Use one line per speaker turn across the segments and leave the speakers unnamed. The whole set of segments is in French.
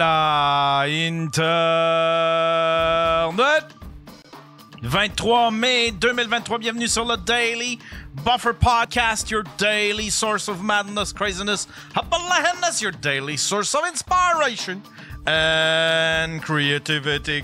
Ah, Internet! 23 mai 2023, bienvenue sur le Daily Buffer Podcast, your daily source of madness, craziness, happiness, your daily source of inspiration and creativity.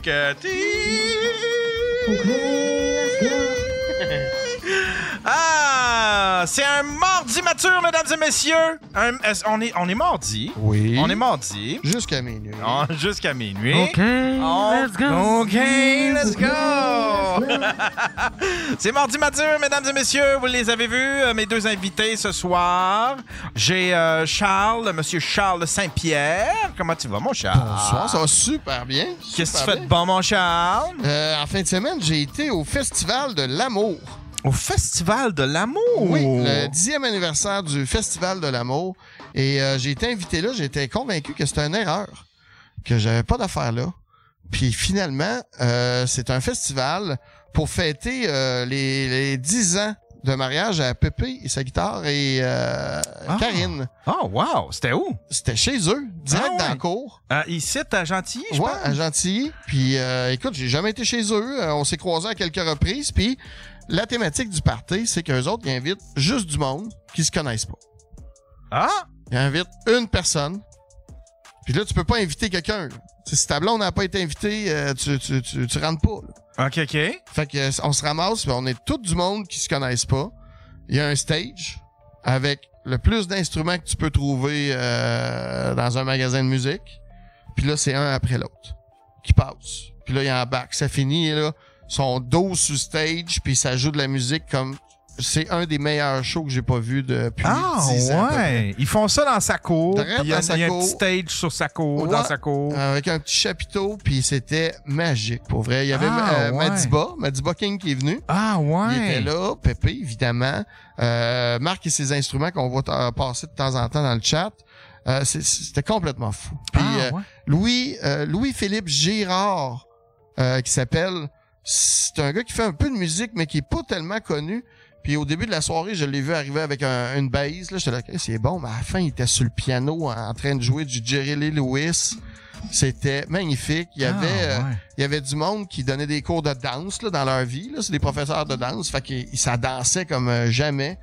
Ah, c'est un mardi mature, mesdames et messieurs. Un- est-ce- on, est, on est mardi.
Oui.
On est mardi.
Jusqu'à minuit.
Ah, Jusqu'à minuit.
OK,
On-
let's go.
OK, let's go. C'est mardi mature, mesdames et messieurs. Vous les avez vus, euh, mes deux invités ce soir. J'ai euh, Charles, monsieur Charles Saint-Pierre. Comment tu vas, mon Charles?
Bonsoir, ça va super bien.
Qu'est-ce que tu
super
fais de
bien.
bon, mon Charles?
Euh, en fin de semaine, j'ai été au Festival de l'amour.
Au Festival de l'amour.
Oui, le dixième anniversaire du Festival de l'amour. Et euh, j'ai été invité là, j'étais convaincu que c'était une erreur, que j'avais pas d'affaire là. Puis finalement, euh, c'est un festival pour fêter euh, les, les 10 ans de mariage à Pépé et sa guitare et euh,
Ah.
Karine.
Oh, wow. C'était où?
C'était chez eux, direct
Ah ouais.
dans la cour.
Euh, ici, à Gentilly, je
Ouais,
pense.
à Gentilly. Puis euh, écoute, j'ai jamais été chez eux. Euh, on s'est croisés à quelques reprises. Puis la thématique du party, c'est qu'eux autres, ils invitent juste du monde qui se connaissent pas.
Ah!
Ils invitent une personne. Puis là, tu peux pas inviter quelqu'un. Tu sais, Si ta blonde n'a pas été invitée, euh, tu, tu, tu, tu rentres pas. là.
OK, OK.
Fait que euh, on se ramasse, puis on est tout du monde qui se connaissent pas. Il y a un stage avec le plus d'instruments que tu peux trouver euh, dans un magasin de musique. Puis là, c'est un après l'autre qui passe. Puis là, il y a un bac. Ça finit, et là, ils sont 12 sur stage, puis ça joue de la musique comme... C'est un des meilleurs shows que j'ai pas vu depuis
Ah,
10 ans. à peu près.
ouais. Ils font ça dans sa cour.
Direct
puis Il y a,
dans sa
il y a un
cour.
petit stage sur sa cour, dans
Ouais.
sa cour.
Avec un petit chapiteau, puis c'était magique, pour vrai. Il y avait
Ah,
euh,
ouais.
Madiba, Madiba King qui est venu.
Ah, ouais.
Il était là, Pépé, évidemment. Euh, Marc et ses instruments qu'on voit euh, passer de temps en temps dans le chat. Euh, c'est- C'était complètement fou. Puis
Ah,
euh,
ouais.
Louis, euh, Louis-Philippe Girard, euh, qui s'appelle, c'est un gars qui fait un peu de musique, mais qui est pas tellement connu. Puis au début de la soirée, je l'ai vu arriver avec un- une bass. Là, j'étais là, Ok, c'est bon, mais à la fin, il était sur le piano en train de jouer du Jerry Lee Lewis. C'était magnifique. Il y avait,
Ah,
euh,
ouais.
il y avait du monde qui donnait des cours de danse là, dans leur vie. là. C'est des professeurs de danse. Fait qu'ils ça dansait comme euh, jamais.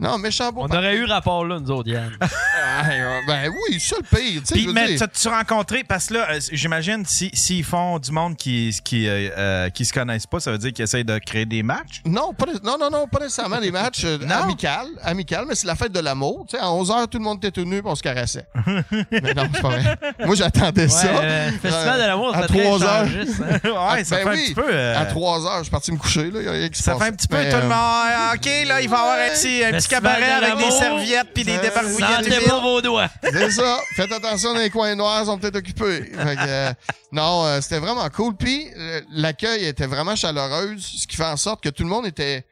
Non, méchant beau.
On aurait eu rapport là, nous autres, Yann.
Ah, euh, ben oui, c'est le pire. Tu sais,
Puis,
je veux
mais
dire.
t'as-tu rencontré, parce que là, euh, j'imagine, si- s'ils font du monde qui, qui, euh, euh, qui se connaissent pas, ça veut dire qu'ils essayent de créer des matchs?
Non, pas, né- non, non, non, pas nécessairement des matchs euh,
Non.
amicales, amicales, mais c'est la fête de l'amour. Tu sais, à 11h, tout le monde était tout nu et on se caressait. mais non, c'est pas vrai. Moi, j'attendais ça.
Ouais, le Festival
Euh,
de l'amour,
à
ça très
trois heures.
échangiste, hein.
ouais, ça
ben
fait un
oui,
petit peu. euh,
À 3h, je suis parti me coucher. Là, y a rien qui se
ça fait
passait.
un petit peu
Mais,
tout le
euh,
monde. Ah, OK, là, il va y avoir un petit, un petit
Festival
cabaret
de
avec des
l'amour.
serviettes puis des
Euh,
débarbouillettes.
Sentez
vides.
pas vos doigts.
C'est ça. Faites attention dans les coins noirs, ils sont peut-être occupés. Fait que, euh, non, euh, c'était vraiment cool. Puis euh, l'accueil était vraiment chaleureux, ce qui fait en sorte que tout le monde était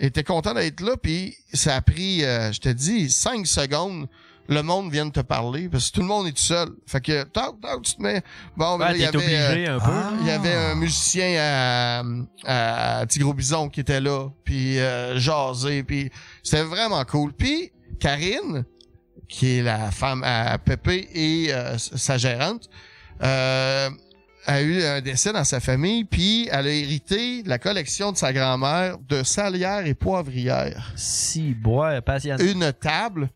était content d'être là. Puis ça a pris, euh, je te dis, cinq secondes. Le monde vient de te parler parce que tout le monde est tout seul. Fait que toc, toc, tu te mets. Bon, ben, là,
Ouais,
il y
t'es
avait. euh,
obligé un
Ah.
peu.
il y avait un musicien à, à, à Petit Gros Bison qui était là, puis euh, jasé, puis c'était vraiment cool. Puis Karine, qui est la femme à Pépé et euh, sa gérante, euh, a eu un décès dans sa famille, puis elle a hérité de la collection de sa grand-mère de salières et poivrières.
Si, bois, patience.
Une table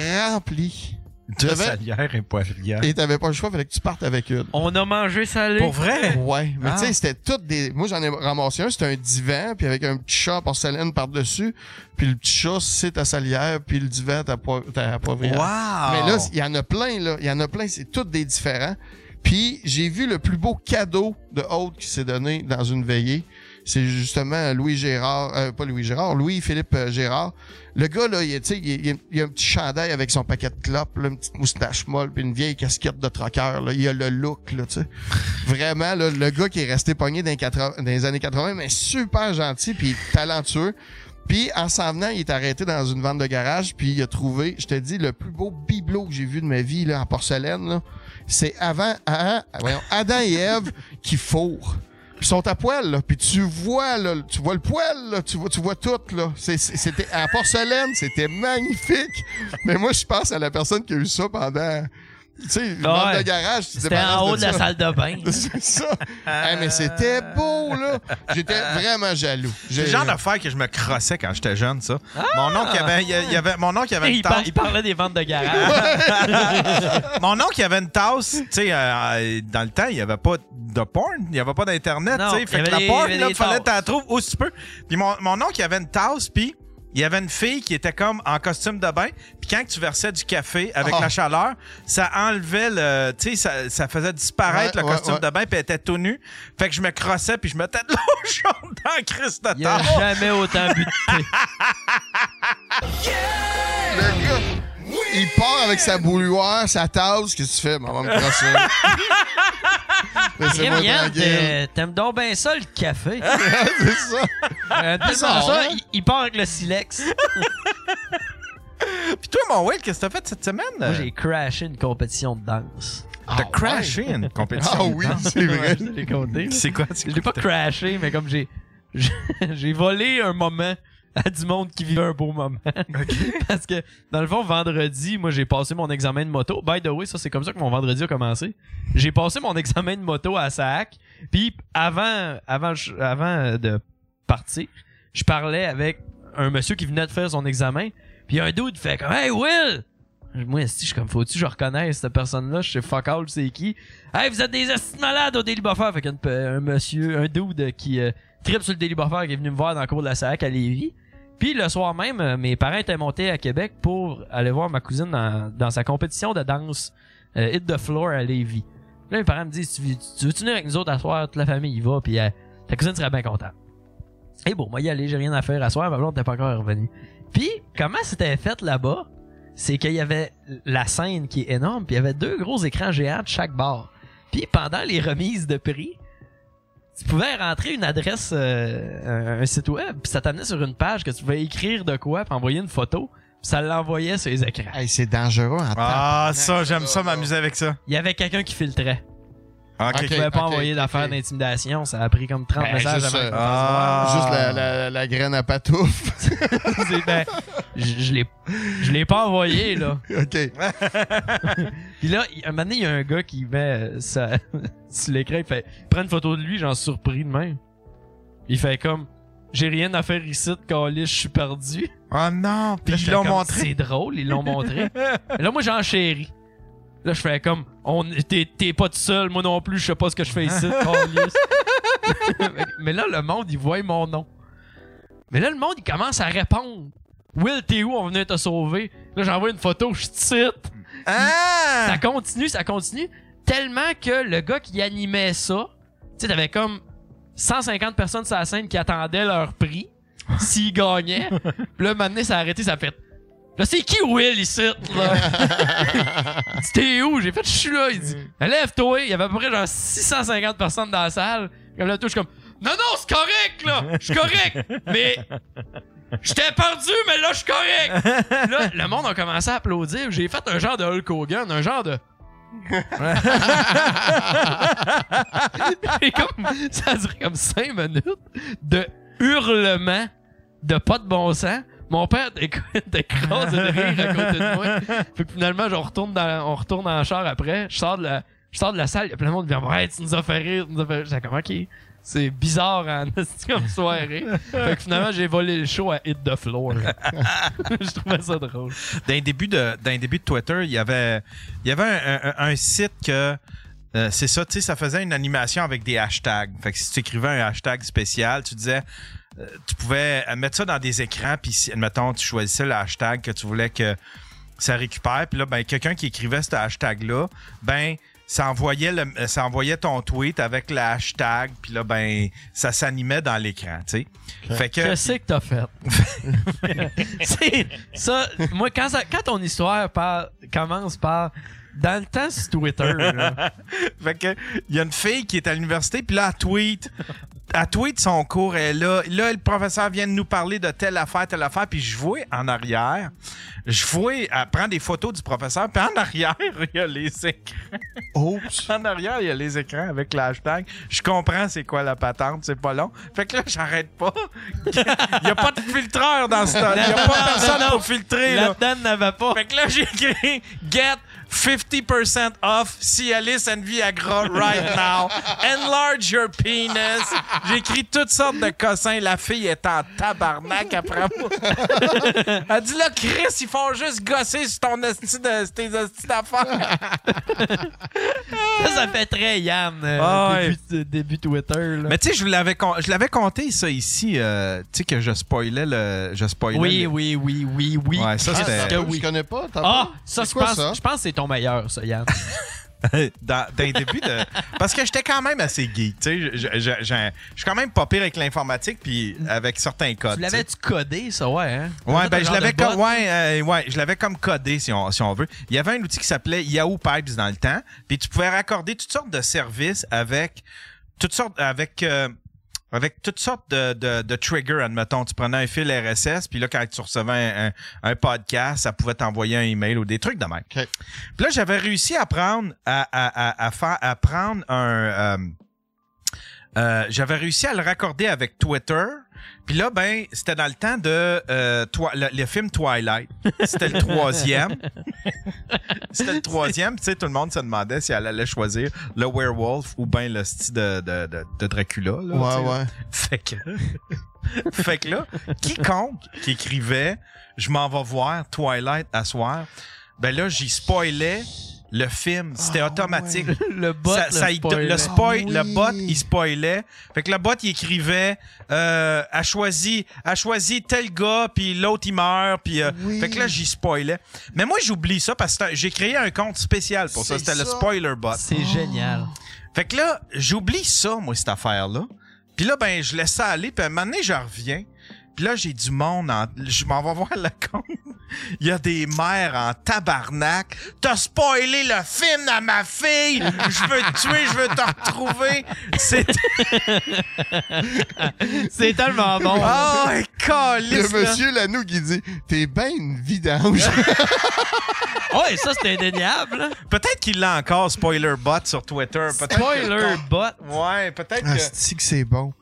remplie.
De
Devait-
salière et poivrière.
Et t'avais pas le choix, fallait que tu partes avec une.
On a mangé salé.
Pour vrai?
Ouais, mais
Ah.
tu sais, c'était toutes des. Moi, j'en ai ramassé un, c'était un divan, puis avec un petit chat en porcelaine par-dessus, puis le petit chat, c'est ta salière, puis le divan, ta, poi- ta
Wow!
poivrière. Mais là, il y en a plein, là. Il y en a plein, c'est toutes des différents. Puis, j'ai vu le plus beau cadeau de Haute qui s'est donné dans une veillée. C'est justement Louis Gérard, euh, pas Louis Gérard, Louis-Philippe euh, Gérard. Le gars, là, il, est- tu sais, il, il- il a un petit chandail avec son paquet de clopes, là, une petite moustache molle, puis une vieille casquette de troqueur. Là. Il a le look, là, tu sais. Vraiment, là, le gars qui est resté pogné dans les, 80 dans les années 80, mais super gentil, puis talentueux. Puis en s'en venant, il est arrêté dans une vente de garage, puis il a trouvé, je te dis, le plus beau bibelot que j'ai vu de ma vie là, en porcelaine. là. C'est avant, Adam, voyons, Adam et Ève qui fourrent. Puis Ils sont à poil, là. puis tu vois, là, tu vois le poil, là, tu vois, tu vois tout, là. C'est- c'est- C'était en porcelaine, c'était magnifique. Mais moi, je pense à la personne qui a eu ça pendant Tu sais, le
Ah
membre
ouais.
de garage, tu te
C'était en
débarrasses
haut de la
ça.
salle de bain.
C'est ça. Hey, mais c'était beau, là. J'étais
Euh,
vraiment jaloux.
C'est
J'ai-
le genre d'affaire que je me crossais quand j'étais jeune,
euh,
ça. Mon oncle avait, il y a- il y avait, mon oncle avait
Il,
une tasse.
par- il parlait des ventes de garage.
Mon oncle, il avait une tasse, tu sais, euh, euh, dans le temps, il n'y avait pas de porn, il n'y avait pas d'Internet,
Non,
tu
il
sais.
y
Fait que
avait des-
la
il
porn,
y avait
là,
des
fallait
tasses.
t'en trouves où tu peux. Puis mon, mon oncle, il avait une tasse, puis il y avait une fille qui était comme en costume de bain, puis quand tu versais du café avec
Ah.
la chaleur, ça enlevait le, tu sais, ça, ça faisait disparaître
Ouais,
le
ouais,
costume
ouais.
de bain, puis elle était tout nue. Fait que je me crossais, puis je mettais de l'eau chaude dans le Christ de
Il a
tasse.
jamais autant bu de thé.
Le gars, il part avec sa bouilloire, sa tasse. Qu'est-ce que tu fais? Maman me crosser. Laissez-moi
Yann,
tranquille.
hein, t'es- t'aimes donc bien ça, le café.
C'est ça.
Euh, tellement
Bizarre,
ça,
hein?
il, il part avec le silex.
Puis toi, mon Will, qu'est-ce que t'as fait cette semaine?
Moi, j'ai crashé une compétition de danse.
T'as crashé une compétition.
Ah oui, c'est vrai.
Je l'ai compté.
C'est quoi? c'est
Je l'ai
quoi
pas
que t'as-
crashé, mais comme j'ai j'ai- j'ai volé un moment à du monde qui vivait un beau moment. Parce que, dans le fond, vendredi, moi, j'ai passé mon examen de moto. By the way, ça, c'est comme ça que mon vendredi a commencé. J'ai passé mon examen de moto à Sac. Puis, avant, avant, je- avant euh, de partir, je parlais avec un monsieur qui venait de faire son examen. Puis, un dude fait comme « Hey, Will! » Moi, esti, je suis comme, faut-tu que je reconnaisse cette personne-là? Je sais fuck all, c'est qui. Hey, vous êtes des estis de malades au Daily Buffer! Fait qu'un un monsieur, un dude qui euh, tripe sur le Daily Buffer qui est venu me voir dans le cours de la SAC à Lévis. Puis le soir même, euh, mes parents étaient montés à Québec pour aller voir ma cousine dans, dans sa compétition de danse euh, Hit the Floor à Lévis. Là, mes parents me disent Tu, veux- tu veux venir avec nous autres à soir Toute la famille y va, puis euh, ta cousine serait bien contente. Et Eh, bon, moi, y aller, j'ai rien à faire à soir, ma blonde n'était pas encore revenue. Puis, comment c'était fait là-bas C'est qu'il y avait la scène qui est énorme, puis il y avait deux gros écrans géants de chaque bar. Puis pendant les remises de prix, tu pouvais rentrer une adresse, euh, un- un site web, puis ça t'amenait sur une page que tu pouvais écrire de quoi, puis envoyer une photo, puis ça l'envoyait sur les écrans.
Hey, c'est dangereux en temps.
Ah, ça, j'aime ça, m'amuser avec ça.
Il y avait quelqu'un qui filtrait.
Ok.
Ok.
Tu pouvais pas
ok,
envoyer d'affaires
ok.
d'intimidation, ça a pris comme 30
Ben,
messages
juste,
avant
euh,
que
Ah.
Juste la, la- la graine à patouf.
C'est- ben, je je l'ai je l'ai pas envoyé là.
OK.
Puis là, il- un moment donné, il y a un gars qui met euh, sa- sur l'écran, il fait prends une photo de lui, j'en suis surpris de même. Il fait comme j'ai rien à faire ici, de câlisse, je suis perdu.
Oh non,
Là,
puis ils
j'étais
l'ont
comme,
montré.
C'est drôle, ils l'ont montré. Mais là, moi, j'en chéris. Là, je fais comme, on, t'es, t'es pas tout seul, moi non plus, je sais pas ce que je fais ici, câlisse. Mais là, le monde, il voit mon nom. Mais là, le monde, il commence à répondre. Will, t'es où? On venait te sauver. Là, j'envoie une photo, je cite. Ça
Ah!
continue, ça continue. Tellement que le gars qui animait ça, tu sais, t'avais comme 150 personnes sur la scène qui attendaient leur prix s'ils gagnaient. Puis là, maintenant, ça a arrêté, ça a fait. Là, c'est qui Will ici? Là? Il dit, T'es où? J'ai fait, je suis là. Il dit, lève-toi. Il y avait à peu près genre 650 personnes dans la salle. Comme là, tout, je suis comme, non, non, c'est correct, là. Je suis correct. Mais J'étais perdu, mais là, je suis correct! là, le monde a commencé à applaudir. J'ai fait un genre de Hulk Hogan, un genre de. Et comme, ça a duré comme 5 minutes de hurlements de pas de bon sens. Mon père t'écrase de rire à côté de moi. Fait que finalement, genre, on retourne dans, on retourne en char après. Je sors de la, je sors de la salle, il y a plein de monde qui vient me voir, Hey, tu nous as fait rire, tu nous as fait rire. J'étais comme, ok, c'est bizarre en esti comme soirée. Fait que finalement, j'ai volé le show à Hit the Floor. je trouvais ça drôle.
D'un début de, d'un début de Twitter, il y avait, il y avait un, un- un site que. euh, c'est ça, tu sais, ça faisait une animation avec des hashtags. Fait que si tu écrivais un hashtag spécial, tu disais, euh, tu pouvais euh, mettre ça dans des écrans, puis si, admettons, tu choisissais le hashtag que tu voulais que ça récupère, puis là, ben, quelqu'un qui écrivait ce hashtag-là, ben, ça envoyait, le, euh, ça envoyait ton tweet avec le hashtag, puis là, ben, ça s'animait dans l'écran, tu sais. Fait que.
Qu'est-ce que t'as fait? C'est- ça, moi, quand, ça- quand ton histoire par- commence par. Dans le temps, c'est Twitter.
Ah
là.
Fait que, il y a une fille qui est à l'université, puis là, elle tweet. Elle tweet son cours, elle est là. Là, le professeur vient de nous parler de telle affaire, telle affaire, puis je vois en arrière. Je vois, elle prend des photos du professeur, puis en arrière, il y a les écrans.
Oups.
En arrière, il y a les écrans avec le hashtag. Je comprends c'est quoi la patente, c'est pas long. Fait que là, j'arrête pas. Il n'y a pas de filtreur dans ce temps. Il n'y a pas personne pour filtrer, là.
Là-dedans, il n'y en avait pas.
Fait que là, j'ai écrit Get
50% off Cialis and Viagra right now. Enlarge your penis. J'écris toutes sortes de cossins. La fille est en tabarnak après moi. Elle dit là, Chris, ils font juste gosser sur ton esti de, tes esti d'affaires.
Ça, ça fait très Yann, euh,
Ah ouais.
début, euh, début Twitter. Là.
Mais tu sais, je vous l'avais con- je l'avais compté ça ici, euh, tu sais que je spoilais le, je spoilais.
oui,
le-
oui, oui, oui, oui.
Ouais, ça
Ah,
c'était
attends,
oui.
Je connais pas. t'as
Ah,
pas-
ça,
C'est
je
quoi,
pense,
ça?
je pense que c'est ton meilleur, ça, Yann.
dans, dans les débuts de, parce que j'étais quand même assez geek, tu sais, je- je je- je- je suis quand même pas pire avec l'informatique puis avec certains codes.
tu
tu sais.
l'avais-tu codé, ça, ouais, hein?
Ouais,
T'as
ben
fait un
je
genre
l'avais
de bot?
comme ouais, euh, ouais, je l'avais comme codé si on, si on veut. Il y avait un outil qui s'appelait Yahoo Pipes dans le temps, puis tu pouvais raccorder toutes sortes de services avec toutes sortes avec euh, avec toutes sortes de, de, de triggers, admettons. Tu prenais un fil RSS, puis là, quand tu recevais un, un- un podcast, ça pouvait t'envoyer un email ou des trucs de même.
Ok.
Puis là, j'avais réussi à prendre à, à, à, à faire à prendre un euh, euh, j'avais réussi à le raccorder avec Twitter. Puis là, ben, c'était dans le temps de euh, Twi- le, le film Twilight. C'était le troisième. c'était le troisième. Puis, Tu sais, tout le monde se demandait si elle allait choisir le werewolf ou ben le style de, de, de, de Dracula. Là, tu sais,
Ouais, ouais.
fait que... fait que là, quiconque qui écrivait « Je m'en vais voir Twilight à soir », ben là, j'y spoilais le film. C'était automatique.
Ah, Le bot,
Ça-
le
ça y-
spoiler.
le spoil-
Ah oui.
le bot, il spoilait. Fait que le bot, il écrivait euh, « A choisi, a choisi tel gars, puis l'autre, il meurt. » Puis euh,
Oui.
Fait que là, j'y spoilais. Mais moi, j'oublie ça parce que c'est un- j'ai créé un compte spécial pour ça.
C'est
C'était le
ça.
spoiler bot.
C'est génial.
Fait que là, j'oublie ça, moi, cette affaire-là. Puis là, ben, je laisse ça aller. Puis à un moment donné, je reviens. Puis là, j'ai du monde en... Je m'en vais voir la con. Il y a des mères en tabarnak. T'as spoilé le film de ma fille! Je veux te tuer, je veux te retrouver! C'est...
C'est tellement bon.
Oh,
Le
calice, là.
monsieur Lanoux qui dit T'es ben une vidange.
ouais, ça, c'est indéniable. là.
Peut-être qu'il l'a encore, spoiler bot, sur Twitter. Peut-être...
Spoiler bot.
Ouais, peut-être
Ah,
que...
c'est que c'est bon.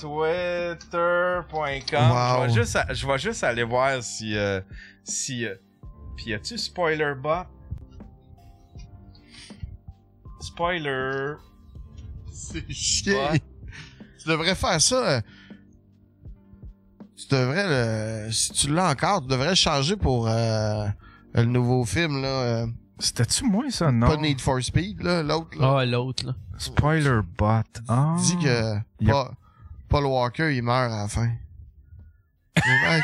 Twitter.com.
Wow.
Je, vais juste, je vais juste aller voir si... euh, si euh, Puis y a-tu spoiler bot? Spoiler.
C'est chiant.
Ouais.
Tu devrais faire ça. euh, Tu devrais le. Si tu l'as encore, tu devrais le changer pour euh, le nouveau film, là. euh,
C'était-tu moi ça? Non.
Pas Need for Speed, là. L'autre, là.
Ah, l'autre, là.
Spoiler bot. Ah.
dit que
Yep.
Pa- Paul Walker, il meurt à la fin. Mais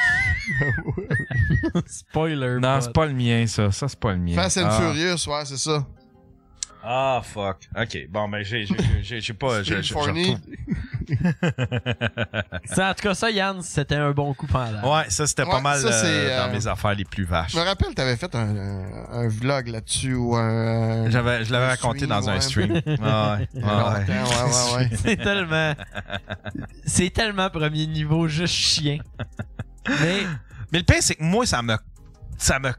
mec,
Spoiler
Non,
bot.
c'est pas le mien ça. Ça, c'est pas le mien.
Fast and
ah.
Furious, ouais, c'est ça.
Ah, fuck. Ok, bon, mais j'ai j'ai- j'ai- j'ai pas. j'ai- j'ai- j'ai
Forney.
retrouvé.
Ça, en tout cas, ça, Yann, c'était un bon coup pendant.
Ouais, ça, c'était pas
Ouais,
mal
ça,
euh,
c'est, euh,
dans mes affaires les plus vaches.
Je me rappelle, t'avais fait un, un, un vlog là-dessus ou un. un-
J'avais- Je l'avais
un
raconté
stream,
dans un
ouais.
stream. Ah ouais.
il y a
Ah ouais.
longtemps, ouais, ouais, ouais.
C'est tellement. c'est tellement premier niveau, juste chien. Mais
Mais le pire, c'est que moi, ça me. Ça me.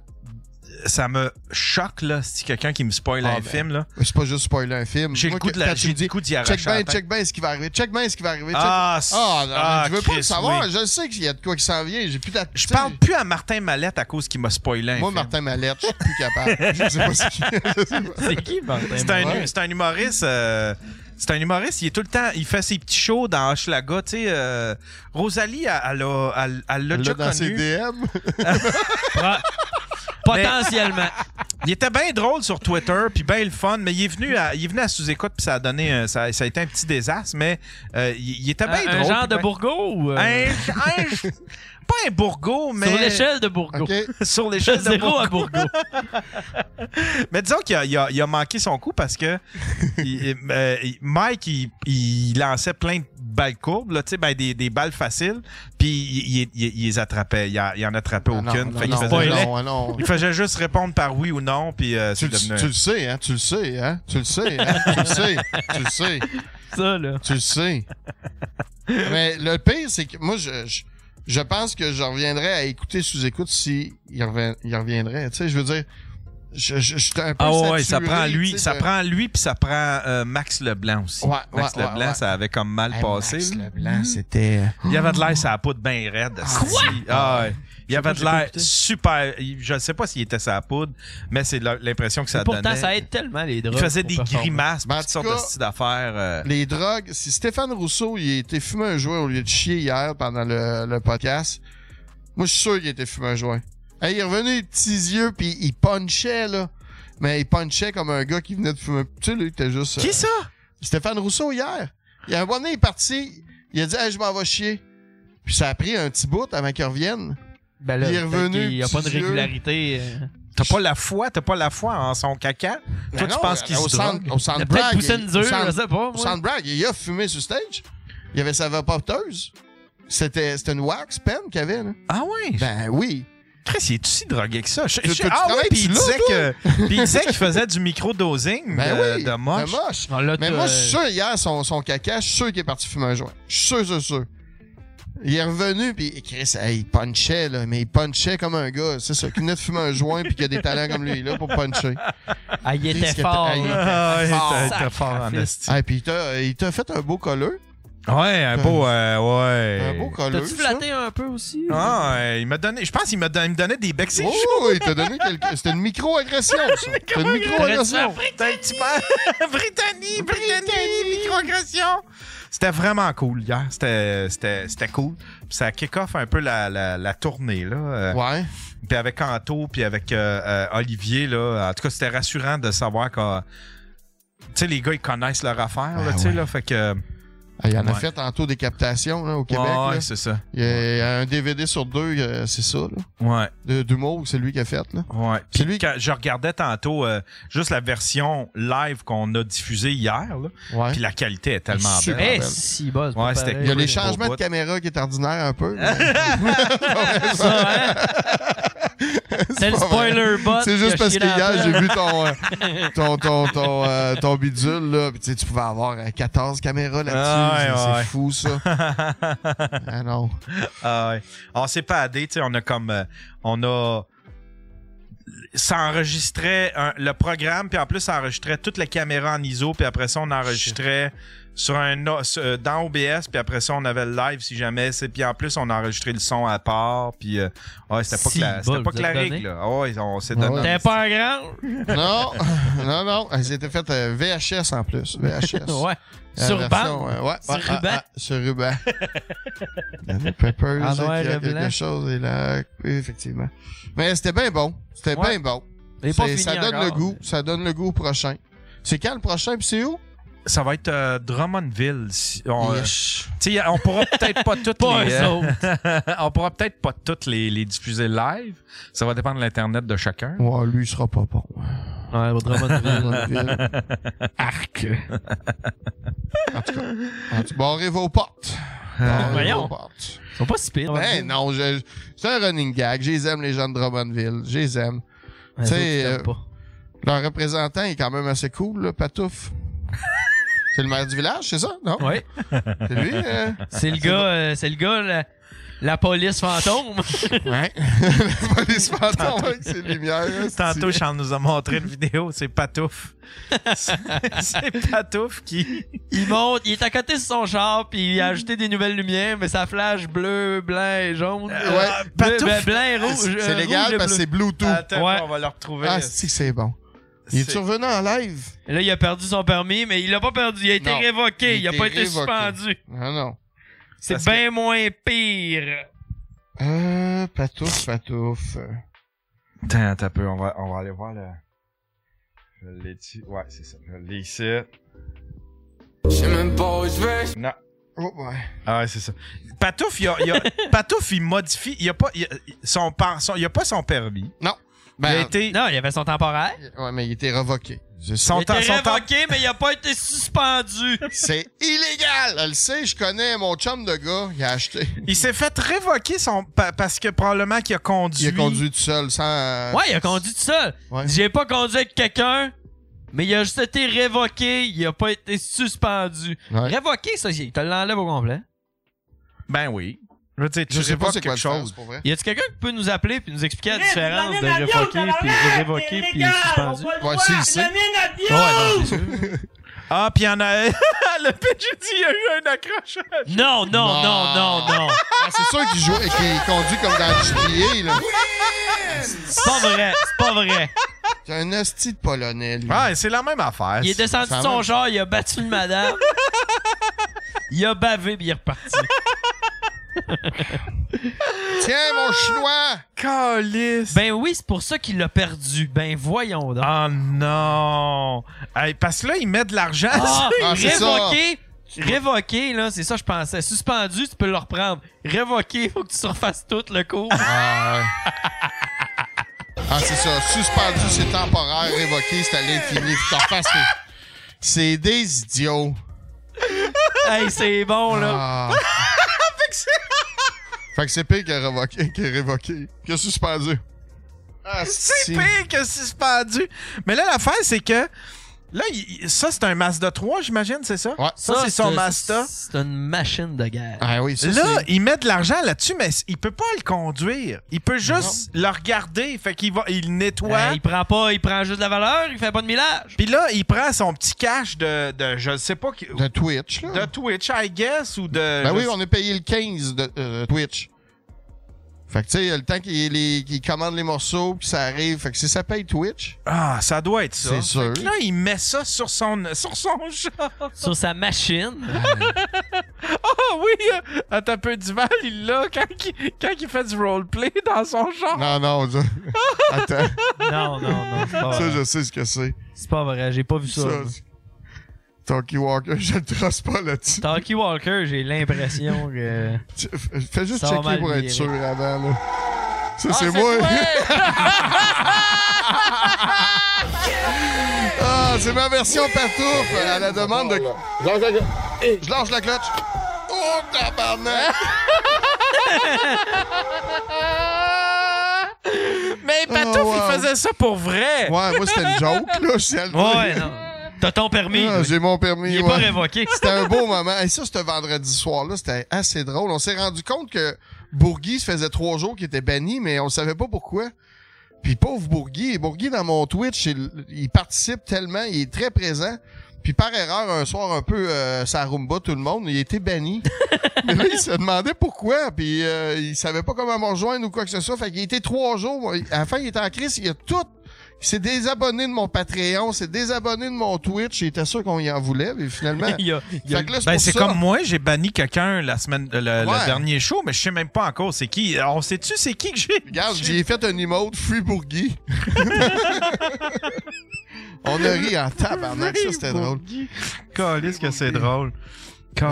Ça me choque, là, si quelqu'un qui me spoil
Ah,
un
ben.
film, là.
C'est pas juste spoiler un film.
J'ai
Moi,
le goût
que-
de la.
quand tu
J'ai
dis,
le goût d'y arracher.
Check
la
bien,
tête.
check bien ce qui va arriver. Check bien ce qui va arriver. check-
Ah,
Ah, non,
ah,
mais tu veux pas
Chris,
le savoir.
oui.
Je le sais qu'il y a de quoi qui s'en vient. J'ai plus d'attitude.
Je parle plus à Martin Mallette à cause qu'il m'a spoilé un
Moi,
film.
Martin Mallette, je suis plus capable. Ah, Je sais pas ce qui. je sais pas.
c'est qui, Martin?
C'est un,
Ouais.
c'est un humoriste. euh, c'est un humoriste, il est tout le temps, il fait ses petits shows dans Hochelaga, tu sais. euh, Rosalie, elle, elle, a- elle- elle
Là,
l'a déjà
dans ses
connu.
DM.
Potentiellement.
Il était bien drôle sur Twitter, puis bien le fun, mais il est venu à, il est venu à sous-écoute, puis ça a donné, un- ça, ça a été un petit désastre, mais euh, il, il était bien
un,
drôle.
un genre
puis
de
ben-
Bourgo ou. euh,
Un, un- pas un bourgo, mais
Sur l'échelle de Bourgo.
OK.
sur
De
l'échelle de
zéro
bourgo.
à Bourgo.
Mais disons qu'il a, il a- il a manqué son coup parce que il- euh, il- Mike, il, il lançait plein de balles courbes, là, tu sais, ben, des, des balles faciles, puis il, il- il- il les attrapait. Il, en- il en attrapait
Non,
aucune.
non,
fait qu'il
non,
faisait-
non, non.
il faisait juste répondre par oui ou non, puis euh,
Tu, le-
c'est devenu...
tu le sais, hein? Tu le sais, hein? Tu le sais, hein? tu le sais, tu le sais,
Ça, là.
tu le sais. Mais le pire, c'est que moi, je, je, je pense que je reviendrais à écouter sous écoute si il, reven- il reviendrait. Tu sais, je veux dire, je, je, je suis un peu
Ah ouais, ouais, ça
saturé,
prend
tu
lui,
sais,
ça
de-
prend lui puis ça prend euh, Max Leblanc aussi.
Ouais,
Max
ouais, ouais,
Leblanc,
ouais.
ça avait comme mal
Hey,
passé.
Max
là.
Leblanc, c'était...
Il avait de l'air sa poudre bien raide. Quoi? Ah, ouais. Il avait de
j'ai pas
l'air
écouté.
super. il- Je ne sais pas s'il était sa poudre, mais c'est la- l'impression que ça
Pourtant,
donnait.
ça aide tellement les drogues.
il faisait
pour
des
performer.
grimaces,
Ben, en
toutes
tout
sortes
cas,
de styles d'affaires. euh,
Les drogues, si Stéphane Rousseau, il a été fumé un joint au lieu de chier hier pendant le, le podcast, moi, je suis sûr qu'il a été fumé un joint. Hey, il revenait les petits yeux, puis il punchait, là. Mais il punchait comme un gars qui venait de fumer. Tu sais, lui, il était juste... euh,
Qui ça?
Stéphane Rousseau, hier. Il y a un moment donné, il est parti. Il a dit, hey, je m'en vais chier. Puis ça a pris un petit bout avant qu'il revienne.
Ben là,
Il est
peut-être
revenu,
qu'il y a
petit
pas de
Dieu.
régularité. euh.
T'as pas la foi, t'as pas la foi en son caca. Toi,
Mais
tu
Ben non,
penses qu'il
au
se drogue?
centre, au centre
Il a
Bragg,
peut-être poussé
il-
une
au
dure,
centre-
je sais pas.
Au
moi.
centre Bragg, il a fumé sur stage. Il avait sa vapoteuse. C'était c'était une wax pen qu'il avait, là.
Ah ouais?
Ben oui.
Chris, il est si drogué que ça? Je-
Tu-
je-
tu- tu
ah ouais,
travailles,
puis
tu
il
l'as,
disait
toi?
que, puis il disait qu'il faisait du micro-dosing
Ben
de,
oui.
de
Mais
moche.
moche.
Ah, là,
Mais
t'as-
moi, je suis sûr, hier, son, son caca, je suis sûr qu'il est parti fumer un joint. Je suis sûr, sûr, sûr. Il est revenu, puis Chris, hey, il punchait, là, mais il punchait comme un gars, c'est ça, qui venait de fumer un joint, puis qui a des talents comme lui, là, pour puncher.
Ah, il
Chris,
était
que-
fort.
Ah, il-
là.
Ah, ouais,
fort.
t'es- t'es fort en esti.
Ah, puis il t'a- il t'a fait un beau colleux.
Ouais, un beau, euh, ouais.
Un beau colleux.
T'as-tu
ça.
flatté un peu aussi?
Ah, ouais, il m'a donné, je pense qu'il m'a donné, il me donnait des becs.
Oh, il t'a donné quelque. C'était une micro-agression, ça. C'était une micro-agression.
Britannie, Britannie, microagression. C'était vraiment cool hier. C'était, c'était, c'était cool. Puis ça kick off un peu la, la, la tournée, là. Euh,
Ouais.
Puis avec Canto, puis avec euh, euh, Olivier, là. En tout cas, c'était rassurant de savoir que. Tu sais, les gars, ils connaissent leur affaire, là,
Ah
tu sais,
ouais.
là. Fait que.
Ah, Il y en a
Ouais.
fait tantôt des captations là, au Québec.
ouais,
là.
ouais, c'est ça.
Il y a il y a un DVD sur deux, euh, c'est ça, là.
Ouais.
De- D'humour, c'est lui qui a fait, là.
Ouais.
C'est
Puis
lui-
quand je regardais tantôt euh, juste la version live qu'on a diffusée hier, là,
Ouais.
puis la qualité est tellement
Super.
belle.
Eh, si, boss.
Ouais, c'était-
Il y a les
oui, au
changements de
bout.
caméra qui est ordinaire un peu. mais-
ça, hein? C'est le
pas vrai.
spoiler bot.
C'est juste
qui a
parce
chié
que
dans la
hier, j'ai
plaque.
vu ton, euh, ton, ton, ton, euh, ton bidule, là. Puis, tu sais, tu pouvais avoir euh, 14 caméras là-dessus.
Ah ouais,
c'est- c'est
ouais.
fou, ça. ah non.
Ah ouais. On s'est pas adé, tu sais, on a comme euh, on a ça enregistrait un- le programme puis en plus ça enregistrait toutes les caméras en ISO puis après ça on enregistrait sur un o- sur- euh, dans OBS puis après ça on avait le live si jamais c'est puis en plus on a enregistré le son à part puis euh, ouais, c'était pas
Si,
cla- c'était
bol,
pas
vous êtes
clarique
donné.
là. Ah ouais, on s'est
Ah
donné.
ouais.
T'es pas grand.
Non, non, non. Elles étaient faites euh, VHS en plus. VHS.
Ouais.
Euh,
Sur
version,
bande.
euh, ouais,
Sur
ouais,
ruban.
ah, ah, sur ruban. Daniel Peppers,
En
qui
noir
a
et
quelque
blanc.
chose. Et là, oui, effectivement. Mais c'était bien bon. C'était
Ouais.
bien bon.
Il est pas
C'est-
fini
ça donne
encore.
le goût. Ça donne le goût au prochain. C'est quand le prochain, puis c'est où?
Ça va être euh, Drummondville. si- on, euh,
Yes.
tu sais, on pourra peut-être pas toutes
Pas
les,
eux
euh,
autres.
on pourra peut-être pas toutes les, les diffuser live. Ça va dépendre de l'internet de chacun.
Ouais, lui, il sera pas bon.
Ouais,
Drummondville. Arc. En tout cas. En tout- Barrez vos portes.
Ah.
Barrez
Ah. voyons.
vos portes.
Ils sont pas si pires.
Ben non, je- c'est un running gag. Je les aime, les gens de Drummondville. Je les aime. tu
Ouais,
sais,
les autres, ils
euh,
t'aiment
Leur représentant est quand même assez cool, là, Patouf. c'est le maire du village, c'est ça? Non?
pas. Ouais.
C'est lui? euh?
C'est le gars, euh, c'est le gars, la, la police fantôme.
Ouais. la police fantôme avec ses lumières. là, c'est-
Tantôt, Charles nous a montré une vidéo, c'est Patouf. C'est c'est Patouf qui.
il monte, il est à côté de son char, puis il a ajouté des nouvelles lumières, mais ça flash bleu, blanc et jaune.
Euh, Ouais.
Ah,
Bleu,
Patouf.
ben, blanc et rouge.
C'est
euh, rouge
légal
et
parce que
bleu.
c'est Bluetooth.
Attends,
Ouais.
on va le retrouver.
Ah, c'est que c'est bon. Il est
C'est-
revenu en live?
Et Là, il a perdu son permis, mais il l'a pas perdu. Il a été
Non.
révoqué.
Il
Il,
a
a pas été
été révoqué.
suspendu.
Non, non.
C'est
Parce que-
bien moins pire.
Euh, patouf, patouf.
Attends, attends un peu, on va, on va aller voir le. Je l'ai dit. Ouais, c'est ça. Je l'ai ici. Non.
Oh, ouais.
Ah, ouais, c'est ça. Patouf, il, a- il a- Patouf, il modifie. Il a pas, il a, son, par- son- il a pas son permis. il a
Ben,
été.
Non, il avait son temporaire.
ouais, mais il était révoqué. C'est ça.
Son
Il a
temps-
été
son temps-
révoqué, mais il a pas été suspendu.
C'est illégal! Elle le sait, je connais mon chum de gars, il a acheté.
Il s'est fait révoquer son. pa- Parce que probablement qu'il a conduit.
Il a conduit tout seul, sans. euh,
Ouais, il a conduit tout seul.
Ouais.
J'ai pas conduit avec quelqu'un, mais il a juste été révoqué. Il a pas été suspendu.
Ouais.
Révoqué, ça, il te l'enlève au complet.
Ben oui. Je veux dire, tu
Je sais pas
révoques
c'est quoi le
quelque chose.
chose, pour vrai.
Y a-tu quelqu'un qui peut nous appeler puis nous expliquer la
Chris,
différence
donner
de
la viande,
révoquer puis
tabarnak,
révoquer
c'est
puis
illégal,
suspendu?
on va le
Ouais,
voir,
si, il sait.
donner notre
Ouais,
viande!
non, c'est sûr.
Ah, puis il y en a. le pitch, il dit, il y a eu un accrochage.
non, non, non, non, non.
Ah, c'est sûr qu'il joue et qu'il conduit comme dans GTA, là.
C'est pas vrai, c'est pas vrai.
C'est un hostie de polonais, lui.
Ouais, c'est la même affaire.
Il est descendu
Ça
de son
va.
char, il a battu une madame. Il a bavé puis il est reparti.
Tiens, mon chinois!
Calice.
Ben oui, c'est pour ça qu'il l'a perdu. Ben voyons donc.
Oh non! Hey, parce que là, il met de l'argent.
Ah,
Ah, c'est ça.
révoqué, révoqué, là, c'est ça je pensais. Suspendu, tu peux le reprendre. Révoqué, faut que tu surfasses tout le cours.
Ah, ouais. Ah, c'est ça. Suspendu, c'est temporaire. Révoqué, c'est à l'infini. Faut que t'en refasses les- C'est des idiots.
hey, c'est bon, là.
Ah. fait que c'est pire que révoqué, que révoqué, que suspendu. Ah,
C'est pire que suspendu. Mais là, l'affaire, c'est que. Là, il- ça, c'est un Mazda 3, j'imagine, c'est ça?
Ouais.
Ça, c'est son Mazda.
C'est une machine de guerre.
Ah oui, ça,
Là,
c'est...
il met de l'argent là-dessus, mais il peut pas le conduire. Il peut juste le regarder. Fait qu'il va, il nettoie.
Euh, il prend pas, il prend juste de la valeur, il fait pas de millage.
Puis là, il prend son petit cash de, de je sais pas, qui-
De Twitch, là.
de Twitch, I guess, ou de.
Ben
je
oui,
sais-
on a payé le 15 de euh, Twitch. Fait que, tu sais, le temps qu'il les- qu'il commande les morceaux, puis ça arrive. Fait que si ça paye Twitch,
Ah, ça doit être ça.
c'est sûr.
Là, il met ça sur son, sur son chat.
Sur sa machine.
Ah oui, euh, attends un peu, Duval, il l'a quand il, quand il fait du roleplay dans son genre.
Non, non, ça- Attends,
non, non, non, c'est pas
ça,
vrai.
je sais ce que c'est.
C'est pas vrai, j'ai pas vu ça.
Ça, c'est- Talkie Walker, je le trace pas là-dessus.
Talkie Walker, j'ai l'impression que.
Tu- f- Fais juste
Ça va
checker
mal
pour être
virer.
sûr avant, là. Ça, c'est moi. ah, c'est ma version partouffe à la demande de... Je lâche la cloche. Oh, tabarnak!
Mais Patouf,
Oh, wow.
il faisait ça pour vrai.
Ouais, moi, c'était une joke, là. je tiens à le dire.
Ouais, non. T'as ton permis.
Ah,
toi.
J'ai mon permis,
il est
ouais.
pas révoqué.
C'était un beau moment. Et ça, ce vendredi soir-là, c'était assez drôle. On s'est rendu compte que Bourgui se faisait trois jours qu'il était banni, mais on savait pas pourquoi. Puis pauvre Bourgui, Bourgui dans mon Twitch, il, il participe tellement, il est très présent. Puis par erreur, un soir un peu euh, ça rumba tout le monde, il était banni. mais là, il se demandait pourquoi, puis euh, il savait pas comment me rejoindre ou quoi que ce soit. Fait qu'il était trois jours. À la fin, il était en crise, il a tout. Il s'est désabonné de mon Patreon, s'est désabonné de mon Twitch, il était sûr qu'on y en voulait, mais finalement.
Il y a- il y a-
Fait que là, c'est
Ben,
pour
c'est
ça.
comme moi, j'ai banni quelqu'un la semaine, euh, le, le
Ouais.
dernier show, mais je sais même pas encore c'est qui. On sait-tu c'est qui que j'ai?
Regarde, j'ai fait un emote Free Bourgui. On a ri en tabarnak, ça c'était drôle.
Calisse que c'est drôle.
Ah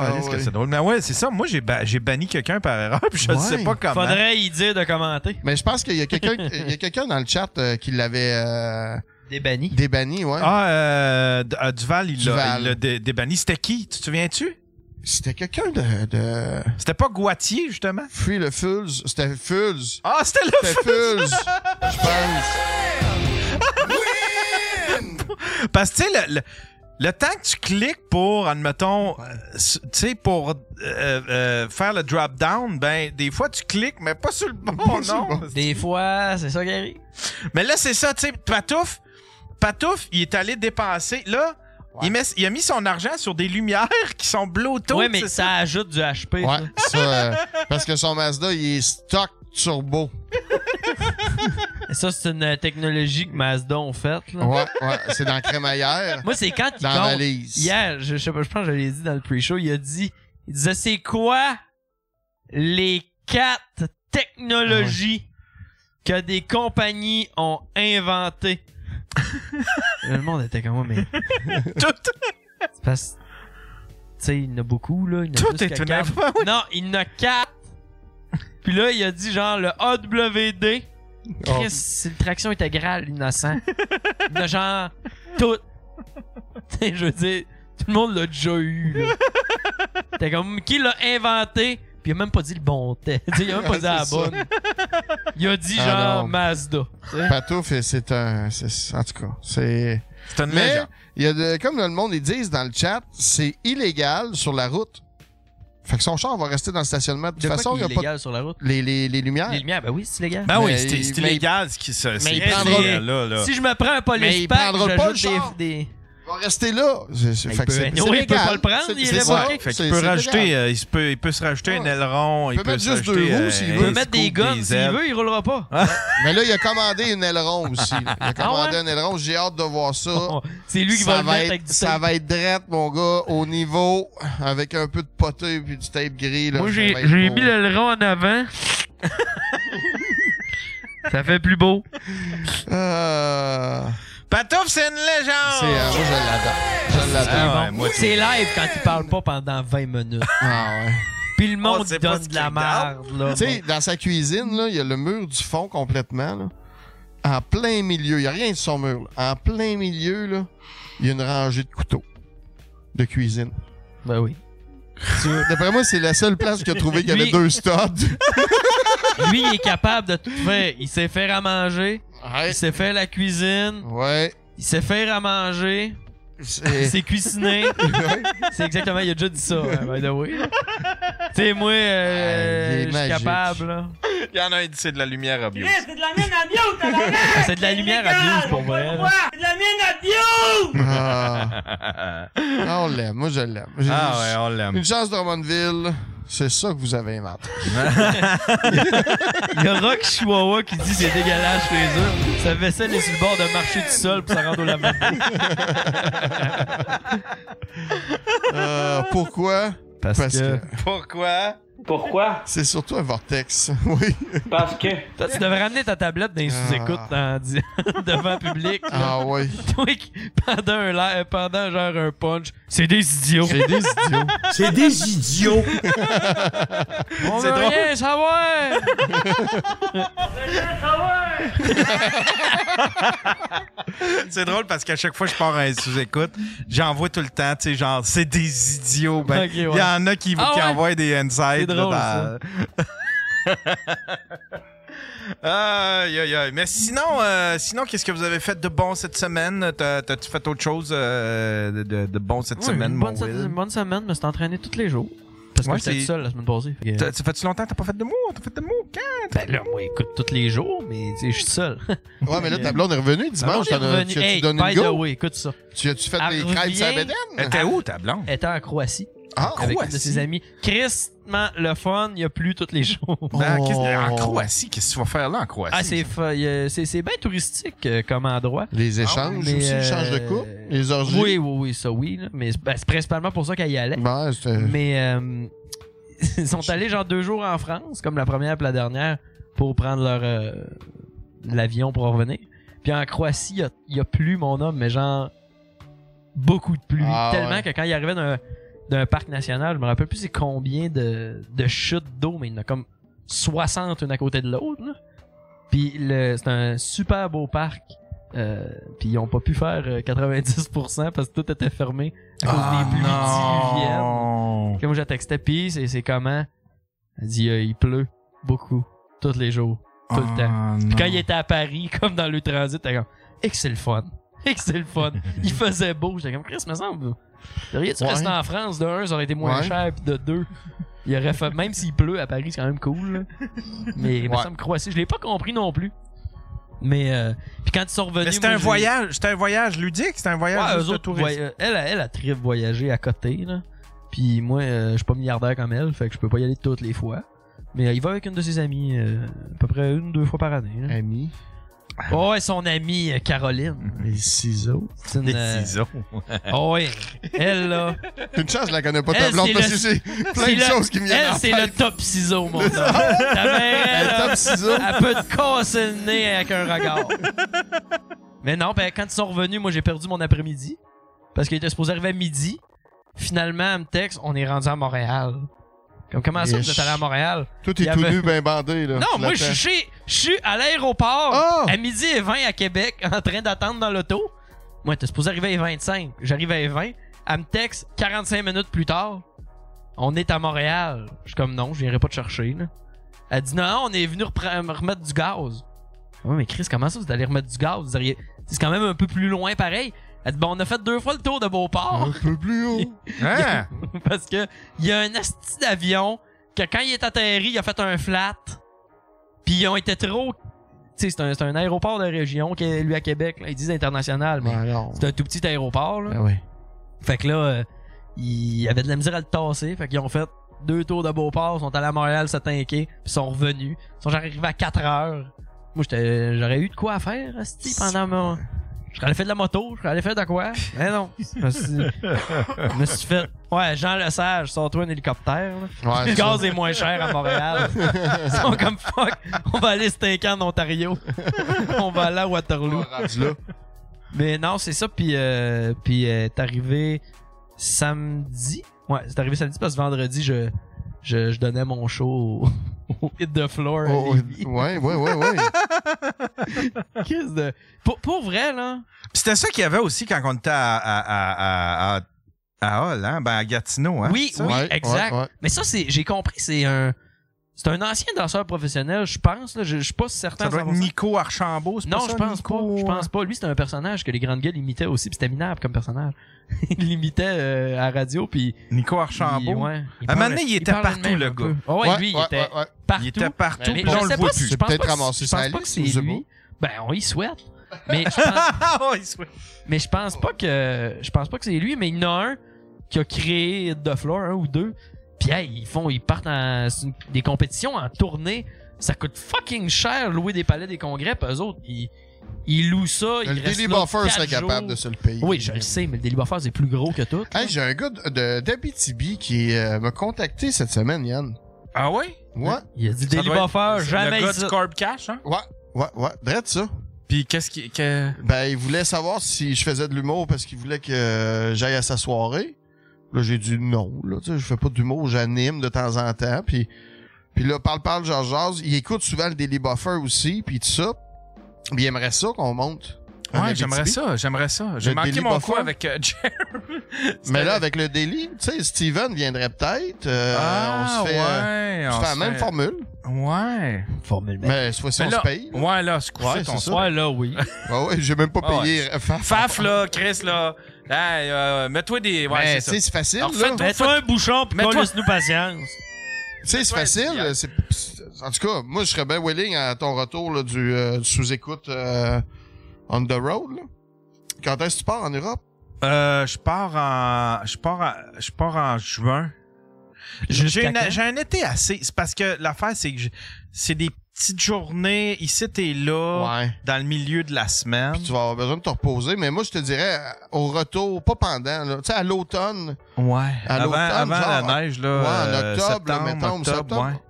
Calisse
ouais.
que c'est drôle. Mais ouais, c'est ça. Moi, j'ai, ba- j'ai banni quelqu'un par erreur, puis je ne
Ouais.
sais pas comment.
Faudrait y dire de commenter.
Mais je pense qu'il y a quelqu'un il y a quelqu'un dans le chat euh, qui l'avait euh,
Des bannis.
débanni, ouais.
Ah, euh, D- euh, Duval, il l'a,
Duval.
il l'a dé- débanni. C'était qui? Tu te souviens-tu?
C'était quelqu'un de, de
C'était pas Guatier, justement?
Free le Fools. C'était Fools.
Ah, c'était le
C'était Fools, je pense.
Parce que, tu sais, le, le- le temps que tu cliques pour, admettons, euh, s- tu sais, pour euh, euh, faire le drop-down, ben, des fois, tu cliques, mais pas sur le bon
Pas sur le
nom.
bon.
Des fois, c'est ça, Gary.
Mais là, c'est ça, tu sais, Patouf, Patouf, il est allé dépenser. Là, il, met- il a mis son argent sur des lumières qui sont blotto.
Ouais, mais ça, ajoute du HP.
Ouais,
ça.
ça, euh, parce que son Mazda, il est stock turbo.
Et Ça, c'est une euh, technologie que Mazda ont faite. là.
Ouais, ouais, c'est dans la crémaillère,
Moi, c'est quand il
dans la
compte.
valise.
Hier, je, je sais pas, je pense que je l'ai dit dans le pre-show, il a dit, il disait, c'est quoi les quatre technologies que des compagnies ont inventées?
Ah
le monde était comme moi, mais
Tout,
c'est parce, tu sais, il y en a beaucoup, là. Il y en a
tout
plus
est
que
une
quatre.
info.
Non, il y en a quatre. Puis là, il a dit genre le AWD.
Oh.
Chris, c'est une traction intégrale, l'innocent. Il y en a genre tout. Tu sais, je veux dire, tout le monde l'a déjà eu. là. T'es comme, qui l'a inventé? Puis il a même pas dit le bon test. Tu sais, Il a
Ah,
même pas dit la
C'est ça.
bonne. Il a dit
Ah
genre
non.
Mazda.
Patouf, c'est un. c'est- En tout cas, c'est.
C'est une
Mais
légende.
il y a de, comme le monde ils disent dans le chat, c'est illégal sur la route. Fait que son char va rester dans le stationnement. De toute
De
façon, il n'y a pas de-
sur la route.
les, les, les lumières.
Les lumières, ben oui, c'est légal.
Ben oui,
Mais
c'est
il-
c'est
mais il-
illégal ce qui se c'est
il prendra-
illégal, là, là.
Si je me prends un
Mais
police
il
pack,
prendra pas le
j'ajoute
char.
des, des...
Il va rester là. C'est- c'est-
Mais il
fait que
peut-
c'est-
mais
c'est
oui, il peut
légal.
pas le prendre,
C'est-
il
c'est
est
Ouais,
ça.
révoqué.
fait qu'il
C'est-
peut
c'est légal.
rajouter, euh, il, se peut, il peut se rajouter un
Ouais.
aileron, il peut,
peut mettre
se
juste deux
rajouter,
roues
euh,
s'il
un
Il peut
Des
mettre des
scoop,
guns s'il
ailes.
veut, il roulera pas. Ah
Mais là, il a commandé une aileron aussi. Il a commandé
ouais?
un aileron. J'ai hâte de voir ça.
C'est lui qui
ça
va le mettre avec
être-
du
Ça
tape.
va être drette, mon gars, au niveau, avec un peu de poté puis du tape gris. Là,
Moi,
ça
j'ai
va être
j'ai
beau.
mis le rond en avant. ça fait plus beau.
Euh,
Patouf, c'est une
c'est, euh,
légende!
moi, je l'adore. Je l'adore.
Ah ouais,
Bon,
moi,
c'est live quand il parle pas pendant 20 minutes.
Ah ouais.
Puis le
On
monde
sait pas
donne
ce
de la
qu'il garde.
merde, là.
Tu sais, dans sa cuisine, là, il y a le mur du fond complètement. Là. En plein milieu, il n'y a rien de son mur. là. En plein milieu, là, il y a une rangée de couteaux de cuisine.
Ben oui.
D'après moi, c'est la seule place qu'il a trouvé qu'il y avait
Lui-
deux studs.
Lui, il est capable de tout faire. Il sait faire à manger,
Ouais.
il sait faire la cuisine,
Ouais.
il sait faire à manger, il
C'est-
sait cuisiner.
Ouais.
C'est exactement, il a déjà dit ça, hein, by the way. tu sais, moi, euh,
Ah, il est
je suis
magique.
capable, là.
Il y en a un qui dit c'est de la lumière à bio.
Chris, Eh, c'est de la mienne à bio, t'as la
Ah, C'est de la lumière à
gueule,
pour vrai. là.
Quoi? C'est de la mienne à bio!
Ah.
ah
Ah, on l'aime. Moi, je l'aime. J'ai-
ouais, on l'aime.
Une chance de Drummondville, c'est ça que vous avez inventé.
Il y a Rock Chihuahua qui dit c'est dégueulasse chez eux. Sa vaisselle est sur le bord de marcher tout seul pour ça rendre au lavabo.
Euh, pourquoi?
Parce, que...
Pourquoi?
Pourquoi?
c'est surtout un vortex. Oui.
Parce que.
Toi, tu devrais ramener ta tablette dans les sous-écoutes dans- devant le public.
Ah oui.
Toi qui- pendant un live- pendant genre un punch, c'est des idiots.
J'ai des idiots.
C'est des idiots.
On
C'est
veut
drôle.
rien savoir.
C'est drôle parce qu'à chaque fois que je pars à sous-écoute, j'envoie tout le temps, tu sais, genre, c'est des idiots. Ben,
Ok, ouais.
Il y en a qui,
Ah
qui
ouais?
envoient des
C'est
insides.
drôle,
là, dans- Aïe, aïe, aïe. Mais sinon, euh, sinon qu'est-ce que vous avez fait de bon cette semaine? T'as- T'as-tu fait autre chose euh, de, de- de bon cette
Ouais,
semaine,
une
mon
bonne, se-
Will?
une bonne semaine, mais c'est entraîné tous les jours. Parce que
Ouais,
j'étais
c'est-
tout seul la semaine passée. Fait que-
T'as- Ça fait-tu longtemps que t'as pas fait de mots? T'as fait de mots? Quand?
Ben là, moi, écoute tous les jours, mais tu sais, je suis seul.
Ouais, mais là, ta blonde est revenue dimanche.
On est
t'en as-
revenu.
Tu as-tu
Hey,
donné
by
une
the
go?
way, écoute ça.
Tu as-tu fait
Elle
des crêpes sur la
revient.
bédaine?
T'es où, ta blonde?
Elle était en Croatie.
Ah,
avec
ouais.
une de ses amies. Christement, le fun, il y a plus tous les jours.
Ben,
Oh.
qu'est-ce- En Croatie, qu'est-ce que tu vas faire là en Croatie?
Ah, c'est fa- il y a- c'est c'est bien touristique euh, comme endroit.
Les échanges
Ah, mais,
aussi,
euh,
les échanges de couple, les orgies.
Oui, oui, oui, ça oui, là, mais c'est ben, c'est principalement pour ça qu'elle y allait.
Ben, c'était-
Mais euh, ils sont allés genre deux jours en France, comme la première et la dernière, pour prendre leur euh, l'avion pour revenir. Puis en Croatie, il y a- il y a, plus mon homme, mais genre beaucoup de pluie.
Ah,
tellement
ouais.
que quand il arrivait d'un, d'un parc national, je me rappelle plus c'est combien de, de chutes d'eau, mais il y en a comme 60 une à côté de l'autre. là. Puis le- c'est un super beau parc. euh, puis ils ont pas pu faire euh, 90% parce que tout était fermé à cause
Ah,
des pluies diluviennes. Puis moi, j'ai texté, pis c'est, c'est comment? Elle dit, euh, il pleut beaucoup, tous les jours, tout
Ah,
le temps. Puis quand il était à Paris, comme dans le transit, t'es comme, et que c'est le fun, et que c'est le fun. il faisait beau, j'étais comme, Chris, me semble, rien, tu
Ouais.
restes en France, de un, ça aurait été moins
Ouais.
cher, puis de deux, il aurait fait, même s'il pleut à Paris, c'est quand même cool, là. Mais, me
Ouais.
semble Croatie, je l'ai pas compris non plus. Mais, euh, puis quand ils sont revenus.
Mais c'était
moi,
un
j'ai-
voyage, c'était un voyage ludique, c'était un
Ouais,
voyage
eux
juste de
autres,
tourisme.
voy- elle, elle, elle a très voyagé à côté, là. Puis moi, euh, je suis pas milliardaire comme elle, fait que je peux pas y aller toutes les fois. Mais euh, il va avec une de ses amies, euh, à peu près une, deux fois par année. hein. là.
Ami,
Oh, ouais, son amie euh, Caroline.
les ciseaux.
C'est une,
Des
euh,
ciseaux.
oh, ouais. Elle, là.
Une chance, je la connais pas ta
Elle,
blonde
Eh, c'est
parce
le-
que c'est
c'est
plein de
le-
choses qui me viennent
Elle,
en
c'est le
tête.
top ciseau, mon homme. Ta mère, elle,
Le
là,
top ciseaux.
elle peut te casser le nez avec un regard. Mais non, ben, quand ils sont revenus, moi j'ai perdu mon après-midi. Parce qu'il était supposé arriver à midi. Finalement, elle me texte, on est rendu à Montréal. Comme comment ça, vous
Ish.
êtes allé à Montréal?
Tout est
Il y
tout
avait-
nu, ben bandé. Là,
Non,
Tu
moi je
l'attends.
suis chez- je suis à l'aéroport
Ah!
à midi et 20 à Québec en train d'attendre dans l'auto. Moi, t'es supposé arriver à 25. J'arrive à 20. Elle me texte 45 minutes plus tard. On est à Montréal. Je suis comme non, je viendrai pas te chercher. là. Elle dit non, non, on est venu repre- me remettre du gaz. Ouais, mais Chris, comment ça vous allez remettre du gaz? Vous auriez- C'est quand même un peu plus loin pareil. Elle dit, bon, on a fait deux fois le tour de Beauport.
Un peu plus haut.
Hein?
parce que il y a un asti d'avion que quand il est atterri, il a fait un flat. Puis ils ont été trop. Tu sais, c'est un, c'est un aéroport de région qui est lui à Québec. Là, ils disent international, mais
Ben non.
c'est un tout petit aéroport. Là.
Ben oui.
Fait que là, euh, ils avaient de la misère à le tasser. Fait qu'ils ont fait deux tours de Beauport, ils sont allés à Montréal se tanker, puis ils sont revenus. Ils sont genre arrivés à 4 heures. Moi, j'étais- j'aurais eu de quoi à faire, asti, pendant mon. Je serais allé faire de la moto, je serais allé faire de quoi? Mais non. Je me suis, je me suis fait. Ouais, Jean Lesage, sors-toi un hélicoptère. là.
Ouais,
Le
ça.
gaz est moins cher à Montréal. Ils sont comme fuck. On va aller se tanker en Ontario. On va aller à Waterloo.
Rendu là.
Mais non, c'est ça. Puis, euh, puis euh, est arrivé samedi. Ouais, c'est arrivé samedi parce que vendredi, je, je, je donnais mon show au, au hit de floor. à
Oh,
Lévis.
ouais, ouais, ouais, ouais.
Qu'est-ce de- pour, pour vrai, là.
Puis C'était ça qu'il y avait aussi quand on était à, à, à, à, à, à Hall, hein? Ben, à Gatineau, hein?
oui,
c'est ça?
oui,
Ouais,
exact.
ouais, ouais.
Mais ça, c'est, j'ai compris, c'est un. C'est un ancien danseur professionnel, je pense. Là, je, je suis pas certain.
Ça
à
doit être
100%.
Nico Archambault, c'est
Non,
pas ça,
je pense
Nico?
pas. Je pense pas. Lui, c'était un personnage que les grandes gueules imitaient aussi. puis C'était minable comme personnage. il l'imitait euh, à la radio. Puis,
Nico
il-
Archambault.
ouais,
À un moment
parlait-
donné, il était
parlait de
partout,
même
le
un peu.
gars.
Ah ouais,
Ouais,
lui, il
ouais,
était
ouais, ouais.
partout.
Il était partout,
Mais
puis
je
on
sais
le
pas
voit
si-
plus.
je pense
Peut-être
pas que-
ramassé
je pense
sa
pas
liste,
que c'est
je sais
lui. Ben, on y souhaite. Mais je pense,
Ah, ouais, il se-
mais je pense pas que je pense pas que c'est lui, mais il y en a un qui a créé de Floor, un ou deux. Puis hey, ils font, ils partent en c'est une- des compétitions en tournée. Ça coûte fucking cher louer des palais des congrès, puis eux autres, ils, ils louent ça. Ils
Le
restent
Daily
là
Buffer
quatre
serait capable
jours.
de se le payer.
Oui, je le sais, mais le Daily Buffer, c'est plus gros que tout.
Hey, j'ai un gars de- de- d'Abitibi qui euh, m'a contacté cette semaine, Yann.
Ah ouais?
Ouais,
Il a dit
Ça
Daily
doit
Buffer,
être
jamais
Le gars
ça.
du Corp Cash, hein?
ouais, ouais, ouais. Drette ça.
Puis qu'est-ce qui... que-
Ben, il voulait savoir si je faisais de l'humour parce qu'il voulait que euh, j'aille à sa soirée. Là, j'ai dit non. Là, tu sais, je fais pas d'humour, j'anime de temps en temps. Puis, puis là, parle, parle, genre, jase. Il écoute souvent le Daily Buffer aussi, puis tout ça. Puis il aimerait ça qu'on monte. en
Ouais,
Abitibi.
j'aimerais ça, j'aimerais ça. J'ai
Le
manqué
Daily
mon
Buffer.
coup avec euh, Jeremy.
Mais là, avec le Daily, tu sais, Steven viendrait peut-être. euh,
Ah,
on se fait, euh,
ouais,
on se
on
fait la
se
même
fait-
formule.
Ouais.
Formule mec.
Mais soit ci
Mais
on
là-
se paye. là.
Ouais, là, ce coup
Ouais, c'est
on
ça.
se
Ouais, là, oui.
Ah ouais, j'ai même pas
Ah
payé. Faf,
Faf, là, Chris, là. Hey, euh, mets-toi des. Ouais,
Mais, Ben, tu
c'est
sais,
ça.
c'est facile.
Alors,
là.
faites-
Mets-toi un bouchon, puis
Mets-toi-
laisse nous patience.
Tu sais, c'est
Ouais,
facile.
c'est-
c'est- c'est- En tout cas, moi, je serais bien willing à ton retour là, du, euh, du sous-écoute euh, on the road. là. Quand est-ce que tu pars en Europe?
Euh, je pars en. Je pars en, je pars en juin. J'ai j'ai
Jusqu'à
une-
quand?
j'ai un été assez. C'est parce que l'affaire, c'est que j'ai- c'est des petites journées. Ici, t'es là,
Ouais.
dans le milieu de la semaine.
Puis tu vas avoir besoin de te reposer. Mais moi, je te dirais, euh, au retour, pas pendant, là. tu sais, à l'automne.
Ouais.
À
avant
l'automne,
avant
genre,
la neige, là.
Ouais, en
euh,
octobre, là,
septembre,
mettons, ou
octobre,
septembre.
ouais.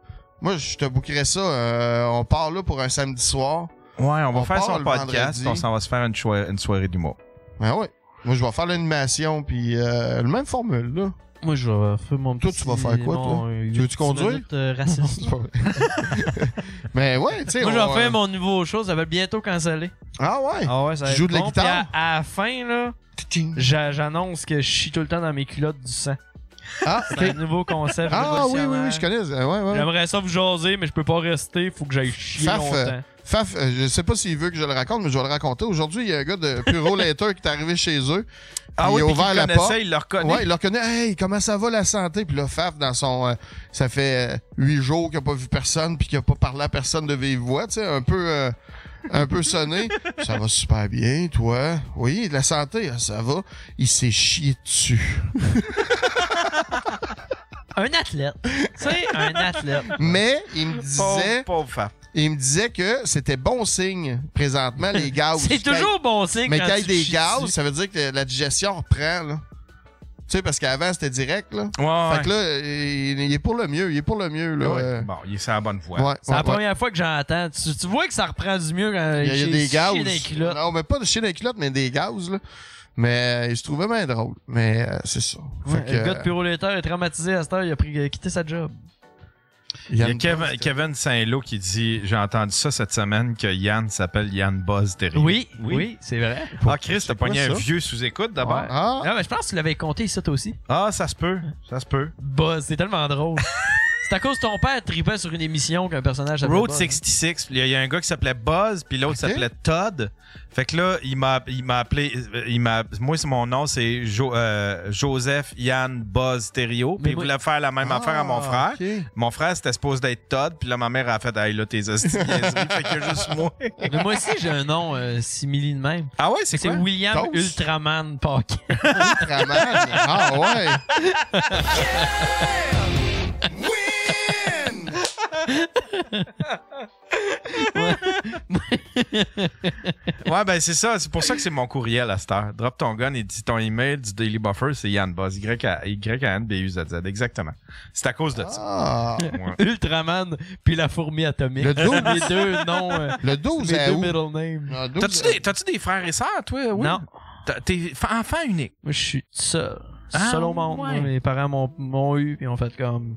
Moi, je te bookerais ça. euh, on part là pour un samedi soir.
Ouais, on va
On
faire
part
son
le
podcast,
vendredi.
puis on s'en va se faire une, choi- une soirée d'humour.
Ben oui. Moi, je vais faire l'animation, puis euh, la même formule, là.
Moi, je vais faire mon
Toi,
petit-
tu vas faire quoi,
mon,
toi?
euh,
Tu veux-tu
huit
conduire?
minutes, euh, raciste.
C'est pas vrai. Mais ouais, tu sais.
Moi, je
on,
vais
euh,
faire mon nouveau show, ça va être bientôt canceller.
Ah ouais.
Ah ouais, ça va
Tu
être
joues de la
bon. Puis
guitare?
À, à la fin, là,
Tching.
j'a- j'annonce que je chie tout le temps dans mes culottes du sang.
Ah, ok.
C'est un nouveau concept.
Ah oui, oui, oui,
révolutionnaire.
je connais. euh, Ouais, ouais.
J'aimerais ça vous jaser, mais je peux pas rester, faut que j'aille chier
Faf,
longtemps.
Faf, euh, je sais pas s'il veut que je le raconte, mais je vais le raconter. Aujourd'hui, il y a un gars de Puro Later qui est arrivé chez eux.
Ah
il
oui,
a
puis
ouvert
il
la porte.
connaissait, il le reconnaît.
Ouais, il leur connaît. Hey, comment ça va la santé? Puis là, Faf, dans son. euh, ça fait euh, huit jours qu'il n'a pas vu personne, puis qu'il n'a pas parlé à personne de vive voix, tu sais, un peu. euh, un peu sonné. ça va super bien, toi. Oui, la santé, hein, ça va. Il s'est chié dessus.
Un athlète. C'est un athlète.
Mais il me disait,
Pauvre, pauvre femme.
il me disait que c'était bon signe présentement les gaz.
C'est
Quand-
toujours bon signe.
Mais
quand
quand il y a
tu
des
chies
gaz,
dessus.
ça veut dire que la digestion reprend, là. Tu sais, parce qu'avant, c'était direct, là.
Ouais, ouais.
Fait que là, il, il est pour le mieux, il est pour le mieux, là.
Ouais.
Euh,
Bon, il est sur la bonne voie.
ouais,
C'est la
ouais, ouais.
première fois que j'entends. Tu, tu vois que ça reprend du mieux quand
Il y a, il y a
j'ai
des gaz.
chié dans les culottes.
Non, mais pas de chier dans les culottes, mais des gaz, là. Mais euh, il se trouvait bien drôle. Mais euh, c'est ça. Fait
Ouais,
que,
Le gars de Purolator est traumatisé à cette heure, il a, pris, il a quitté sa job.
Il y a Kevin, Kevin Saint-Lô qui dit J'ai entendu ça cette semaine que Yann s'appelle Yann Buzz Terrier.
oui, c'est vrai.
Ah, Chris, t'as pogné un
ça?
vieux sous-écoute d'abord.
Ouais.
Ah,
Non, mais je pense que tu l'avais compté ça toi aussi.
Ah, ça se peut. Ça se peut.
Buzz, c'est tellement drôle. C'est à cause de ton père tripait sur une émission qu'un personnage s'appelait
Road
Buzz, hein.
66, il y, a- il y a un gars qui s'appelait Buzz, puis l'autre
Ok.
s'appelait Todd. Fait que là, il m'a il m'a appelé, euh, il m'a moi c'est mon nom, c'est Jo- euh, Joseph Yann Buzz Thériault,
Mais
puis il
moi- Ah,
voulait faire la même affaire à mon frère.
ok.
Mon frère, c'était supposé d'être Todd, puis là, ma mère a fait « Hey, là, tes hosties de niaiseries. Fait que juste moi.
Mais moi aussi, j'ai un nom euh, simili de même. »
Ah ouais, c'est
C'est
quoi?
William
Toast?
Ultraman Paquet.
Ultraman. Ah ouais.
Ouais, ben c'est ça. C'est pour ça que c'est mon courriel à cette heure. Drop ton gun et dis ton email du Daily Buffer, c'est Yann Buzz. Y-A-N-B-U-Z-Z. Exactement. C'est à cause de ça.
Ah.
Ouais.
Ultraman puis la fourmi atomique.
Le double.
les deux noms, euh,
Le
mes
12
deux
août.
middle names.
Ah, 12
T'as-tu
août.
des, t'as-tu des frères et sœurs, toi? Oui.
Non,
T'as- T'es fa- enfant unique.
moi je suis seul.
Ah,
seul au monde.
ouais.
Mes parents m'ont- m'ont eu puis ont fait comme.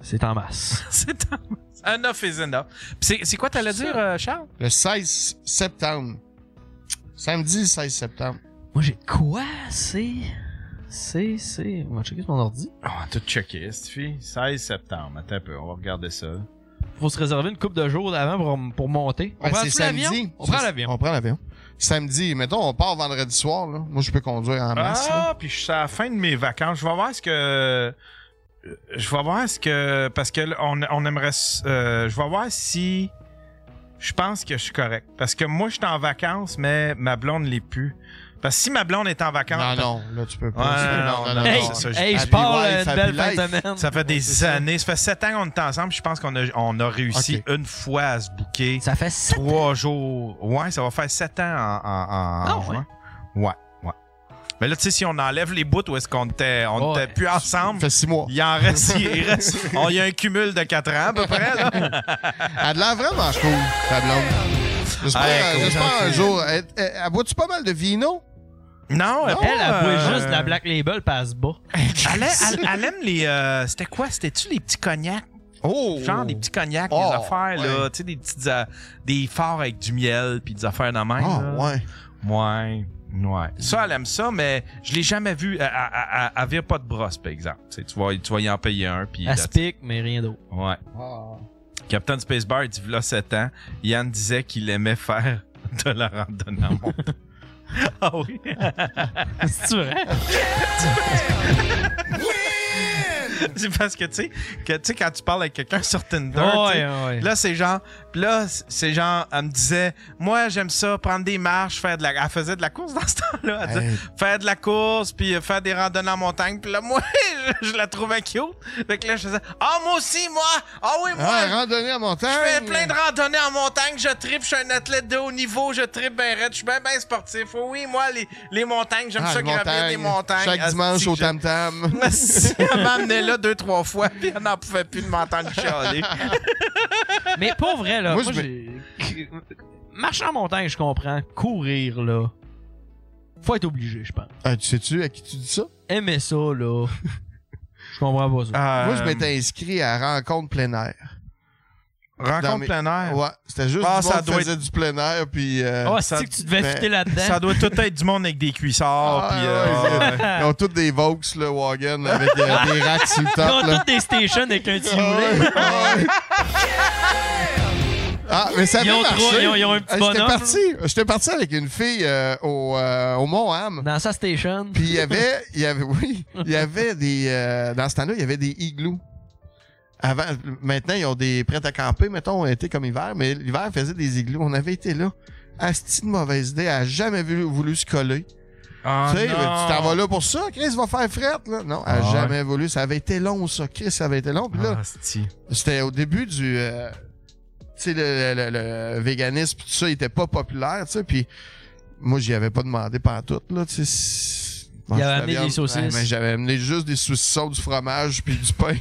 C'est en masse.
C'est un- enough is enough. Pis C'est, c'est quoi t'allais dire, euh, Charles?
Le 16 septembre. Samedi 16 septembre.
Moi j'ai de quoi C'est. C'est. C'est. On va checker sur mon ordi.
Oh, tout checké, cette fille. 16 septembre. Attends un peu, on va regarder ça.
Faut se réserver une coupe de jours avant pour, pour monter. On
Ouais,
prend
Ben, c'est
l'avion. On
C'est-
prend l'avion.
On prend l'avion. Samedi, mettons, on part vendredi soir. Là. Moi, je peux conduire en masse. là.
Ah, puis je suis à la fin de mes vacances. Je vais voir ce que. Je vais voir ce que. Parce que là, on, on aimerait. s- euh, je vais voir si. Je pense que je suis correct. Parce que moi, je suis en vacances, mais ma blonde l'est plus. Parce que si ma blonde est en vacances.
non, non, là, tu peux pas.
Ouais,
Tu-
non, non,
Hey,
non, c'est ça,
hey, je
Happy
pars
wife,
euh, une
happy
belle fin de
life.
semaine.
Ça fait des
c'est ça.
années. Ça fait sept ans qu'on est ensemble. puis Je pense qu'on a, on a réussi
Ok.
une fois à se bouquer.
Ça fait sept
Trois jours. Ouais, ça va faire sept ans en, en,
Ah,
en juin. Ouais. ouais, Mais là, tu sais, si on enlève les bouts où est-ce qu'on était, on
Ouais.
était plus
Ça
ensemble.
fait six mois.
Il en reste, il reste. On y a un cumul de 4 ans à peu près, là.
Elle a l'air vraiment cool, ta blonde. J'espère,
euh,
Hey, cool.
j'espère un jour. Elle, elle- elle boit-tu pas mal de vino?
Non,
Non,
pas,
Elle, elle boit
euh,
juste de la Black Label passe bas.
Elle, a- elle- elle aime les. euh, C'était quoi? C'était-tu les petits cognacs?
Oh!
Genre des petits cognacs,
Oh,
des affaires, là.
ouais.
Tu sais, des petites. euh, des forts avec du miel, puis des affaires de même.
Ah,
là.
ouais.
Ouais. Ouais. Ça, elle aime ça, mais je l'ai jamais vu. euh, Elle, elle- elle- elle- elle vire pas de brosse, par exemple. Tu sais, tu vas, tu vas y en payer un, puis.
Elle se pique, mais rien d'autre.
Ouais.
Ah.
Captain Spacebar, il dit v'là 7 ans, Yann disait qu'il aimait faire de la randonnée en montagne. ah oui?
Oh. C'est vrai?
c'est parce que, tu sais, que, tu sais, quand tu parles avec quelqu'un sur Tinder, tu sais,
Ouais, ouais.
là, c'est genre, pis là, c'est genre, elle me disait, moi, j'aime ça, prendre des marches, faire de la, elle faisait de la course dans ce temps-là, elle disait,
Hey,
faire de la course, puis euh, faire des randonnées en montagne, puis là, moi, je, je la trouvais cute, fait que là, je faisais, ah, moi aussi, moi, ah oui, moi,
ah, randonnée en montagne.
Je fais plein de randonnées en montagne, je tripe, je suis un athlète de haut niveau, je tripe ben raide, je suis bien ben sportif. Oh oui, moi, les, les montagnes, j'aime
Ah,
ça
les
gravir des montagnes. Ah,
Chaque
Asti
dimanche
que
au
j'aime-
tam-tam.
Asti, elle m'a amené là deux, trois fois, puis elle n'en pouvait plus de m'entendre chialer.
Mais pour
Eh,
vrai, là,
Moi,
moi,
je
j'ai... Marcher en montagne, je comprends. Courir, là, faut être obligé, je pense.
Ah, tu sais-tu à qui tu dis ça?
Aimer ça, là, je comprends pas ça.
Euh,
Moi, je m'étais inscrit à Rencontre plein air. dans
Rencontre
mes-
plein air.
Ouais, c'était juste
Ah,
du
ça
monde qui
doit
faisait du plein air, puis euh,
Ah,
ça-
c'est que tu devais
mais-
fitter là-dedans.
Ça doit tout être du monde avec des cuissards,
Ah,
puis...
ouais,
euh,
ouais,
ouais.
ils ont tous des Vaux, le Wagon, avec euh, des racks sur le
Ah! Ils ont
top, là.
toutes des stations avec un petit
Ah,
moulet.
ouais, ah, ouais. Ah, mais ça
Ils
avait
ont
marché.
trois- ils ont- ils ont un petit
Ah, J'étais
bonhomme.
parti, j'étais parti avec une fille euh, au, euh, au Mont-Ham.
Dans sa station,
Puis il y avait, il y avait, oui, il y avait des, euh, dans ce temps-là, il y avait des igloos. Avant, maintenant, ils ont des prêts à camper, mettons, été comme hiver, mais l'hiver faisait des igloos. On avait été là. Asti de mauvaise idée, elle a jamais voulu, voulu se coller.
Ah,
tu sais,
non.
tu t'en vas là pour ça, Chris va faire frette, là. Non, elle a
Ah ouais.
jamais voulu. Ça avait été long, ça. Chris, ça avait été long. Puis là,
Ah, asti.
c'était au début du. euh, tu sais, le, le- le- le véganisme, pis tout ça, il était pas populaire, tu sais. Puis moi, j'y avais pas demandé pantoute, là, tu sais. c'est-
Il avait
Manger de la
amené des
viande.
saucisses.
Ouais, mais j'avais amené juste des saucissons, du fromage, puis du pain.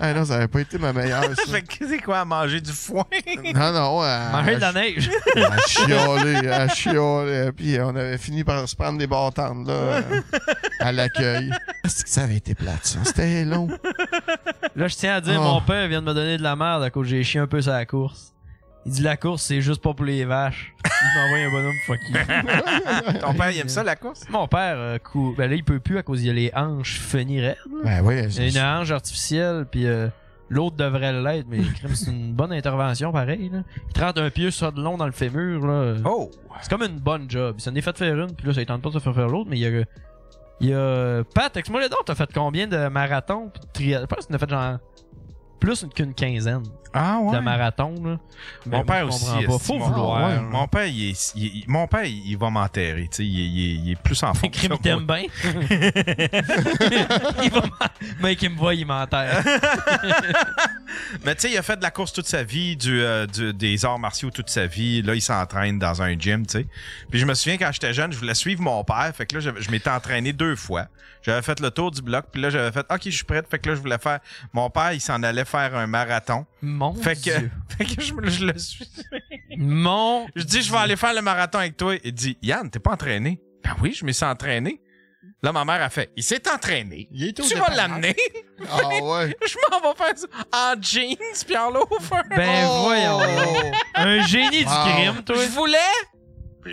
ah non, ça avait pas été ma meilleure, ça.
Fait que c'est quoi, manger du foin?
Non, non, à,
manger de la
à,
neige.
à chialer, à chialer. Puis on avait fini par se prendre des bâtardes, là, euh, à l'accueil. Est-ce que ça avait été plate, ça? C'était long.
Là, je tiens à dire,
Oh.
mon père vient de me donner de la merde à cause que j'ai chié un peu sur la course. Il dit la course, c'est juste pas pour les vaches. il m'envoie un bonhomme fuck you.
Ton père, il aime ça, la course?
Mon père, euh, cou- ben là, il peut plus à cause il a les hanches finies raides.
Ben oui,
Il y a
c'est-
une hanche artificielle, puis euh, l'autre devrait l'être, mais crime, c'est une bonne intervention pareil. Là. Il te rentre un pieu sur de long dans le fémur. Là.
Oh!
C'est comme une bonne job. Il s'en est fait faire une, puis là, ça lui tente pas de se faire faire l'autre, mais il y a. Il y a. Pat, texte-moi les dons, t'as fait combien de marathons? Puis de triathlons? Je pense que t'en as fait genre. Plus qu'une quinzaine
Ah
de marathons, là. Mais Ben, moi, je
Mon père aussi.
comprends pas.
est-ce
Faut
que mon-
vouloir.
Ouais, Mon père, il, est- il- il- mon père, il va m'enterrer. tu sais, Il, est- il est- il est plus en forme.
Crime,
que
il t'aime bien. il va m'en- Mec, il me voit, il m'enterre.
Mais tu sais, il a fait de la course toute sa vie, du, euh, du- des arts martiaux toute sa vie. Là, il s'entraîne dans un gym, tu sais. Puis je me souviens quand j'étais jeune, je voulais suivre mon père. Fait que là, j'avais- je m'étais entraîné deux fois. J'avais fait le tour du bloc, puis là, j'avais fait OK, je suis prête. Fait que là, je voulais faire. Mon père, il s'en allait faire un marathon.
Mon
Fait que,
Dieu.
fait que je, me- je le suis.
Mon
Je dis, je vais aller faire le marathon avec toi. Il dit, Yann, t'es pas entraîné. Ben oui, je me suis entraîné. Là, ma mère a fait, il s'est entraîné.
Il est au
Tu vas
dépanneur.
l'amener.
Ah ouais.
Je m'en vais faire ça en jeans puis en loafer.
Ben
Oh!
voyons. Un génie du
Wow.
crime, toi.
Je voulais,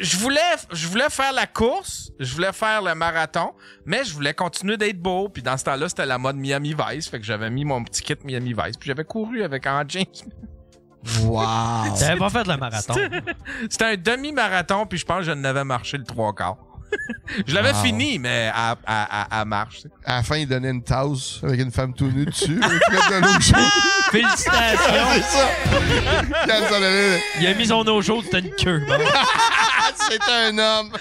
je voulais, je voulais faire la course, je voulais faire le marathon, mais je voulais continuer d'être beau. Puis dans ce temps-là, c'était la mode Miami Vice, fait que j'avais mis mon petit kit Miami Vice, puis j'avais couru avec en jeans.
Wow.
T'avais pas fait de la marathon.
C'était un demi-marathon, puis je pense que je n'avais marché le trois quarts. je l'avais
Wow.
fini, mais à, à, à, à marche. tu sais.
À la fin, il donnait une tasse avec une femme tout nue dessus. avec plein de l'eau chaude.
Félicitations.
C'est ça. Yann s'en allait.
Il a mis son eau chaude, c'était une queue. bon.
Ah, c'est un homme.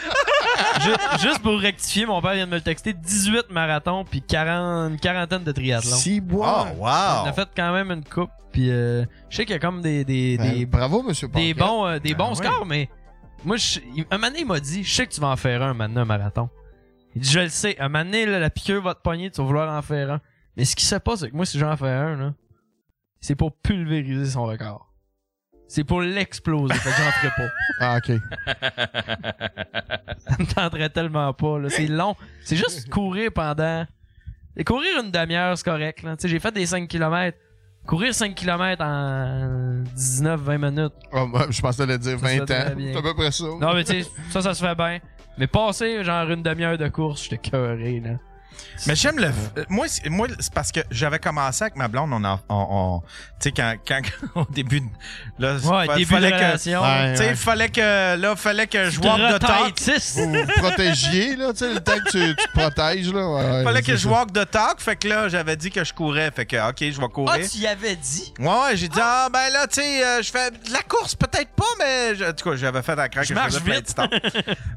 Ju- Juste pour rectifier, mon père vient de me le texter 18 marathons puis 40, une quarantaine de triathlons.
bois.
On a fait quand même une coupe puis euh, je sais qu'il y a comme des des, des,
Ben, bravo, monsieur
des
Pancarte.
bons euh, des bons scores mais moi je, il- un moment donné, il m'a dit je sais que tu vas en faire un maintenant un marathon. Il dit je le sais, un moment donné, là, la piqûre va te pogner, tu vas vouloir en faire un. Mais ce qui se passe c'est que moi si j'en fais un là, c'est pour pulvériser son record. C'est pour l'exploser, fait que j'en ferai pas.
Ah, OK.
me tenterait tellement pas. là. C'est long. C'est juste courir pendant. Et courir une demi-heure, c'est correct. là. Tu sais, J'ai fait des 5 km. Courir 5 km en 19-20 minutes.
Oh, moi, je pensais le dire
Ça, ça
20 ans.
te va bien.
C'est à peu près ça.
Non, mais tu sais, ça, ça se fait bien. Mais passer genre une demi-heure de course, j'étais cœuré. là.
Mais j'aime le. euh, Moi, c'est- moi, c'est parce que j'avais commencé avec ma blonde. On, en- on, on- tu sais, quand, quand au début, de- là,
Ouais,
fa-
début de
que,
relation.
Ouais,
tu sais,
ouais.
il fallait que, là, fallait que je walk de talk.
Retentisse.
Vous vous protégiez, là, tu sais, le temps que tu, tu te protèges, là. Ouais, ouais,
Fallait
c'est
que
ça.
je walk de talk. Fait que là, j'avais dit que je courais. Fait que, ok, je vais courir.
Ah, tu y avais dit.
Ouais, ouais, j'ai dit, ah, ben là, tu sais, euh, je fais de la course, peut-être pas, mais je- en tout cas, j'avais fait la craque.
Je marche vite.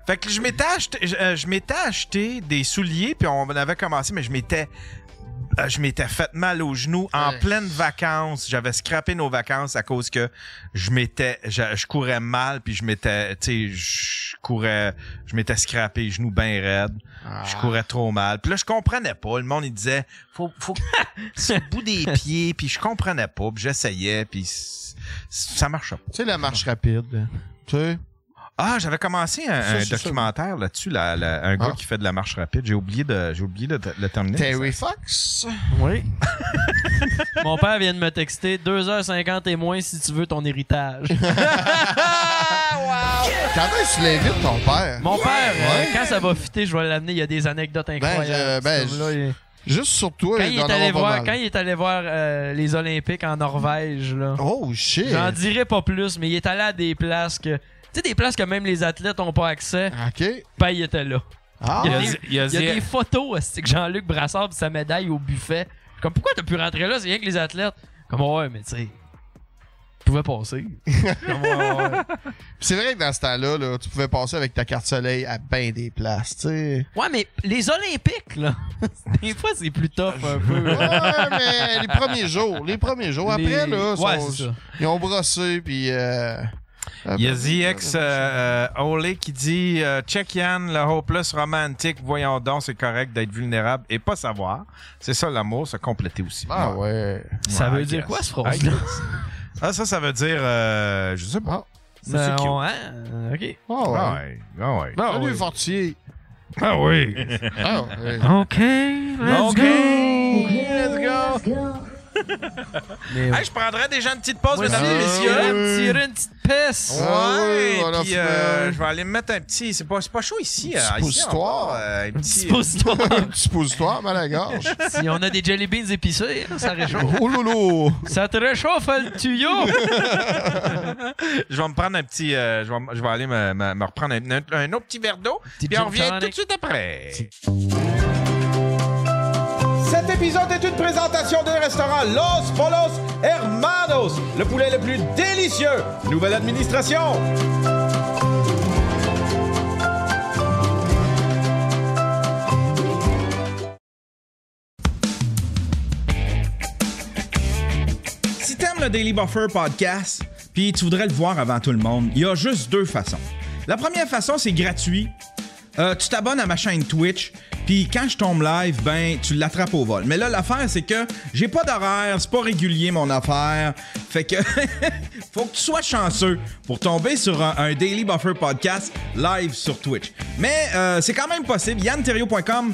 fait que je m'étais acheté, je, euh, je m'étais acheté des souliers, puis on avait commencé, mais je m'étais. euh, Je m'étais fait mal aux genoux en
Ouais.
pleine vacances. J'avais scrappé nos vacances à cause que je m'étais, je, je courais mal puis je m'étais, tu sais, je courais, je m'étais scrappé les genoux bien raides.
Ah.
Je courais trop mal. Puis là, je comprenais pas. Le monde, il disait, faut, faut, c'est le bout des pieds. Puis je comprenais pas. Puis j'essayais. Puis c- ça marchait pas.
Tu sais, la marche rapide. Tu sais,
Ah, j'avais commencé un,
Ça,
un
c'est ça.
documentaire là-dessus, là, là, un gars
Ah.
qui fait de la marche rapide. J'ai oublié de, j'ai oublié de, de le terminer.
Terry Fox.
Oui. Mon père vient de me texter 2h50 et moins si tu veux ton héritage.
Quand est-ce que tu l'invites, ton père?
Mon père,
Ouais.
euh, quand ça va fitter, je vais l'amener. Il y a des anecdotes incroyables.
euh, ben,
Ce homme-là, il-
Juste sur toi,
quand,
il
il
doit
est
en
allé
avoir
voir,
pas
quand
mal.
il est allé voir euh, les Olympiques en Norvège, là,
Oh, shit.
j'en dirai pas plus, mais il est allé à des places que. Tu sais, des places que même les athlètes ont pas accès.
OK.
Ben, il était là.
Ah,
Il y a des, il y a des photos, c'est que Jean-Luc Brassard pis sa médaille au buffet. Comme, pourquoi t'as pu rentrer là? C'est rien que les athlètes. Comme, ouais, mais tu sais, tu pouvais passer. Comme, ouais, ouais, ouais.
C'est vrai que dans ce temps-là, là, tu pouvais passer avec ta carte soleil à ben des places, tu sais.
Ouais, mais les Olympiques, là, des fois, c'est plus tough un peu.
Ouais, mais les premiers jours, les premiers jours. Après,
Les-
là,
ouais,
sont-
c'est ça.
ils ont brossé, puis... Euh...
Il y a
ben,
ZX euh, euh, Ole qui dit euh, Check Yann, le hopeless romantique. Voyons donc, c'est correct d'être vulnérable et pas savoir. C'est ça l'amour, se compléter aussi.
Ah ouais.
Ça
Ouais,
veut
I
dire
guess.
quoi, ce
I
phrase-là?
guess. Ah, ça, ça veut dire. euh, je sais pas.
Ah,
Ça,
C'est cute.
on- hein? Ok.
ah ouais.
Ah ouais. Ah ouais.
Ah, Salut, Fortier.
Ah oui.
Hein?
Ah, ouais.
Ok, let's
OK. Let's go.
Mais
Hey, je prendrais déjà une petite pause,
Moi
mesdames et
aussi.
messieurs.
Ah,
me tirer une petite peste.
Ouais,
Ah oui, voilà,
puis
c'est
euh,
bien.
je vais aller me mettre un petit. C'est pas, c'est pas chaud ici.
Un
euh,
petit
ici, on
suppositoire.
va, euh, un petit.
Dispositoire.
Un petit suppositoire, mal à la gorge.
si on a des jelly beans épicés, hein. là, ça réchauffe.
Oh lolo!
ça te réchauffe hein, le tuyau.
Je vais me prendre un petit. euh, je, vais, je vais aller me, me- me reprendre un, un- un autre petit verre d'eau.
Petit
Puis on
gin
revient
tonic.
tout de suite après.
Cet épisode est une présentation des restaurants Los Polos Hermanos, le poulet le plus délicieux. Nouvelle administration.
Si t'aimes le Daily Buffer podcast, puis tu voudrais le voir avant tout le monde, il y a juste deux façons. La première façon, c'est gratuit. Euh, tu t'abonnes à ma chaîne Twitch, puis quand je tombe live, ben tu l'attrapes au vol. Mais là, l'affaire, c'est que j'ai pas d'horaire, c'est pas régulier mon affaire. Fait que faut que tu sois chanceux pour tomber sur un, un Daily Buffer podcast live sur Twitch. Mais euh, c'est quand même possible. YannTerrio.com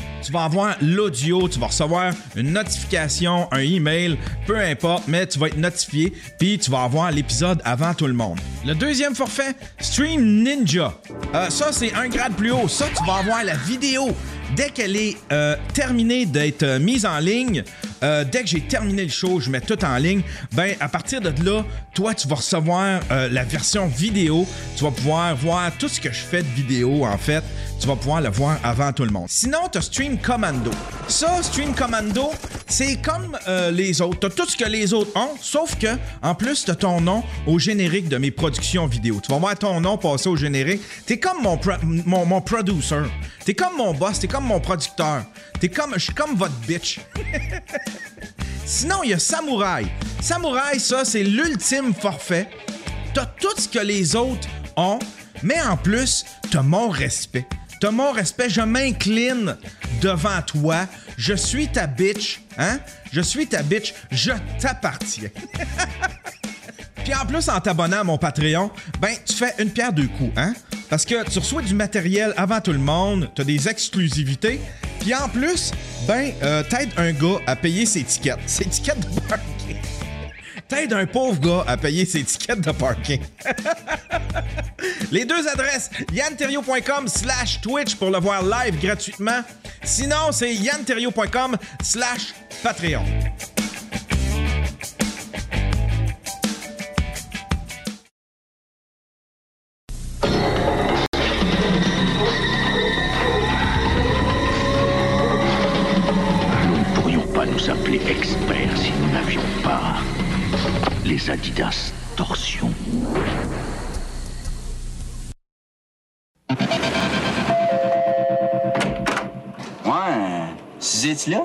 tu vas avoir l'audio, tu vas recevoir une notification, un email, peu importe, mais tu vas être notifié, puis tu vas avoir l'épisode avant tout le monde. Le deuxième forfait, Stream Ninja. Euh, ça, c'est un grade plus haut. Ça, tu vas avoir la vidéo dès qu'elle est euh, terminée d'être euh, mise en ligne. Euh, dès que j'ai terminé le show, je mets tout en ligne. Ben, à partir de là, toi, tu vas recevoir euh, la version vidéo. Tu vas pouvoir voir tout ce que je fais de vidéo, en fait. Tu vas pouvoir le voir avant tout le monde. Sinon, tu as Stream Commando. Ça, Stream Commando, c'est comme euh, les autres. Tu as tout ce que les autres ont, sauf que, en plus, tu ton nom au générique de mes productions vidéo. Tu vas voir ton nom passer au générique. Tu es comme mon, pro- mon, mon producer. Tu es comme mon boss. Tu es comme mon producteur. T'es comme, je suis comme votre bitch. Sinon, il y a Samouraï. Samouraï, ça, c'est l'ultime forfait. T'as tout ce que les autres ont, mais en plus, t'as mon respect. T'as mon respect, je m'incline devant toi. Je suis ta bitch, hein? Je suis ta bitch, je t'appartiens. Puis en plus, en t'abonnant à mon Patreon, ben, tu fais une pierre deux coups, hein? Parce que tu reçois du matériel avant tout le monde, t'as des exclusivités, puis en plus, ben, euh, t'aides un gars à payer ses tickets. Ses tickets de parking. T'aides un pauvre gars à payer ses tickets de parking. Les deux adresses, yanterio.com slash Twitch pour le voir live gratuitement. Sinon, c'est yanterio.com slash Patreon.
Nous ne pourrions pas nous appeler experts si nous n'avions pas les Adidas torsions.
Ouais, si es là?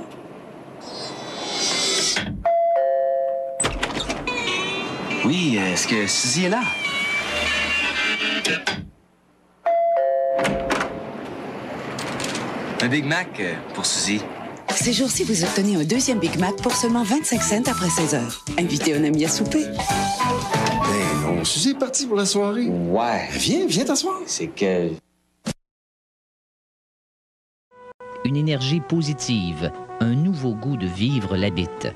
Oui, euh, est-ce que Suzy est là? Un Big Mac euh, pour Suzy.
Ces jours-ci, vous obtenez un deuxième Big Mac pour seulement 25 cents après 16 heures. Invitez un ami à souper.
Ben non, Suzy est partie pour la soirée. Ouais. Viens, viens t'asseoir. C'est que...
une énergie positive, un nouveau goût de vivre l'habite.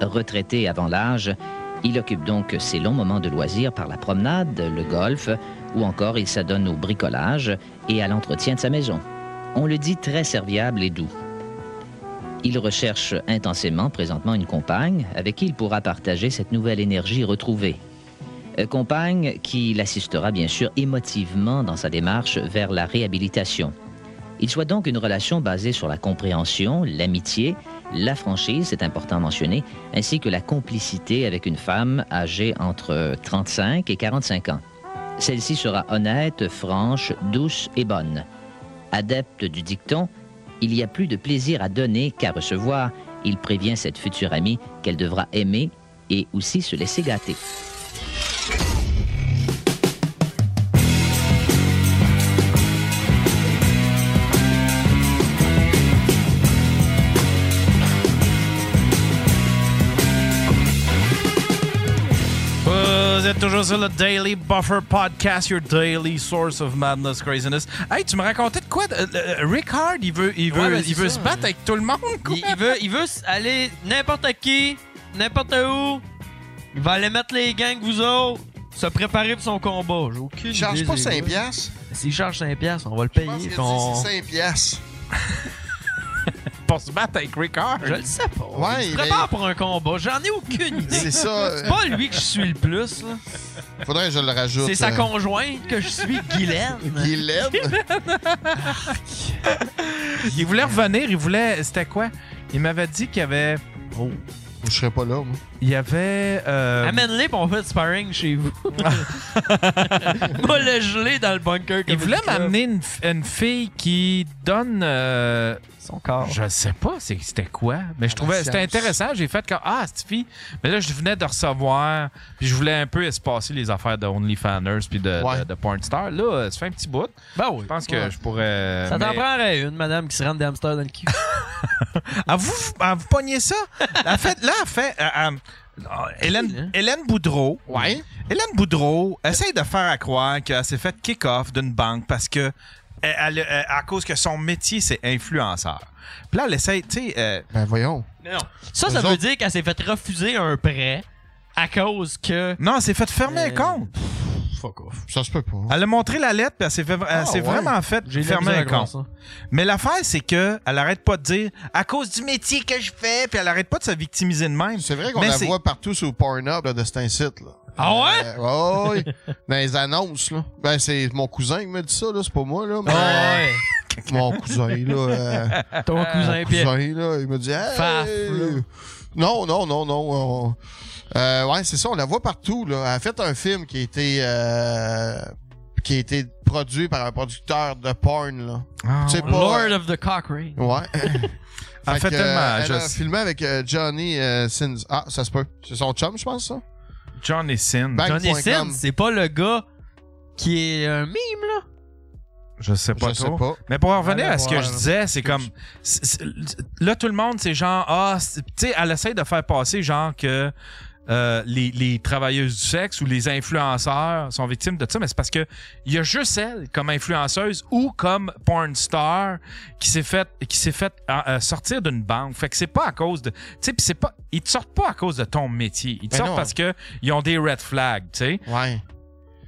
Retraité avant l'âge, il occupe donc ses longs moments de loisirs par la promenade, le golf, ou encore il s'adonne au bricolage et à l'entretien de sa maison. On le dit très serviable et doux. Il recherche intensément présentement une compagne avec qui il pourra partager cette nouvelle énergie retrouvée. Euh, Compagne qui l'assistera bien sûr émotivement dans sa démarche vers la réhabilitation. Il soit donc une relation basée sur la compréhension, l'amitié, la franchise, c'est important à mentionner, ainsi que la complicité avec une femme âgée entre 35 et 45 ans. Celle-ci sera honnête, franche, douce et bonne. Adepte du dicton, il y a plus de plaisir à donner qu'à recevoir, il prévient cette future amie qu'elle devra aimer et aussi se laisser gâter.
Vous êtes toujours sur le Daily Buffer Podcast, your daily source of madness, craziness. Hey, tu me racontais de quoi? de- euh, euh, Rick Hard, il veut, il veut,
Ouais, ben, c'est
il veut
ça,
se battre
ouais.
avec tout le monde, quoi.
Il, il veut, il veut s- aller n'importe qui, n'importe où. Il va aller mettre les gangs, vous autres. Se préparer pour son combat. J'ai aucune
Il charge
idée,
pas
les
5
gars. Ben,
piastres?
S'il charge 5 piastres, on va le payer.
Parce que
puis
tu
on-
dis, c'est 5 piastres.
Pour se battre avec Rick Hard.
Je le sais pas.
Ouais,
il se
il
prépare pour un combat. J'en ai aucune idée.
C'est ça. euh.
C'est pas lui que je suis le plus. là.
Faudrait que je le rajoute.
C'est sa
euh,
conjointe que je suis, Guylaine.
Guylaine?
Il voulait revenir, il voulait. C'était quoi? Il m'avait dit qu'il y avait.
Oh, je serais pas là, moi.
Il y avait. euh,
Amène-les pour on fait du sparring chez vous. Moi, le gelé dans le bunker.
il
Comedy
voulait
Club.
m'amener une, f- une fille qui donne.
Son corps.
Je sais pas c'est- c'était quoi, mais
Ah,
je
ben,
trouvais. C'était
science.
intéressant. J'ai fait comme. Ah, cette fille. Mais là, je venais de recevoir. Puis je voulais un peu espacer les affaires de OnlyFanners puis de,
Ouais.
de, de Pornstar. Là, euh, ça fait un petit bout.
Ben oui.
Je pense que
Ouais.
je pourrais.
Ça t'en
mais-
prendrait une, madame, qui se rende d'hamster dans le cul.
Ah, vous, ah, vous pognez ça? En fait, là, en fait, euh, euh, euh,
hein.
Hélène, Hélène Boudreau.
Ouais.
Hélène Boudreau essaye de faire à croire qu'elle s'est fait kick-off d'une banque parce que. elle- elle- euh, à cause que son métier, c'est influenceur. Puis là, elle essaye, tu sais. euh,
Ben voyons.
Non. Ça, ça
Eux
veut
autres-
dire qu'elle s'est fait refuser un prêt à cause que. Euh,
Non, elle s'est fait fermer un compte.
Fuck off.
Ça se peut pas.
Elle a montré la lettre, puis elle s'est, fait- elle
Ah,
s'est
ouais.
vraiment fait
J'ai eu de la
fermer un
misère à
compte.
croire
Mais l'affaire, c'est que elle arrête pas de dire à cause du métier que je fais, puis elle arrête pas de se victimiser de même.
C'est vrai qu'on la voit partout sur Pornhub là, de cet incite. Là.
Ah ouais?
Euh, ouais, ouais. Dans les annonces. Là. Ben, c'est mon cousin qui m'a dit ça, là, c'est pas moi. Là, mais- Mon cousin, là. euh,
Ah Ton
mon
cousin, puis-
cousin, là, il me dit. Hey,
Faf, là.
Non, non, non, non. on- Euh, ouais, c'est ça, on la voit partout. Là. Elle a fait un film qui a été. euh, qui a été produit par un producteur de porn, là.
Ah
Tu sais pas- euh.
Lord of the Cock Ring.
Ouais.
Elle fait
que,
tellement,
euh,
je
Elle a
sais.
filmé avec euh, Johnny euh, Sins. Ah, ça se peut. C'est son chum, je pense, ça?
John et Sin.
Bang
Johnny
point
Sins,
com.
c'est pas le gars qui est un mime, là.
Je sais pas
Je sais
trop.
pas.
Mais pour en revenir
Allez
à ce que
voir,
je
là.
disais, c'est comme. c'est- c'est- Là, tout le monde, c'est genre. Ah, c'est- tu sais, elle essaie de faire passer, genre, que. euh, les, les travailleuses du sexe ou les influenceurs sont victimes de ça, mais c'est parce que il y a juste elle comme influenceuse ou comme porn star qui s'est fait qui s'est fait euh, euh, sortir d'une banque. Fait que c'est pas à cause de, tu sais, puis c'est pas, ils te sortent pas à cause de ton métier. Ils te
Ben
sortent
non.
parce que ils ont des red flags, tu sais.
Ouais.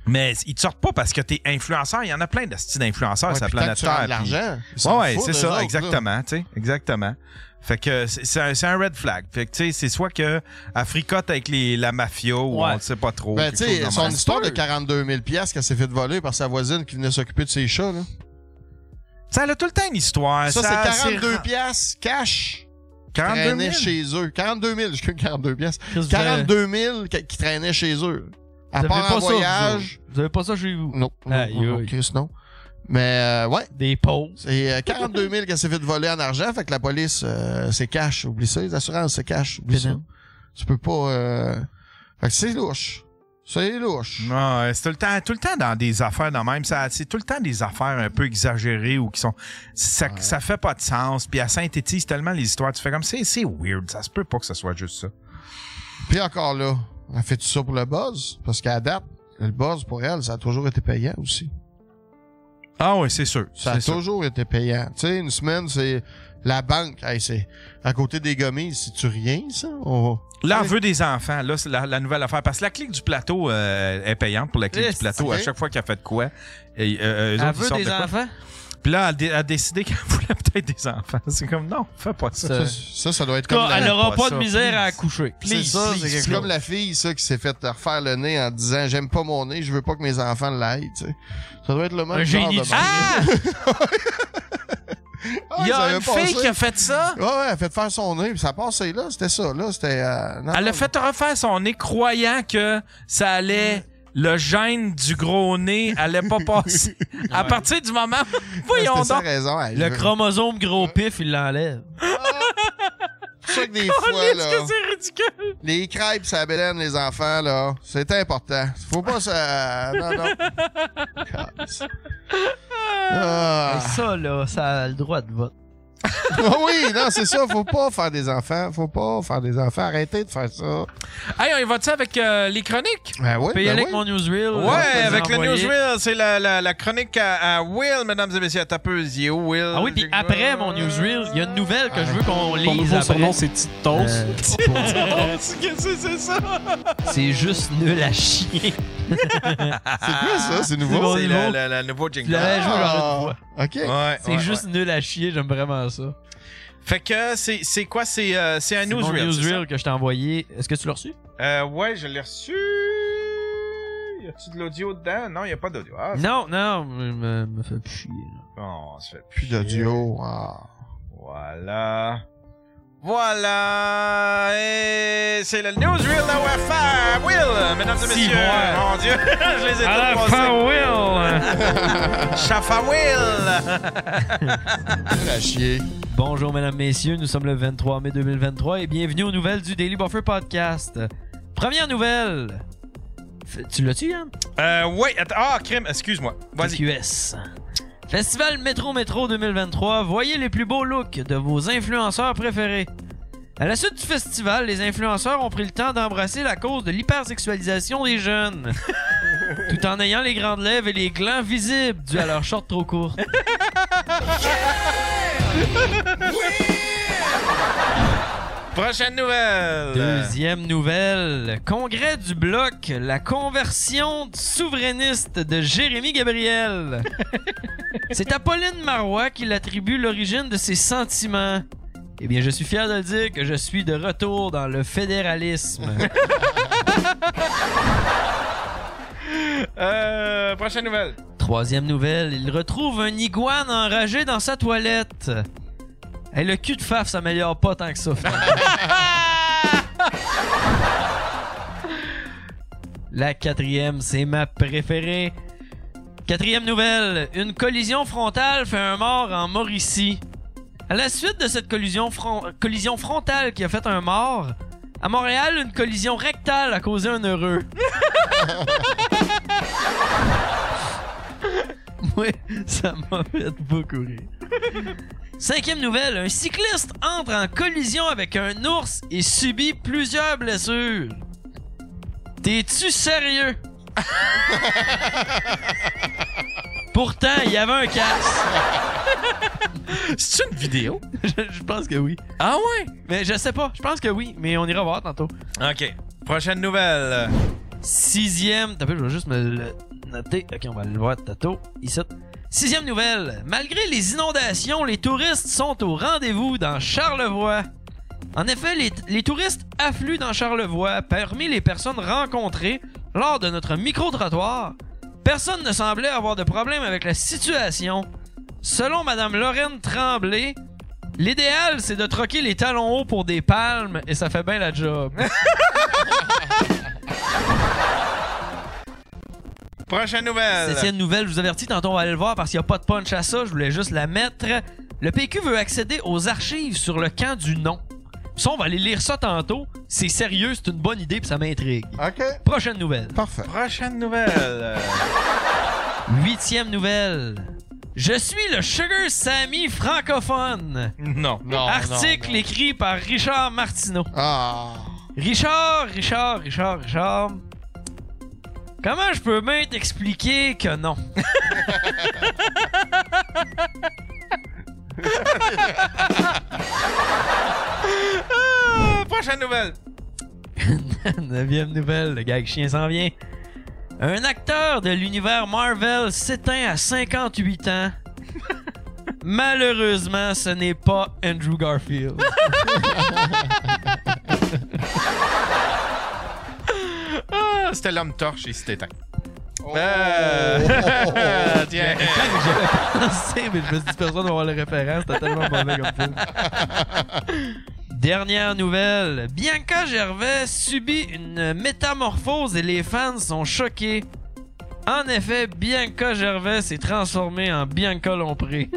Mais ils te sortent pas parce que t'es influenceur. Il y en a plein de styles d'influenceurs
Ouais,
sur la
puis tant
planète
que tu rends
Terre.
de l'argent, ils
Ouais,
s'en
ouais,
foutent
c'est
d'eux
ça,
autres, là.
exactement. tu sais, exactement. Fait que c'est- c'est un, c'est un red flag. Fait que tu sais, c'est soit que elle fricote avec les, la mafia ou
Ouais.
on ne sait pas trop.
Ben,
Oh, quelque
tu
chose dans
sais,
le
son
même.
histoire de 42 000 piastres qu'elle s'est fait voler par sa voisine qui venait s'occuper de ses chats, là.
Ça elle a tout le temps une histoire.
Ça, c'est 42
ra-
piastres cash.
42 000?
traînait chez eux. 42 000, je 42 piastres.
Qu'est-ce que
42 000 qui qui traînaient chez eux. À
Vous avez
part en
pas ça,
voyage.
vous autres. Vous avez pas ça chez vous.
Non, non,
Aïe,
non,
aïe.
Chris, non. Mais, euh, ouais.
Des pauses.
C'est euh, 42 000 qu'elle s'est fait voler en argent, fait que la police, euh, c'est cash, oublie ça. Les assurances, c'est cash, oublie ça. Tu peux pas... euh, Fait que c'est louche. C'est louche.
Non, ouais, c'est tout le temps, tout le temps dans des affaires dans même. Ça, c'est tout le temps des affaires un peu exagérées ou qui sont, ça, ça fait pas de sens. Puis elle synthétise tellement les histoires. Tu fais comme c'est, c'est weird. Ça se peut pas que ce soit juste ça.
Puis encore là, elle fait tout ça pour le buzz? Parce qu'à date, le buzz pour elle, ça a toujours été payant aussi.
Ah oui, c'est sûr.
Ça a
c'est sûr.
toujours été payant. Tu sais, une semaine, c'est la banque. Hey, c'est à côté des gommises, c'est-tu rien, ça? On
Là, on veut des enfants. Là, c'est la, la nouvelle affaire. Parce que la clique du plateau euh, est payante pour la clique
Yes,
du plateau. À
ok.
chaque fois qu'elle fait de quoi, et, euh, eux
Elle
autres, ils
veut
sortent
des
de quoi.
enfants?
Puis là, elle dé- elle a décidé qu'elle voulait peut-être des enfants. C'est comme, non, fais pas ça.
Ça, ça, ça doit être
En tout
comme...
cas, elle aura pas, de
ça,
misère à
please.
accoucher.
C'est ça, c'est quelque comme la fille, ça, qui s'est fait refaire le nez en disant « J'aime pas mon nez, je veux pas que mes enfants l'aillent. » tu sais. Ça doit être le même
Un
genre
génie
de
du-
merde.
Ah!
Ah,
Il y
ils
a
avaient
une
pensé.
fille qui a fait ça.
Ouais, ouais, elle a fait faire son nez, puis ça passait là, c'était ça, là, c'était... euh, non,
Elle a fait refaire son nez croyant que ça allait. Le gène du gros nez allait pas passer. À partir du moment. Voyons
c'était sa
donc.
raison. elle,
Le
je-
chromosome gros pif, il l'enlève.
C'est pour ça que des
Oh,
fois,
est-ce
là,
que c'est ridicule?
les crêpes, ça bédaine les enfants, là. C'est important. Faut pas ça. Non, non. Ah.
Et ça, là, ça a le droit de vote.
Ah oui, non, c'est ça. Faut pas faire des enfants. Faut pas faire des enfants. Arrêtez de faire ça.
Hey, on y va-tu avec euh, les chroniques?
Ben oui,
Puis
ben
avec
oui.
mon newsreel.
Ouais, avec le newsreel, c'est la, la, la chronique à, à Will, mesdames et messieurs, à tapeuse, il est où, Will.
Ah oui, puis après mon newsreel, il y a une nouvelle que je veux qu'on lise.
Mon nouveau
après. Euh,
surnom, c'est Titos.
Qu'est-ce que c'est ça?
C'est juste nul à chier.
C'est quoi ça? C'est nouveau? Ah.
C'est le, le- le nouveau
Je
jingle. Ah,
l'avais joué genre une fois.
OK.
c'est juste nul à chier, j'aime vraiment ça.
Fait que c'est c'est quoi? C'est euh, c'est un
C'est mon
newsreel. c'est ça?
newsreel que je t'ai envoyé. Est-ce que tu l'as reçu?
Euh, ouais, je l'ai reçu. Y a-tu de l'audio dedans? Non, y a pas d'audio. Ah, c'est-
Non, non, me, me- me fait plus chier.
Bon, on se fait
Oh, Plus d'audio. Ah.
Voilà. Voilà. Et c'est le newsreel d'OFR. Will, mesdames et messieurs.
moi.
Mon Dieu, je les ai
À la
tous
fin,
Will. Chafa Will.
Bonjour, mesdames, messieurs. Nous sommes le 23 mai 2023 et bienvenue aux nouvelles du Daily Buffer Podcast. Première nouvelle. F- Tu l'as-tu, hein?
euh, oui, attends. Ah, crime, excuse-moi. Vas-y.
TQS. Festival Métro Métro 2023, voyez les plus beaux looks de vos influenceurs préférés. À la suite du festival, les influenceurs ont pris le temps d'embrasser la cause de l'hypersexualisation des jeunes, tout en ayant les grandes lèvres et les glands visibles dus à leurs shorts trop courts.
Prochaine nouvelle.
Deuxième nouvelle, congrès du bloc, la conversion souverainiste de Jérémy Gabriel. C'est à Pauline Marois qu'il attribue l'origine de ses sentiments. Eh bien, je suis fier de le dire que je suis de retour dans le fédéralisme.
Euh, prochaine nouvelle.
Troisième nouvelle, il retrouve un iguane enragé dans sa toilette. Et le cul de faf s'améliore pas tant que ça. finalement. La quatrième, c'est ma préférée. Quatrième nouvelle, une collision frontale fait un mort en Mauricie. À la suite de cette collision, fron- collision frontale qui a fait un mort, à Montréal, une collision rectale a causé un heureux. Oui, ça m'a fait beaucoup rire. Cinquième nouvelle, un cycliste entre en collision avec un ours et subit plusieurs blessures. T'es-tu sérieux? Pourtant, il y avait un casque.
C'est une vidéo?
je, je pense que oui. Ah ouais? Mais je sais pas, je pense que oui, mais on ira voir tantôt.
OK. Prochaine nouvelle.
Sixième. T'as vu, je vais juste me le noter. Ok, on va le voir tantôt. Ici. Sixième nouvelle. Malgré les inondations, les touristes sont au rendez-vous dans Charlevoix. En effet, les, les touristes affluent dans Charlevoix. Parmi les personnes rencontrées lors de notre micro-trottoir, personne ne semblait avoir de problème avec la situation. Selon Madame Lorraine Tremblay, l'idéal c'est de troquer les talons hauts pour des palmes et ça fait bien la job.
Prochaine nouvelle.
Septième nouvelle, je vous avertis, tantôt on va aller le voir parce qu'il n'y a pas de punch à ça, je voulais juste la mettre. Le PQ veut accéder aux archives sur le camp du non. Ça, on va aller lire ça tantôt. C'est sérieux, c'est une bonne idée, puis ça m'intrigue.
OK.
Prochaine nouvelle.
Parfait.
Prochaine nouvelle.
Huitième nouvelle. Je suis le Sugar Sammy francophone.
Non. Non. Ah.
Article écrit par Richard Martineau. Richard, Richard, Richard, Richard. Comment je peux bien t'expliquer que non?
Ah, prochaine nouvelle.
Neuvième nouvelle, le gag chien s'en vient. Un acteur de l'univers Marvel s'éteint à 58 ans. Malheureusement, ce n'est pas Andrew Garfield.
Ah, c'était l'homme torche, il s'est éteint. Oh.
Euh,
Euh,
tiens.
tiens.
J'avais pensé, mais je me suis dit, personne va avoir le référence. C'était tellement mauvais comme film. Dernière nouvelle. Bianca Gervais subit une métamorphose et les fans sont choqués. En effet, Bianca Gervais s'est transformée en Bianca Lompré.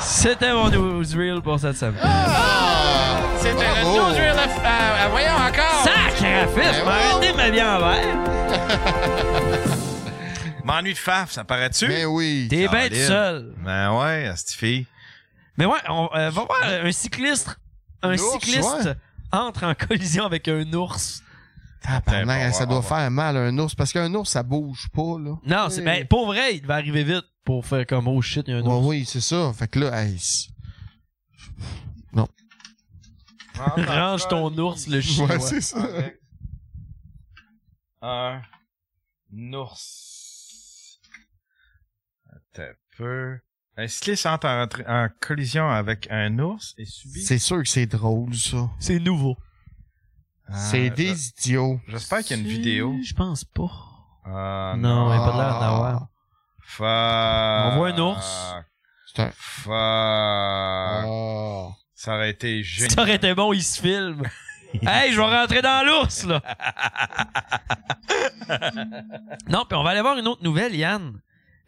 C'était mon newsreel pour cette semaine.
Ah,
Ah!
C'était le newsreel à... à- à- voyons encore!
Ben
Sacre affiche! Je vais arrêter ma vie en verre.
M'ennuie de faf, ça paraît-tu?
Ben oui.
T'es bien tout seul.
Ben ouais, cette fille.
Mais ouais, on euh, va voir un cycliste. Un
L'ours,
cycliste
ouais.
entre en collision avec un ours.
Tabarnak, hein, ça doit faire mal un ours parce qu'un ours, ça bouge pas, là.
Non, c'est ben, pour vrai, il va arriver vite pour faire comme oh shit, il y a un
Ouais,
ours.
oui, c'est ça. Fait que là, hey, c'est-
Range ton ours le chien.
Ouais, c'est ça.
Un ours. Attends un peu. Un cycliste entre en, en collision avec un ours et subit.
c'est sûr que c'est drôle, ça.
C'est nouveau.
C'est
Ah,
des idiots.
J'espère qu'il y a une vidéo.
Je pense pas.
Ah,
Non, il n'y a pas
Ah.
l'air d'avoir.
Fuck.
On voit un ours.
C'est un-
Fuck.
Oh.
Ça aurait été génial.
Ça aurait été bon, il se filme. hey, je vais rentrer dans l'ours, là. non, puis on va aller voir une autre nouvelle, Yann.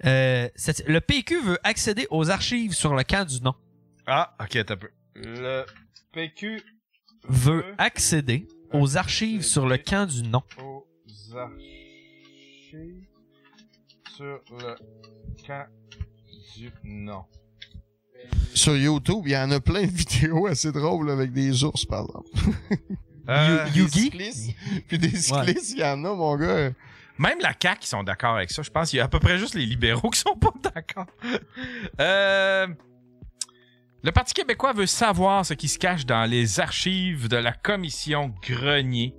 Euh, c'est- le PQ veut accéder aux archives sur le camp du nom.
Ah, ok, t'as peu. Le PQ
Veut accéder aux archives sur le camp du nom.
aux archives sur le camp du nom.
Sur YouTube, il y en a plein de vidéos assez drôles avec des ours, par exemple.
Euh,
Des cyclistes. Puis des cyclistes, il y en a, mon gars.
Même la CAQ qui sont d'accord avec ça. Je pense qu'il y a à peu près juste les libéraux qui sont pas d'accord. Euh, le Parti québécois veut savoir ce qui se cache dans les archives de la commission Grenier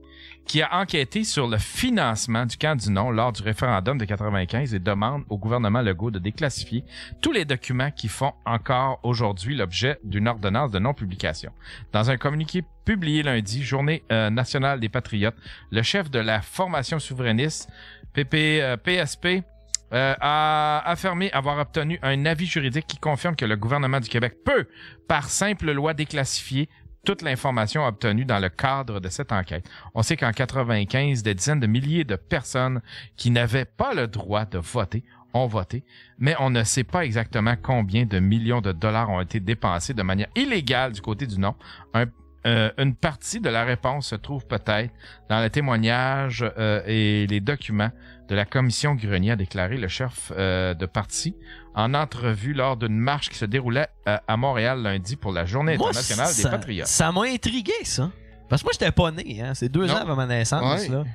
qui a enquêté sur le financement du camp du non lors du référendum de 95 et demande au gouvernement Legault de déclassifier tous les documents qui font encore aujourd'hui l'objet d'une ordonnance de non-publication. Dans un communiqué publié lundi, Journée euh, nationale des patriotes, le chef de la formation souverainiste PP, euh, PSP euh, a affirmé avoir obtenu un avis juridique qui confirme que le gouvernement du Québec peut, par simple loi, déclassifier toute l'information obtenue dans le cadre de cette enquête. On sait qu'en 95, des dizaines de milliers de personnes qui n'avaient pas le droit de voter ont voté, mais on ne sait pas exactement combien de millions de dollars ont été dépensés de manière illégale du côté du non. Un- euh, une partie de la réponse se trouve peut-être dans le témoignage euh, et les documents de la commission Grenier, a déclaré le chef euh, de parti en entrevue lors d'une marche qui se déroulait euh, à Montréal lundi pour la Journée
Moi,
internationale
ça-
des patriotes.
Ça m'a intrigué, ça. Parce que moi, j'étais pas né, hein. C'est deux
Non.
ans avant ma naissance,
Ouais.
là.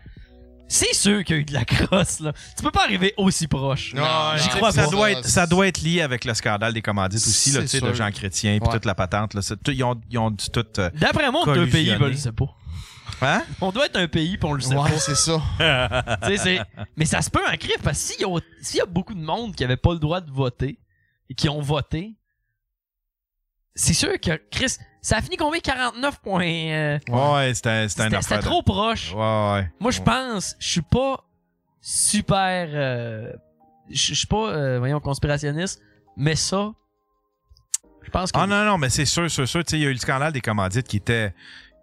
C'est sûr qu'il y a eu de la crosse, là. Tu peux pas arriver aussi proche. Ah, J'y crois
ça
pas.
Doit être, ça doit être lié avec le scandale des commandites aussi, là,
C'est
tu sais, de
sûr.
Jean Chrétien et
Ouais.
toute la patente. Là, C'est tout- ils, ont, ils ont dû tout. euh,
D'après moi, deux pays
collusionner.
veulent le sait pas.
Hein?
On doit être un pays, puis on le sait
Ouais,
pas.
c'est ça.
Tu sais, c'est- Mais ça se peut en crif, parce que s'il y, a- s'il y a beaucoup de monde qui avait pas le droit de voter et qui ont voté, c'est sûr que Chris, ça a fini combien 49 points. euh,
Ouais, c'était c'était
C'était-
un affaire.
c'était
de-
trop proche.
Ouais, ouais.
Moi, je
Ouais.
pense, je suis pas super. euh, je je suis pas, euh, voyons, conspirationniste, mais ça, je pense que.
Ah non, non, mais c'est sûr, sûr, sûr. Tu sais, il y a eu le scandale des commandites qui était.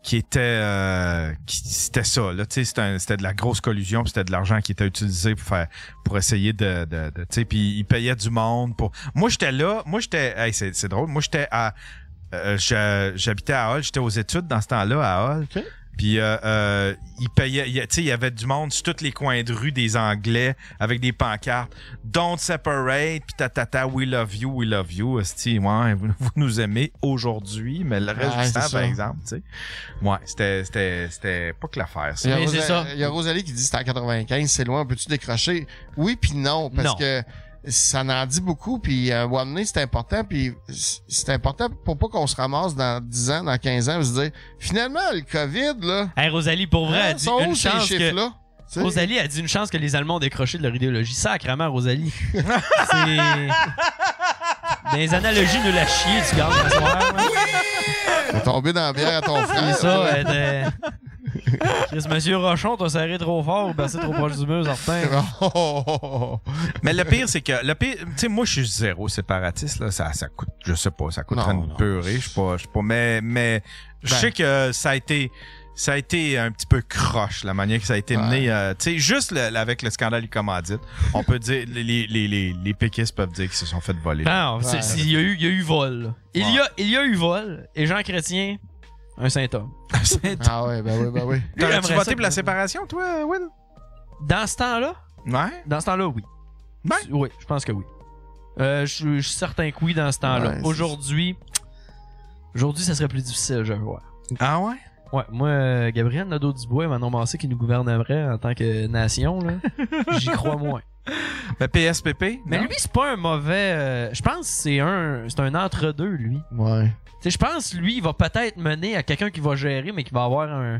Qui était. euh, qui- c'était ça, là. Tu sais, c'était un- c'était de la grosse collusion, puis c'était de l'argent qui était utilisé pour faire. pour essayer de. de- de- tu sais, puis ils payaient du monde pour. Moi, j'étais là. Moi, j'étais. Hey, c'est c'est drôle. Moi, j'étais à. euh, je- J'habitais à Hall, j'étais aux études dans ce temps-là à Hall. Puis euh, euh, ils payaient, il y a- tu sais, il y avait du monde sur tous les coins de rue des Anglais avec des pancartes Don't separate, puis tatata, we love you, we love you. Esti, ouais, vous, vous nous aimez aujourd'hui, mais le reste
Ouais,
du
c'est
temps, par
ça.
exemple, tu sais. Ouais, c'était, c'était, c'était pas que l'affaire, ça.
Il y a Rosa- Il y a Rosalie qui dit c'est en 95, c'est loin, peux-tu décrocher? Oui, puis non, parce
Non.
que ça n'en dit beaucoup, puis euh, one day, c'est important, puis c- c'est important pour pas qu'on se ramasse dans 10 ans, dans 15 ans, et se dire finalement, le COVID, là.
Hey, Rosalie, pour vrai,
Hein,
a dit
sont
une
où ces
chance
chiffres-là? Tu
que...
sais.
Rosalie a dit une chance que les Allemands ont décroché de leur idéologie. Sacrement, Rosalie. C'est. Des analogies de la chier, tu gardes ce soir.
T'es tombé dans la bière à ton frère.
C'est ça,
toi.
elle était- Chris, monsieur Rochon, t'as serré trop fort ou passé trop proche du mur, certain.
Oh.
Mais le pire, c'est que, le pire, tu sais, moi, je suis zéro séparatiste, là. Ça, ça coûte, je sais pas, ça coûte
Non,
une
non.
purée, je sais pas, je sais pas, mais, mais, je
Ben.
sais que ça a été, ça a été un petit peu croche, la manière que ça a été mené, euh, tu sais, juste le- avec le scandale du commandite. On peut dire, les, les, les, les, les péquistes peuvent dire qu'ils se sont fait voler.
Non, c'est- c'est- il y, a eu- il y a eu vol. là. Il, y a, il y a eu vol, et Jean Chrétien, un saint homme.
Ah ouais, ben oui, ben oui.
Lui, il aimerait
tu
ça
voté pour
que-
la séparation, toi, Will?
Dans ce temps-là?
Ouais. Ben.
Dans ce temps-là, oui. Tu- Oui, je pense que oui. Euh, je je suis certain que oui dans ce temps-là.
Ouais, c'est-
Aujourd'hui, aujourd'hui, ça serait plus difficile, je vois.
Ah ouais?
Ouais, moi, euh, Gabriel Nadeau-Dubois et Manon Massé qui nous gouvernerait en tant que nation, là, j'y crois moins.
Mais PSPP?
Mais lui, c'est pas un mauvais. euh, je pense que c'est un, c'est un entre-deux, lui.
Ouais.
Tu sais, je pense lui, il va peut-être mener à quelqu'un qui va gérer, mais qui va avoir un.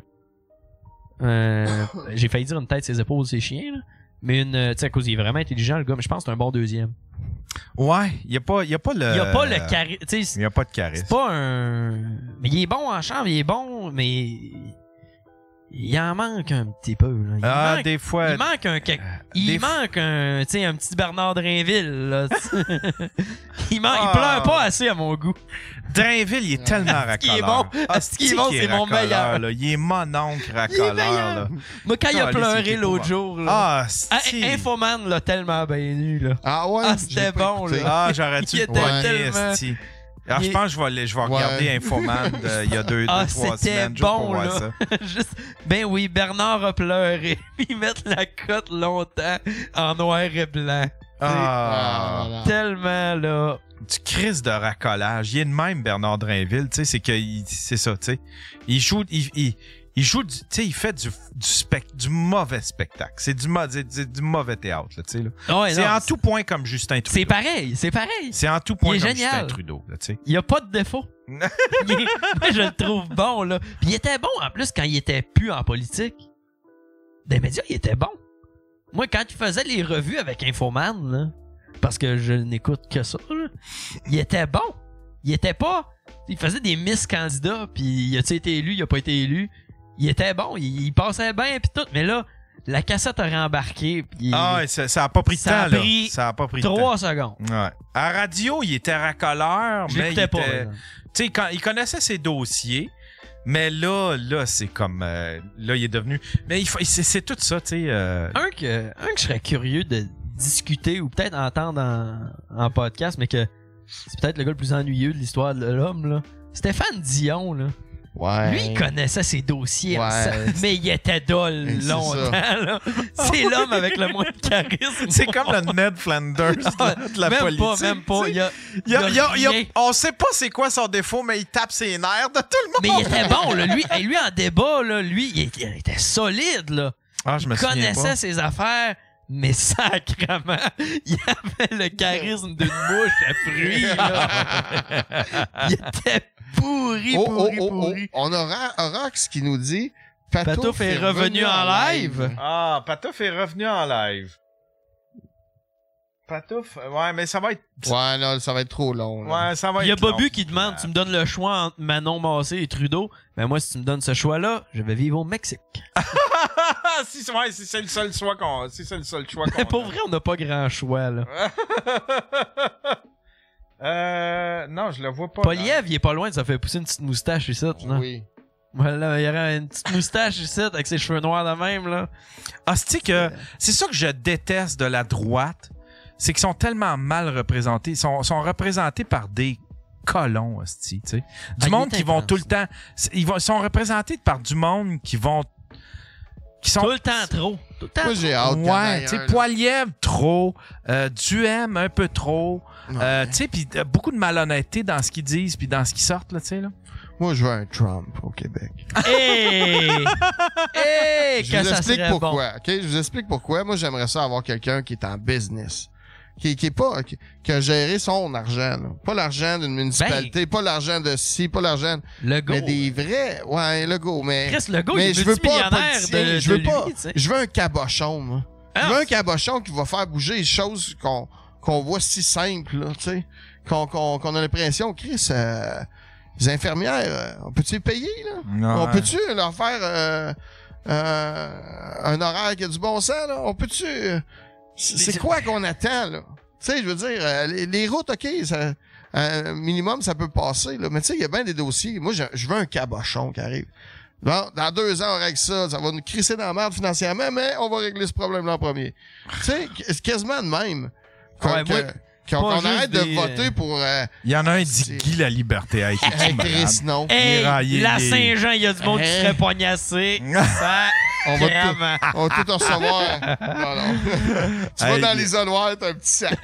un- J'ai failli dire une tête, ses épaules, ses chiens, là. Mais une. euh, Tu sais, à cause, il est vraiment intelligent, le gars, mais je pense que c'est un bon deuxième.
Ouais, il n'y a, pas- y a pas le.
Il y a pas le charisme. Il
n'y a pas de charisme.
C'est pas un. Mais il est bon en chambre, il est bon, mais. Il en manque un petit peu. là. Il
Ah,
manque-
des fois- euh,
Il manque un. quelque- Il
des
manque un. Tu sais, un petit Bernard Drainville, là. tu sais. il, manque- il
Ah.
pleure pas assez à mon goût.
Drainville, il est tellement
Est-ce qu'il est
racoleur.
bon? Est-ce qu'il est bon?
qu'il
C'est mon
racoleur,
meilleur.
là. Il est mon oncle
Il est
racoleur.
meilleur.
là.
Moi, quand il a
Caliste,
pleuré
c'est
l'autre
épouvantable.
jour, là.
Ah,
Ah,
si.
Infoman l'a tellement bien eu, là.
Ah ouais?
Ah, c'était bon, là.
Ah, j'aurais dû
Il
le
était
poigner,
tellement-
esti. Ah, je
Il-
pense que je vais, aller- je vais regarder Infoman de- il y a deux,
ah,
deux, trois
c'était
semaines juste pour
bon,
voir
là.
ça.
Juste- ben oui, Bernard a pleuré. Ils mettent la cote longtemps en noir et blanc.
Ah.
T'sais, Tellement, là.
Du crise de racolage. Il est de même, Bernard Drainville. Tu sais, c'est que. il- C'est ça, tu sais. Il joue. Il, il- il joue du. Tu sais, il fait du, du, spec- du mauvais spectacle. C'est du, mo- c'est- c'est du mauvais théâtre, là, tu sais. là.
Ah Ouais,
c'est
non,
en
c'est-
tout point comme Justin Trudeau.
C'est pareil, c'est pareil.
C'est en tout point
Il est
comme
génial.
Justin Trudeau, là, tu sais.
Il a pas de défaut. Il est- Moi, je le trouve bon, là. Puis il était bon, en plus, quand il était plus en politique. Des médias, il était bon. Moi, quand il faisait les revues avec Infoman, là, parce que je n'écoute que ça, là, il était bon. Il était pas... Il faisait des miss candidats, puis il a-tu été élu, il a pas été élu. Il était bon, il, il passait bien, puis tout. Mais là, la cassette a rembarqué, puis...
Ah, ouais, ça, ça a pas pris de
Ça a
temps, là.
pris
Ça a pas pris de temps.
Trois secondes.
Ouais. À radio, il était racoleur,
Je
mais il
l'écoutais pas,
était-
par exemple.
Tu sais, quand- il connaissait ses dossiers, mais là, là, c'est comme... euh, là, il est devenu... Mais il faut- c'est, c'est tout ça, tu sais. euh,
un que, un que je serais curieux de discuter ou peut-être entendre en, en podcast, mais que c'est peut-être le gars le plus ennuyeux de l'histoire de l'homme, là. Stéphane Dion, là.
Ouais.
Lui, il connaissait ses dossiers,
Ouais.
ça- mais il était dol
C'est ça.
longtemps, là. C'est l'homme avec le moins de charisme.
C'est comme le Ned Flanders de, de la
Même pas,
politique.
même pas,
tu sais.
il y a-
Il y a-
il y a
il y a-
rien.
on sait pas c'est quoi son défaut, mais il tape ses nerfs de tout le monde.
Mais il était bon, là. Lui, hey, lui en débat, là, lui, il était, il était solide, là.
Ah, je me
il
souviens
connaissait
pas.
ses affaires, mais sacrement, il avait le charisme d'une mouche à fruits, là. Il était pourri,
Oh, oh,
pourri,
oh, oh.
pourri.
On a Ra- Rox qui nous dit Patouf,
Patouf est revenu en live.
Ah, Patouf est revenu en live. Patouf, ouais, mais ça va être...
Ouais, là, ça va être trop long. là.
Ouais, ça va
Il y a
être long.
Bobu qui demande, tu me donnes le choix entre Manon Massé et Trudeau. Ben moi, si tu me donnes ce choix-là, je vais vivre au Mexique.
Ah, si, ouais, si c'est le seul choix qu'on... Si c'est le seul choix qu'on...
Mais pour vrai, on n'a pas grand choix, là.
Euh, non, je le vois pas.
Poliev, il est pas loin, ça fait pousser une petite moustache ici, là.
Oui.
Voilà, il y aurait une petite moustache ici, avec ses cheveux noirs de même, là.
Ah, c'est que c'est ça que je déteste de la droite, c'est qu'ils sont tellement mal représentés, ils sont, sont représentés par des colons, hostie, tu sais.
Ah,
Du
il
monde
est
qui vont
intense.
tout le temps, c'est- ils vont- sont représentés par du monde qui vont qui sont
Tout le temps trop. Tout le temps
Moi,
trop.
j'ai hâte. qu'il y en
Ouais,
ait
tu sais,
un, là.
Poiliev, trop. Euh, Duhem, un peu trop. Euh, tu sais, puis euh, beaucoup de malhonnêteté dans ce qu'ils disent puis dans ce qu'ils sortent, là, tu sais, là.
Moi, je veux un Trump au Québec.
Hey! hey!
Je
que
vous
ça
explique
serait bon.
pourquoi. ok? Je vous explique pourquoi. Moi, j'aimerais ça avoir quelqu'un qui est en business. Qui, qui est pas. Qui, qui a géré son argent. là. Pas l'argent d'une municipalité, pas l'argent de ci, pas l'argent.
Ben. Le go.
Mais des vrais. Ouais, le go. Mais,
Chris Legault,
mais
il est
je veux pas un
multimillionnaire
politicien,
de-
je veux
de
pas.
lui, tu sais. Ah.
je veux un cabochon, moi. je veux un cabochon qui va faire bouger les choses qu'on qu'on voit si simples, là, tu sais. Qu'on qu'on- qu'on a l'impression, Chris, euh, les infirmières, euh, on peut-tu les payer, là?
Non,
On
hein.
ouais.
peut-tu leur faire euh, euh, un horaire qui a du bon sens, là? On peut-tu... euh, C'est c'est quoi qu'on attend, là? Tu sais, je veux dire, euh, les, les routes, OK, ça, un minimum, ça peut passer, là. Mais tu sais, il y a bien des dossiers. Moi, je, je veux un cabochon qui arrive. Bon, dans deux ans, on règle ça. Ça va nous crisser dans la merde financièrement, mais on va régler ce problème-là en premier. tu sais, c'est quasiment de même. Qu'on
Ouais,
que-
moi,
qu'on-
pas
qu'on
juste
arrête
des,
de voter
euh,
pour... euh,
Il y en a un dit Guy la liberté. Hey, t'es-tu
Hey,
malade?
Chris, non.
Il est
Hey,
raillé,
la
il est-
Saint-Jean, il y a du monde qui
Hey.
serait poignassé. Ça-
On va, tout,
Vraiment.
on va tout recevoir. Non, non. tu vas
Hey,
dans
je-
les Alouettes, un petit sac.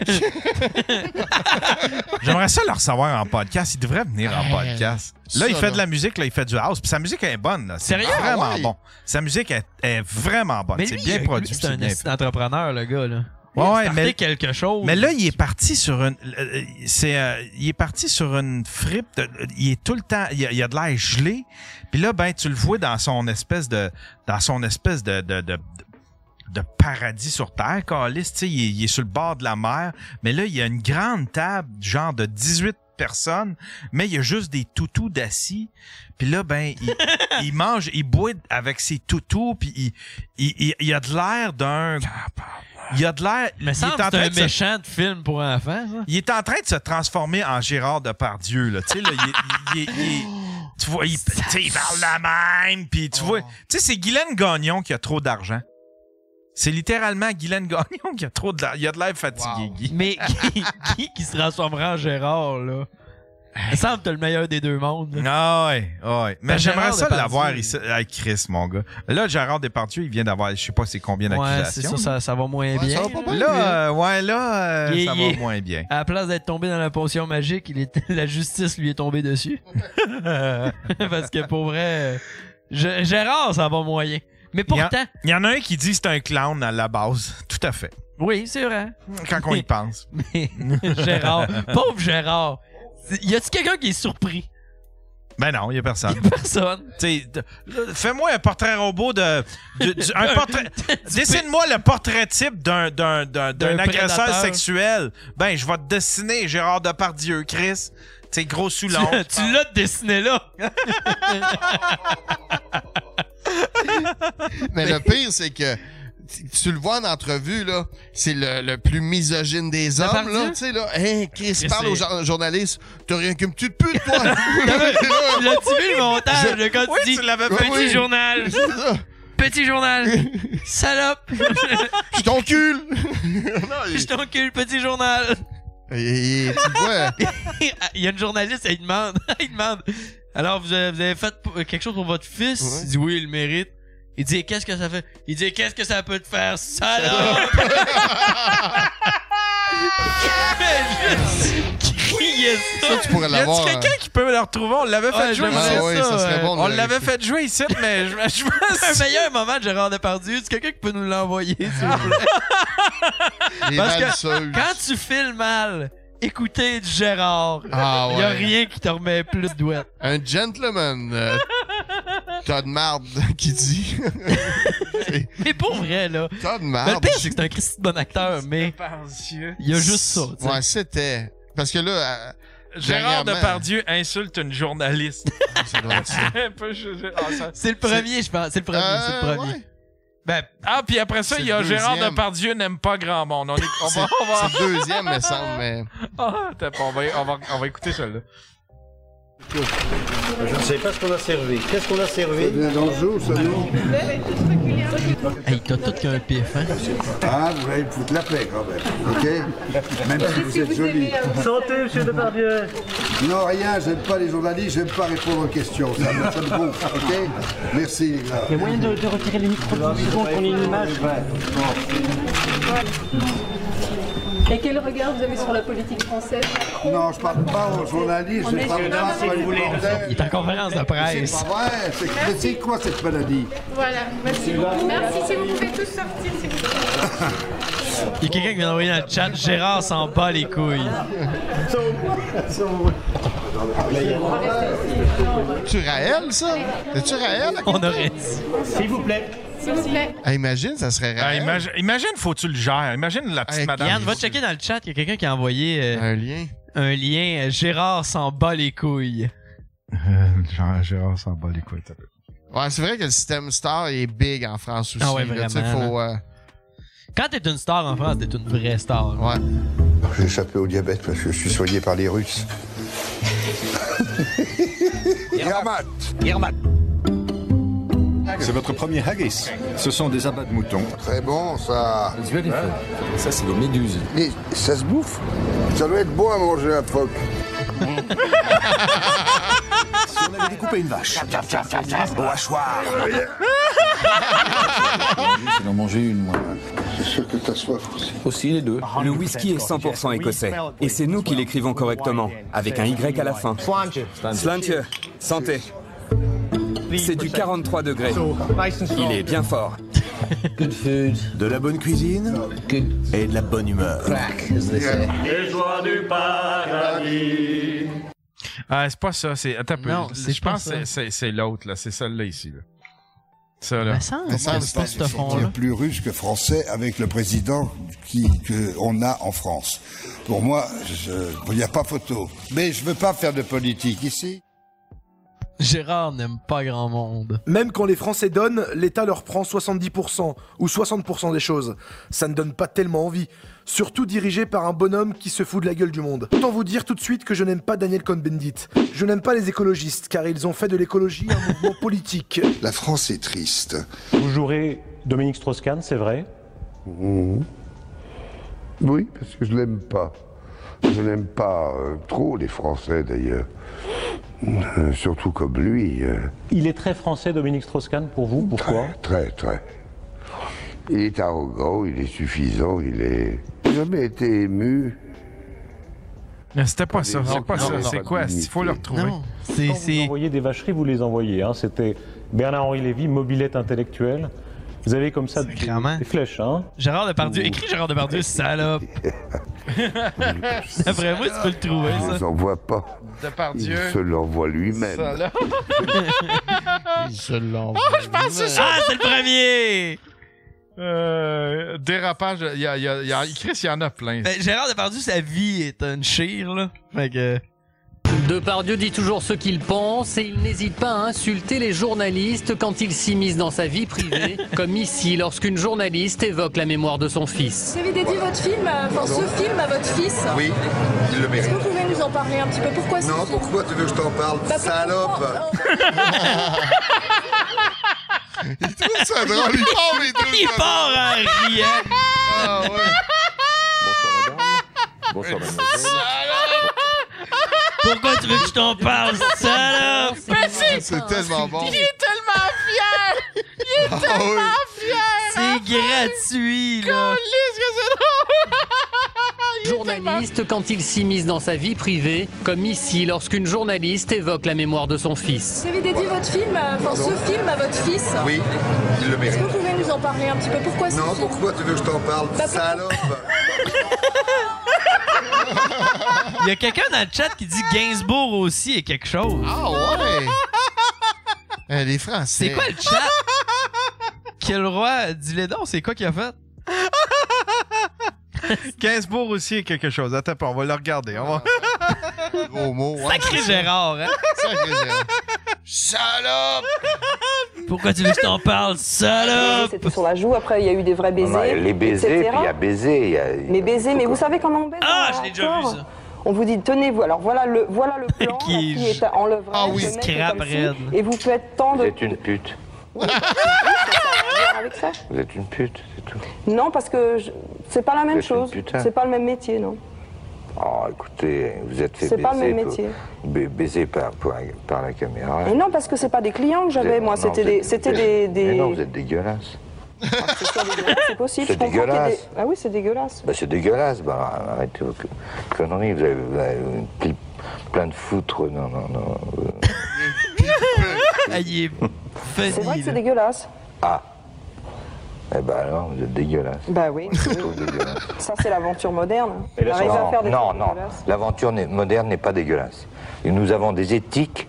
J'aimerais ça le recevoir en podcast. Il devrait venir en
Hey,
podcast. Là,
ça,
il fait
là.
de la musique, là, il fait du house. Puis sa musique elle est bonne. Là. C'est
Sérieux?
Vraiment
Ah ouais?
bon. Sa musique est, est vraiment bonne.
Mais
C'est
lui,
bien
lui,
produit.
C'est un
bien
esti entrepreneur, le gars, là. Il
Ouais,
a
ouais,
starté
mais-
quelque chose.
Mais là, il est parti sur une. euh, C'est, euh, il est parti sur une frippe. de- il est tout le temps. Il a, il a de l'air gelé. Puis là, ben, tu le vois dans son espèce de. Dans son espèce de. de, de- de paradis sur terre, Calis, tu sais, il, est- il est sur le bord de la mer, mais là, il y a une grande table, genre de 18 personnes, mais il y a juste des toutous d'assis, puis là, ben, il, il mange, il boit avec ses toutous, puis il, il, il, il a de l'air d'un... Il a de l'air...
Mais
il
ça,
est en
c'est
train
un
de se
méchant de film pour enfants, ça.
il est en train de se transformer en Gérard Depardieu, là. Tu sais, là, il, est- il est- il est- tu vois, il, tu sais, il parle la même, puis
Oh.
tu vois... Tu sais, c'est Guylaine Gagnon qui a trop d'argent. C'est littéralement Guylaine Gagnon qui a trop de... la- Il a de l'air fatigué, Guy.
Mais qui, qui, qui se transformera en Gérard, là? Il me semble que t'as le meilleur des deux mondes.
Ah ouais, ah ouais. Mais
Ben,
j'aimerais
Gérard
ça
Depardieu.
l'avoir ici. Hey, Chris, mon gars. Là, Gérard Depardieu, il vient d'avoir, je sais pas c'est combien
Ouais,
d'accusations.
c'est ça, ça, ça va moins bien.
Là, euh, ouais, là, euh,
Il est-
ça
il
va
est-
moins bien.
À la place d'être tombé dans la potion magique, il est... la justice lui est tombée dessus. Parce que pour vrai, euh, G- Gérard, ah, ça va moyen. Mais
Il y en-
pourtant,
Il y en a un qui dit que c'est un clown à la base. Tout à fait.
oui, c'est vrai.
Quand on y pense.
Gérard, pauvre Gérard. Y a-tu quelqu'un qui est surpris?
Ben non, il y a personne.
Personne.
T'sais, t- là, Fais-moi un portrait robot de. de- du- un portrait. Dessine-moi le portrait type d'un- d'un d'un- d'un
D'un
agresseur
prédateur.
sexuel. Ben, je vais te dessiner Gérard Depardieu, Chris. T'sais, gros
Tu,
soulon.
tu l'as dessiné là.
Mais le pire, c'est que tu- tu le vois en entrevue, là, c'est le, le plus misogyne des hommes,
Depardieu?
là, tu sais, là. Hein, Chris,
Chris,
parle aux
c'est-
jour- journalistes, t'as rien qu'une petite pute, toi!
L'as-tu vu le montage
Je-
de quand
Oui,
tu dis
tu l'avais
petit
oui.
journal? Petit journal! Salope!
Je t'encule! Non,
Je t'encule, petit journal!
il- il- il- tu le vois,
Il y a une journaliste, elle demande, elle demande Alors, vous avez, vous avez fait pour- quelque chose pour votre fils?
Ouais.
Il dit oui, il le mérite. Il dit Qu'est-ce que ça fait? Il dit Qu'est-ce que ça peut te faire, salope? Mais juste crier ça!
tu pourrais
Y a-tu
l'avoir. hein.
quelqu'un qui peut le retrouver? On l'avait fait
Ouais,
jouer
j'aimerais
ici.
Ah ouais, ça serait bon de
On
le
l'avait
réécouter.
fait jouer ici, mais je, je
Un meilleur moment de Gérard Depardieu, c'est quelqu'un qui peut nous l'envoyer, s'il vous plaît.
Les
Parce
balles
que
seules.
Quand tu files mal, écoutez du Gérard.
Ah
Il y a
ouais.
rien qui te remet plus de douette.
Un gentleman, euh, Todd Marde, qui dit.
Mais pour vrai, là.
Todd
Mais le
Marde.
pire, c'est que c'est un Christy de bon acteur, mais il y a juste ça. tu sais.
Ouais, c'était. Parce que là. euh,
Gérard
dernièrement-
Depardieu insulte une journaliste.
Ça doit être ça.
Un peu, je- ah, ça-
C'est le premier, je pense. C'est le premier, c'est
Euh,
le premier.
ouais.
Ben, ah, puis après ça,
C'est
il y a
le
Gérard
deuxième.
Depardieu n'aime pas grand monde. On, est- on
C'est
va, on va-
c'est le deuxième, me semble, mais.
Ah, attends, on va, on va- on va écouter celle-là.
Je ne sais pas ce qu'on a servi. Qu'est-ce qu'on a servi
Hey, t'as tout qu'un pif, hein?
Ah, vous allez foutre la paix quand même, ok Même si vous hein. êtes joli.
Santé, monsieur Depardieu.
Non, rien, j'aime pas les journalistes, j'aime pas répondre aux questions, ça, me- ça me gonfle, ok Merci les gars.
Il y a moyen de, de retirer le micro pour secondes qu'on ait une image.
Et quel regard vous avez sur la politique française
Non, je parle pas aux journalistes, je parle pas aux reporters.
Il est en conférence de presse.
C'est pas vrai, c'est- mais c'est quoi cette maladie
Voilà, merci beaucoup. Merci si vous pouvez tous sortir, s'il vous plaît.
Il y a quelqu'un qui vient d'envoyer dans le chat Gérard s'en bat les couilles.
Tu Raël, ça? C'est-tu Raël? à côté?
On aurait dit.
S'il vous plaît.
S'il vous plaît.
Ah, imagine, ça serait
Ah,
Raël.
imagine, imagine, faut-tu le gères? Imagine la petite
Hey,
madame.
Yann, va checker dans le chat. Il y a quelqu'un qui a envoyé euh,
Un lien.
un lien. euh, Gérard s'en bat les couilles.
Jean- Gérard s'en bat les couilles. t'as vu.
Ouais, c'est vrai que le système star est big en France aussi.
Ah ouais,
là, tu sais,
vraiment,
faut, euh,
Quand t'es une star en France, t'es une vraie star.
Ouais.
J'ai échappé au diabète parce que je suis soigné par les Russes. Yermat
C'est votre premier haggis. Ce sont des abats de moutons.
Très bon, ça.
Ça, c'est des méduses.
Mais ça se bouffe Ça doit être bon à manger un phoque.
Si on avait découpé une vache. Au hachoir.
manger une, moi.
C'est sûr que t'as soif aussi.
Aussi les deux.
Le whisky est 100% écossais. Et c'est nous qui l'écrivons correctement, avec un Y à la fin. Slantie. Santé. C'est du 43 degrés. Il est bien fort.
Good food. De la bonne cuisine. Et de la bonne humeur.
Les joies du paradis.
Ah, c'est pas ça. C'est... Attends, un peu.
Non, c'est
je
pas
pense
ça.
que c'est, c'est, c'est l'autre, là. C'est celle-là ici. Là. Ça, là.
Bah,
Mais ça,
Mais ça,
c'est plus russe que français avec le président qui qu'on a en France. Pour moi, je- il n'y a pas photo. Mais je veux pas faire de politique ici.
Gérard n'aime pas grand monde.
Même quand les Français donnent, l'État leur prend 70% ou 60% des choses. Ça ne donne pas tellement envie. Surtout dirigé par un bonhomme qui se fout de la gueule du monde. Autant vous dire tout de suite que je n'aime pas Daniel Cohn-Bendit. Je n'aime pas les écologistes, car ils ont fait de l'écologie un mouvement politique.
La France est triste.
Vous jouerez Dominique Strauss-Kahn, c'est vrai
Mhm. Oui, parce que je l'aime pas. Je n'aime pas euh, trop les Français d'ailleurs. Euh, surtout comme lui. euh,
Il est très français, Dominique Strauss-Kahn, pour vous Pourquoi
très, très. Il est arrogant, il est suffisant, il est. J'ai jamais été ému.
Mais c'était pas ça.
Non,
C'est pas
non,
ça.
non,
c'est
pas
quoi?
de
Il faut le retrouver.
Quand vous envoyez des vacheries, vous les envoyez. hein. C'était Bernard-Henri Lévy, mobilette intellectuelle. Vous avez comme ça des, des flèches. Hein.
Gérard Depardieu. Écris Gérard Depardieu, salope. D'après moi, tu peux le trouver,
Il ne
ça.
s'envoie pas.
Depardieu.
Il se l'envoie lui-même.
Il se l'envoie.
Oh,
Ah, je pense que c'est ça. Ah, c'est le
premier! Euh, dérapage, il y a, il y a, il y a- Chris, il y en a plein.
Ben, Gérard Depardieu, sa vie est une chire, là. Fait que...
Depardieu dit toujours ce qu'il pense et il n'hésite pas à insulter les journalistes quand ils s'immiscent dans sa vie privée, comme ici lorsqu'une journaliste évoque la mémoire de son fils.
Vous avez dédié votre film, euh, enfin, ce film à votre fils.
Oui, il le
Est-ce
mérite.
que vous pouvez nous en parler un petit peu Pourquoi ce
Non,
film
pourquoi tu veux que je t'en parle,
Bah,
salope
oh.
Il trouve ça drôle. Il part, les deux.
Il part
à
en riant.
Ah ouais.
Bonsoir, madame.
Pourquoi tu veux que je t'en parle, salope?
C'est tellement bon. Il est tellement fier. Il est
Ah
tellement
oui.
fier. Ah,
C'est gratuit, là.
Journaliste quand il s'immisce dans sa vie privée, comme ici lorsqu'une journaliste évoque la mémoire de son fils.
Vous avez dédié votre film, euh, enfin, ce film à votre fils.
Oui, il le
Est-ce
mérite.
que vous pouvez nous en parler un petit peu Pourquoi ce
Non,
film
pourquoi tu veux que je t'en parle,
Bah,
salope
Il y a quelqu'un dans le chat qui dit Gainsbourg aussi et quelque chose.
Ah ouais. Eh, les Français.
C'est quoi le chat? Quel roi? Dis-les donc, c'est quoi qu'il a fait?
15 bourgs aussi et quelque chose. Attends, pas, on va le regarder.
Ah.
On va...
Oh,
Sacré Gérard, hein?
Salope!
Pourquoi tu veux que je t'en parle, salope?
C'était sur la joue, après il y a eu des vrais baisers. etc.
baiser.
Mais baiser, mais vous savez comment on baise Ah, je l'ai
déjà vu, ça.
On vous dit, tenez-vous, alors voilà le, voilà le plan,
Qui
la
est
fille est en levrage,
Ah oui,
le mec est
scrap
comme ci,
raide.
et vous faites tant de...
une pute.
avec ça
Vous êtes une pute, c'est tout.
Non, parce que je- c'est pas la même
Vous êtes une
chose,
putain.
c'est pas le même métier, non.
Oh, écoutez, vous êtes fait
C'est
baiser.
pas le même
pour-
métier.
ba- baiser par, par, par la caméra.
Et non, parce que c'est pas des clients que
Vous
j'avais,
êtes-
moi,
non,
c'était
vous êtes-
des... C'était
vous
des,
êtes- Mais
des...
non, vous êtes dégueulasse.
C'est possible, je comprends qu'il y
C'est
a des-
dégueulasse.
Ah oui, c'est dégueulasse.
Bah, c'est dégueulasse, bah, arrêtez vos conneries, vous avez, vous avez une pile- plein de foutre, non, non, non.
Aïe,
C'est vrai que c'est dégueulasse.
Ah Eh ben alors, vous êtes dégueulasse.
Bah oui,
Je vous trouve dégueulasse.
ça c'est l'aventure moderne.
Et
On
la-
arrive à faire des
non,
choses
non,
dégueulasses.
l'aventure n'est- moderne n'est pas dégueulasse. Et nous avons des éthiques.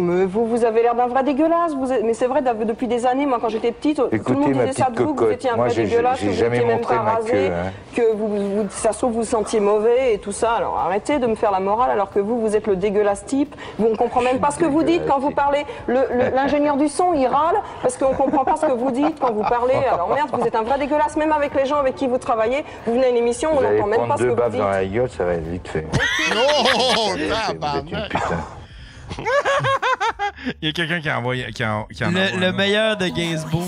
Mais vous, vous avez l'air d'un vrai dégueulasse. Vous êtes- Mais c'est vrai, d'av- depuis des années, moi, quand j'étais petite, tout le
Écoutez,
monde
ma
disait ça
petite
de vous, que vous
cocotte,
étiez un
moi,
vrai
j'ai-
dégueulasse,
j'ai
que vous
jamais
n'étiez même
montré
pas
ma
rasé,
queue, hein.
que vous, vous- ça se trouve, vous vous sentiez mauvais et tout ça. Alors arrêtez de me faire la morale alors que vous, vous êtes le dégueulasse type. Vous, on comprend même pas ce que vous dites quand vous parlez. Le- le- L'ingénieur du son, il râle parce qu'on comprend pas ce que vous dites quand vous parlez. Alors merde, vous êtes un vrai dégueulasse, même avec les gens avec qui vous travaillez. Vous venez à une émission, on
vous allez
n'entend même
prendre
pas ce que
deux
vous
baffes
dites.
dans la gueule, ça va être vite fait.
Oh, Non,
Vous êtes- vous êtes une
tabarnak.
putain.
Il y a quelqu'un qui a envoyé. Qui en- qui en envoie
Le, le
un autre.
meilleur de Gainsbourg.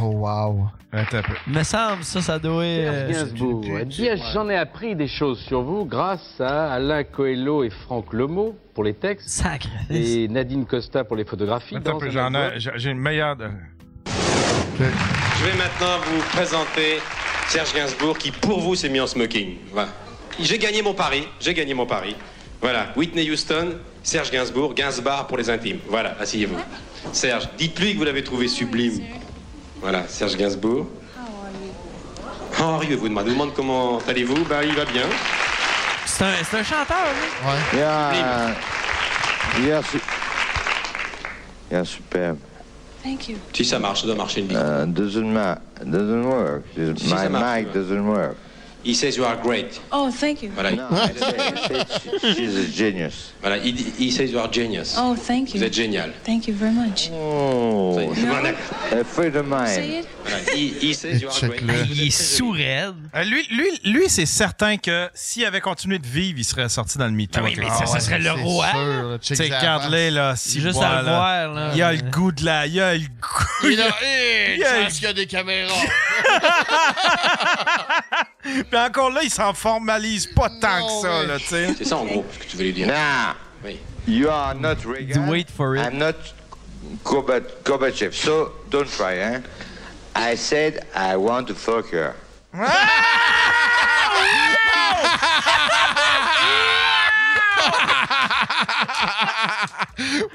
Oh, wow.
Attends un peu.
Me semble, ça, ça doit. euh,
Gainsbourg. Eh bien, j'en ai appris des choses sur vous grâce à Alain Coelho et Franck Lemo pour les textes. Et Nadine Costa pour les photographies.
Attends un
Dans
peu,
un
j'en ai.
album.
J'ai j'ai une meilleure. de-
vais maintenant vous présenter Serge Gainsbourg qui, pour vous, s'est mis en smoking. Voilà. J'ai gagné mon pari. J'ai gagné mon pari. Voilà. Whitney Houston, Serge Gainsbourg, Gainsbar pour les intimes. Voilà. Asseyez-vous. Serge, dites-lui que vous l'avez trouvé sublime. Voilà. Serge Gainsbourg. Henri vous demande, demande comment allez-vous. Ben, il va bien.
C'est un, c'est un chanteur, lui.
Ouais.
Il y a su- il y a superbe.
Thank you.
Si ça marche, ça doit marcher une bite.
Uh, doesn't ma- doesn't work.
Si,
My
ça marche,
mic
ouais.
doesn't work.
He says you are great.
Oh, thank you.
Voilà.
Ah.
She's a genius.
Voilà. He, he says you are genius.
Oh, thank you.
Vous êtes génial.
Thank you very much.
Oh, a friend of
Say
mine.
it.
Voilà. He, he says you are great.
Il est
Euh,
sourd. Euh, Lui, lui, lui c'est certain que s'il avait continué de vivre, il serait sorti dans le mytho.
Ah oui, mais ça, ça serait le roi. hein.
Tu sais, regarde-les, là. Si
Juste à le voir, là.
Il a le goût de la. Il a le goût.
Il a,
il a-
qu'il y a des caméras.
Puis encore là, il s'en formalise pas tant
Non,
que ça,
mais-
là, tu sais.
C'est ça, en gros, ce que tu veux lui dire.
Nah,
Oui.
you are not Reagan. Wait for it. I'm not Gorbat- Gorbachev. So don't try, eh? I said I want to fuck her.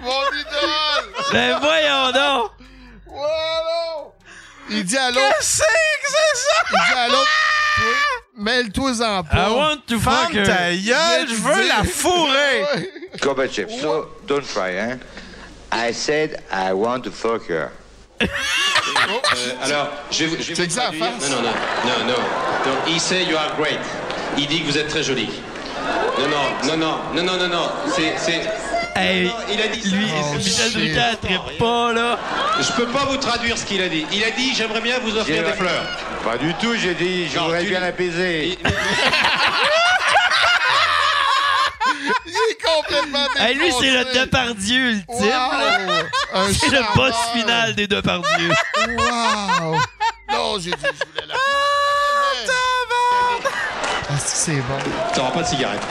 Mon idole!
Ben voyons donc!
Voilà! Il dit à l'autre.
Qu'est-ce que Ah! c'est
ça? Il dit à l'autre. toi, Mêle-toi-en pas.
I want to
Ferme
fuck her.
ta gueule,
Je veux la fourrer.
Ouais.
Gorbachev. So don't try, eh? I said I want to fuck her.
Euh, alors, je vais vous.
C'est
je vais vous
que ça,
traduire.
face.
Non, non, non, non, non. Donc, he say you are great. Il dit que vous êtes très joli. Non, non, non, non, non, non, non, non. C'est, c'est. Non, non, il a dit lui,
Oh,
Michel Drucker trippe pas, là.
Je peux pas vous traduire ce qu'il a dit. Il a dit j'aimerais bien vous offrir des fleurs.
Pas du tout, j'ai dit, je voudrais bien la baiser.
Il est complètement
Eh,
Hey, lui, c'est le
défoncé.
Depardieu ultime.
Wow!
là.
Un
C'est le boss
charmeur.
final des Depardieu.
Wow! Non, j'ai dit, je voulais la. Ah, c'est bon.
T'auras pas de cigarette.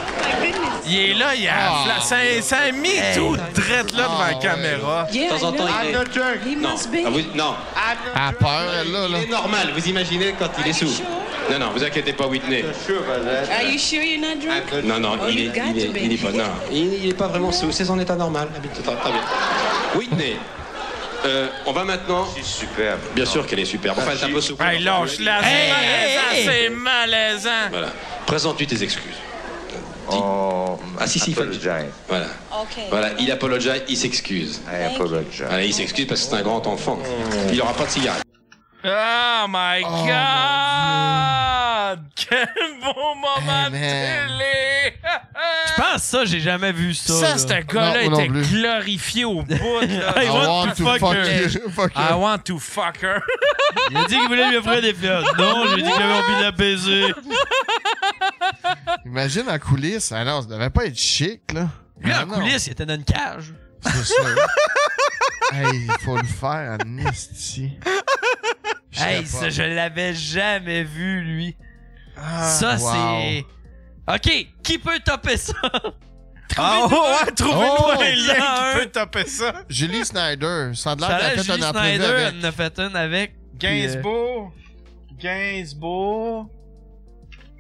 Il est là, il a
Ah.
un fla- C'est un- c'est
Eh,
un mytho
Eh.
drette là
Ah,
devant la caméra.
De temps en temps, il est. Non, Ah, vous- non.
Ah, peur, elle, là, là.
Il est normal, vous imaginez quand il est sous. Non, non, vous inquiétez pas, Whitney. Ah,
Are you sure you're not drunk?
Non, non,
Oh,
il
you
est,
got
il
to
est,
be.
il est pas, non, il, il est pas vraiment sous, c'est son état normal. Habitude, Très très bien. Whitney, euh, on va maintenant. C'est
superbe.
Bien sûr qu'elle est superbe. Enfin, elle est un peu sous.
Hey, lâche-la, c'est malaisant, c'est malaisant.
Voilà. Présente-lui tes excuses.
Oh,
Ah, si, si, il faut- Voilà. Voilà, il apologise, il s'excuse.
I apologize.
Voilà, il s'excuse parce que c'est un grand enfant. Il aura pas de cigarette.
Oh my god! Quel bon moment de télé!
Je pense que ça, j'ai jamais vu ça.
Ça,
là.
ce gars-là était glorifié au bout. là.
I want to fuck her.
I want to fuck her.
Il a dit qu'il voulait lui offrir des fleurs. Non, j'ai dit qu'il avait envie de la baiser.
Imagine en coulisses. Ah non, ça devait pas être chic, là.
Lui,
Ah
en
non,
coulisses, il était dans une cage.
c'est ça. hey, il faut le faire en ici.
Hey, ça, je l'avais jamais vu, lui. ça,
Ah, wow.
c'est. Ok, qui peut topper ça?
Ah,
Trouvez-nous
ouais,
un.
trouvez-nous
Oh,
un
il y en a
lien
un.
qui peut taper ça.
Julie Snyder. Ça a l'air
Ça a
qu'elle a
l'air
fait
Julie
un entrevue
Snyder
avec.
elle en a fait une avec. puis, euh,
Gainsbourg. euh, Gainsbourg.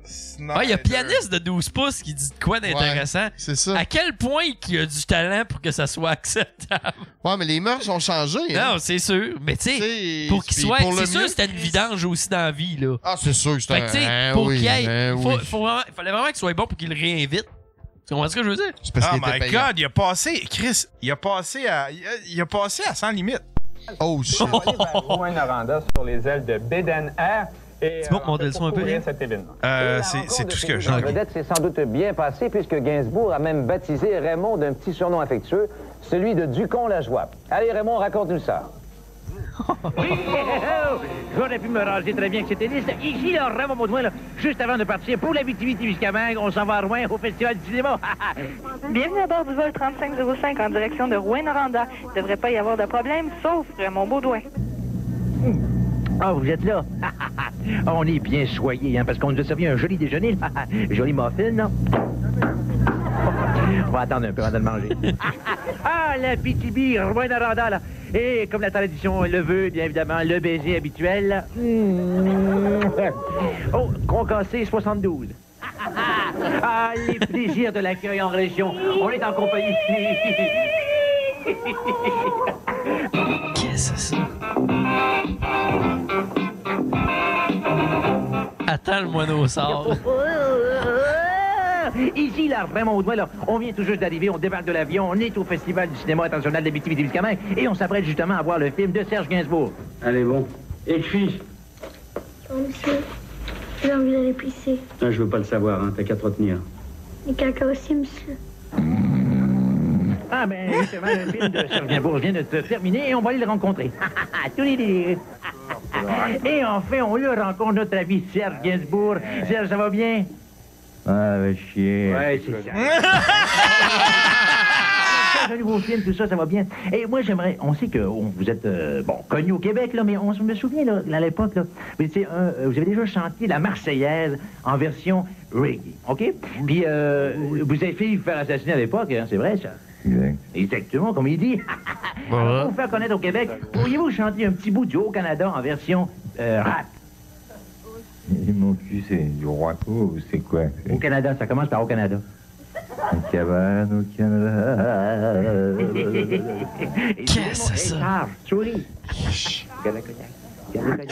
Snyder.
Ah, il y a pianiste de 12 pouces qui dit de quoi d'intéressant.
c'est ça.
À quel point il a du talent pour que ça soit acceptable?
Ouais, mais les mœurs ont changé. hein.
Non, c'est sûr. Mais tu sais,
C'est-
pour qu'il
puis
soit.
pour le
C'est sûr,
mieux,
c'était une vidange aussi dans la vie, là.
Ah, c'est sûr que c'est
Fait que tu sais,
un. Eh
pour
oui,
qu'il aille.
eh
faut-
oui.
faut vraiment- fallait vraiment qu'il soit bon pour qu'il le réinvite. Tu comprends ce que je veux dire?
parce
oh
qu'il était
my
payant.
god, il a passé. Chris, il a passé à. Il a, il a passé à 100 limites.
Oh shit.
Juan Aranda sur les ailes de Beden Air. Et, euh,
Simon, montre le son un peu.
cet événement.
Euh, c'est c'est tout ce que j'ai.
vedette s'est sans doute bien passé puisque Gainsbourg a même baptisé Raymond d'un petit surnom affectueux, celui de Ducon la joie. Allez Raymond, raconte-nous ça.
oh, J'aurais pu me raser très bien que c'était liste. Ici, là, Raymond Baudouin, là, juste avant de partir pour la Victimie-Témiscamingue, on s'en va à Rouen au Festival du cinéma.
Bienvenue à bord du vol 3505 en direction de Rouen-Noranda. Il devrait pas y avoir de problème, sauf euh, mon Baudouin.
Ah, vous êtes là? on est bien soignés, hein, parce qu'on nous a servi un joli déjeuner. là. joli muffin, non? ah, On va attendre un peu avant de le manger. ah, la BTB, Rouen-Noranda, là. Et comme la tradition le veut, bien évidemment, le baiser habituel.
Hmm.
Mmh. Oh, concassé 72. Ah, les plaisirs de l'accueil en région. On est en compagnie.
Qu'est-ce que c'est ça? Attends le moineau sort.
Oh. Ici, là, vraiment au doigt, là. On vient tout juste d'arriver, on débarque de l'avion, on est au Festival du cinéma international des et médicaments et on s'apprête justement à voir le film de Serge Gainsbourg.
Allez, bon. Écris.
Oh, monsieur, j'ai envie d'aller pisser.
Ah, je veux pas le savoir, hein. t'as qu'à te retenir.
Et caca aussi, monsieur.
Ah, ben, justement, le film de Serge Gainsbourg vient de se terminer et on va aller le rencontrer. Ah, Tous les délires. Et enfin, on le rencontre, notre ami Serge Gainsbourg. Serge, ça va bien?
Ah, va chier.
Ouais, c'est ça. Un nouveau film, tout ça, ça va bien. Et moi, j'aimerais. On sait que on- vous êtes, euh, bon, connu au Québec, là, mais on se- me souvient, là, à l'époque, là, vous, étiez un- euh, vous avez déjà chanté la Marseillaise en version reggae, OK? Puis, euh, vous avez fait vous faire assassiner à l'époque, hein, c'est vrai, ça?
Exact.
Exactement, comme il dit. Alors, Pour vous faire connaître au Québec, pourriez-vous chanter un petit bout du Haut-Canada en version euh, rap?
Et mon cul, c'est du roi ou c'est quoi
Au Canada, ça commence par Haut-Canada.
Une cabane au Canada.
Qu'est-ce que c'est ça? Souris.
c'est mauvais,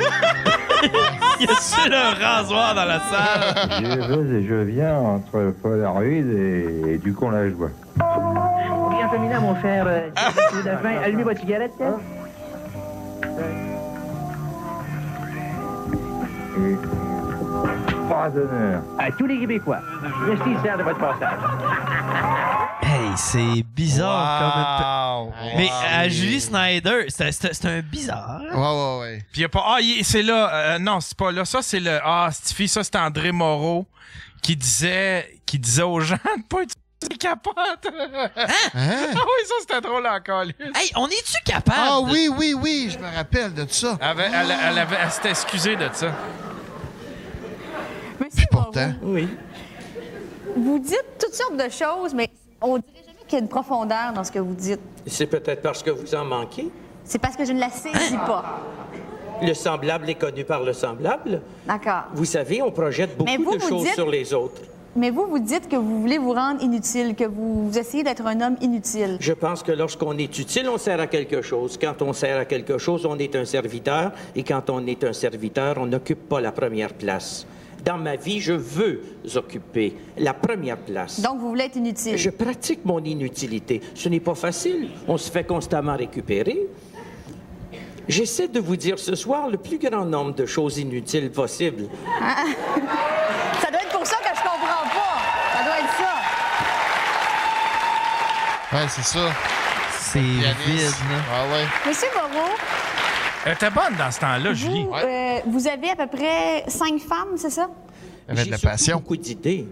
Il y a sur le rasoir dans la salle.
je vais et je viens entre Polaroid et, et du con la joie.
Bien terminé, mon cher. euh, monsieur Dauphin. allumez votre cigarette, tiens.
Et pas d'honneur.
À tous les Québécois. Merci, Serge, de votre passage.
Hey, c'est bizarre
Wow.
comme une pe- Mais
Wow.
à Julie
Euh,
Snyder, c'est- c'est c'est un bizarre.
Ouais, ouais, ouais. Puis y a pas. Ah, il- c'est là. euh, non, c'est pas là. Ça, c'est le. Ah, cette fille, ça, c'est André Moreau qui disait, qui disait aux gens de pas être des capotes.
Hein?
Ah oui, ça, c'était drôle encore.
Hey, on est-tu capable?
Ah oui, oui, oui, je me rappelle de ça.
Elle, elle, elle avait- elle s'était excusée de ça.
Puis pourtant.
Oui.
Vous dites toutes sortes de choses, mais on dirait jamais qu'il y a une profondeur dans ce que vous dites.
C'est peut-être parce que vous en manquez.
C'est parce que je ne la saisis pas.
Le semblable est connu par le semblable.
D'accord.
Vous savez, on projette beaucoup
Mais vous,
de
vous
choses
dites-
sur les autres.
Mais vous, vous dites que vous voulez vous rendre inutile, que vous, vous essayez d'être un homme inutile.
Je pense que lorsqu'on est utile, on sert à quelque chose. Quand on sert à quelque chose, on est un serviteur. Et quand on est un serviteur, on n'occupe pas la première place. Dans ma vie, je veux occuper la première place.
Donc, vous voulez être inutile.
Je pratique mon inutilité. Ce n'est pas facile. On se fait constamment récupérer. J'essaie de vous dire ce soir le plus grand nombre de choses inutiles possibles.
Hein? ça doit être pour ça que je comprends pas. Ça doit être ça.
Ouais, c'est ça.
C'est
vide,
Ah ouais.
Monsieur Moreau,
Elle était bonne dans ce temps-là, Julie.
vous, euh, vous avez à peu près cinq femmes, c'est ça?
Elle avait de la
surtout
passion.
beaucoup d'idées.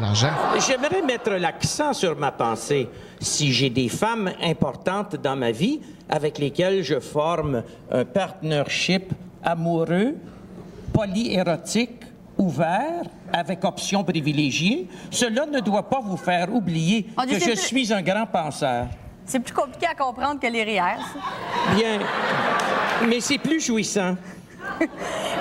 L'argent.
J'aimerais mettre l'accent sur ma pensée. Si j'ai des femmes importantes dans ma vie avec lesquelles je forme un partnership amoureux, polyérotique, ouvert, avec option privilégiée, cela ne doit pas vous faire oublier
On dit
que
c'est
je
plus-
suis un grand penseur.
C'est plus compliqué à comprendre que les RIER. ça.
Bien, mais c'est plus jouissant.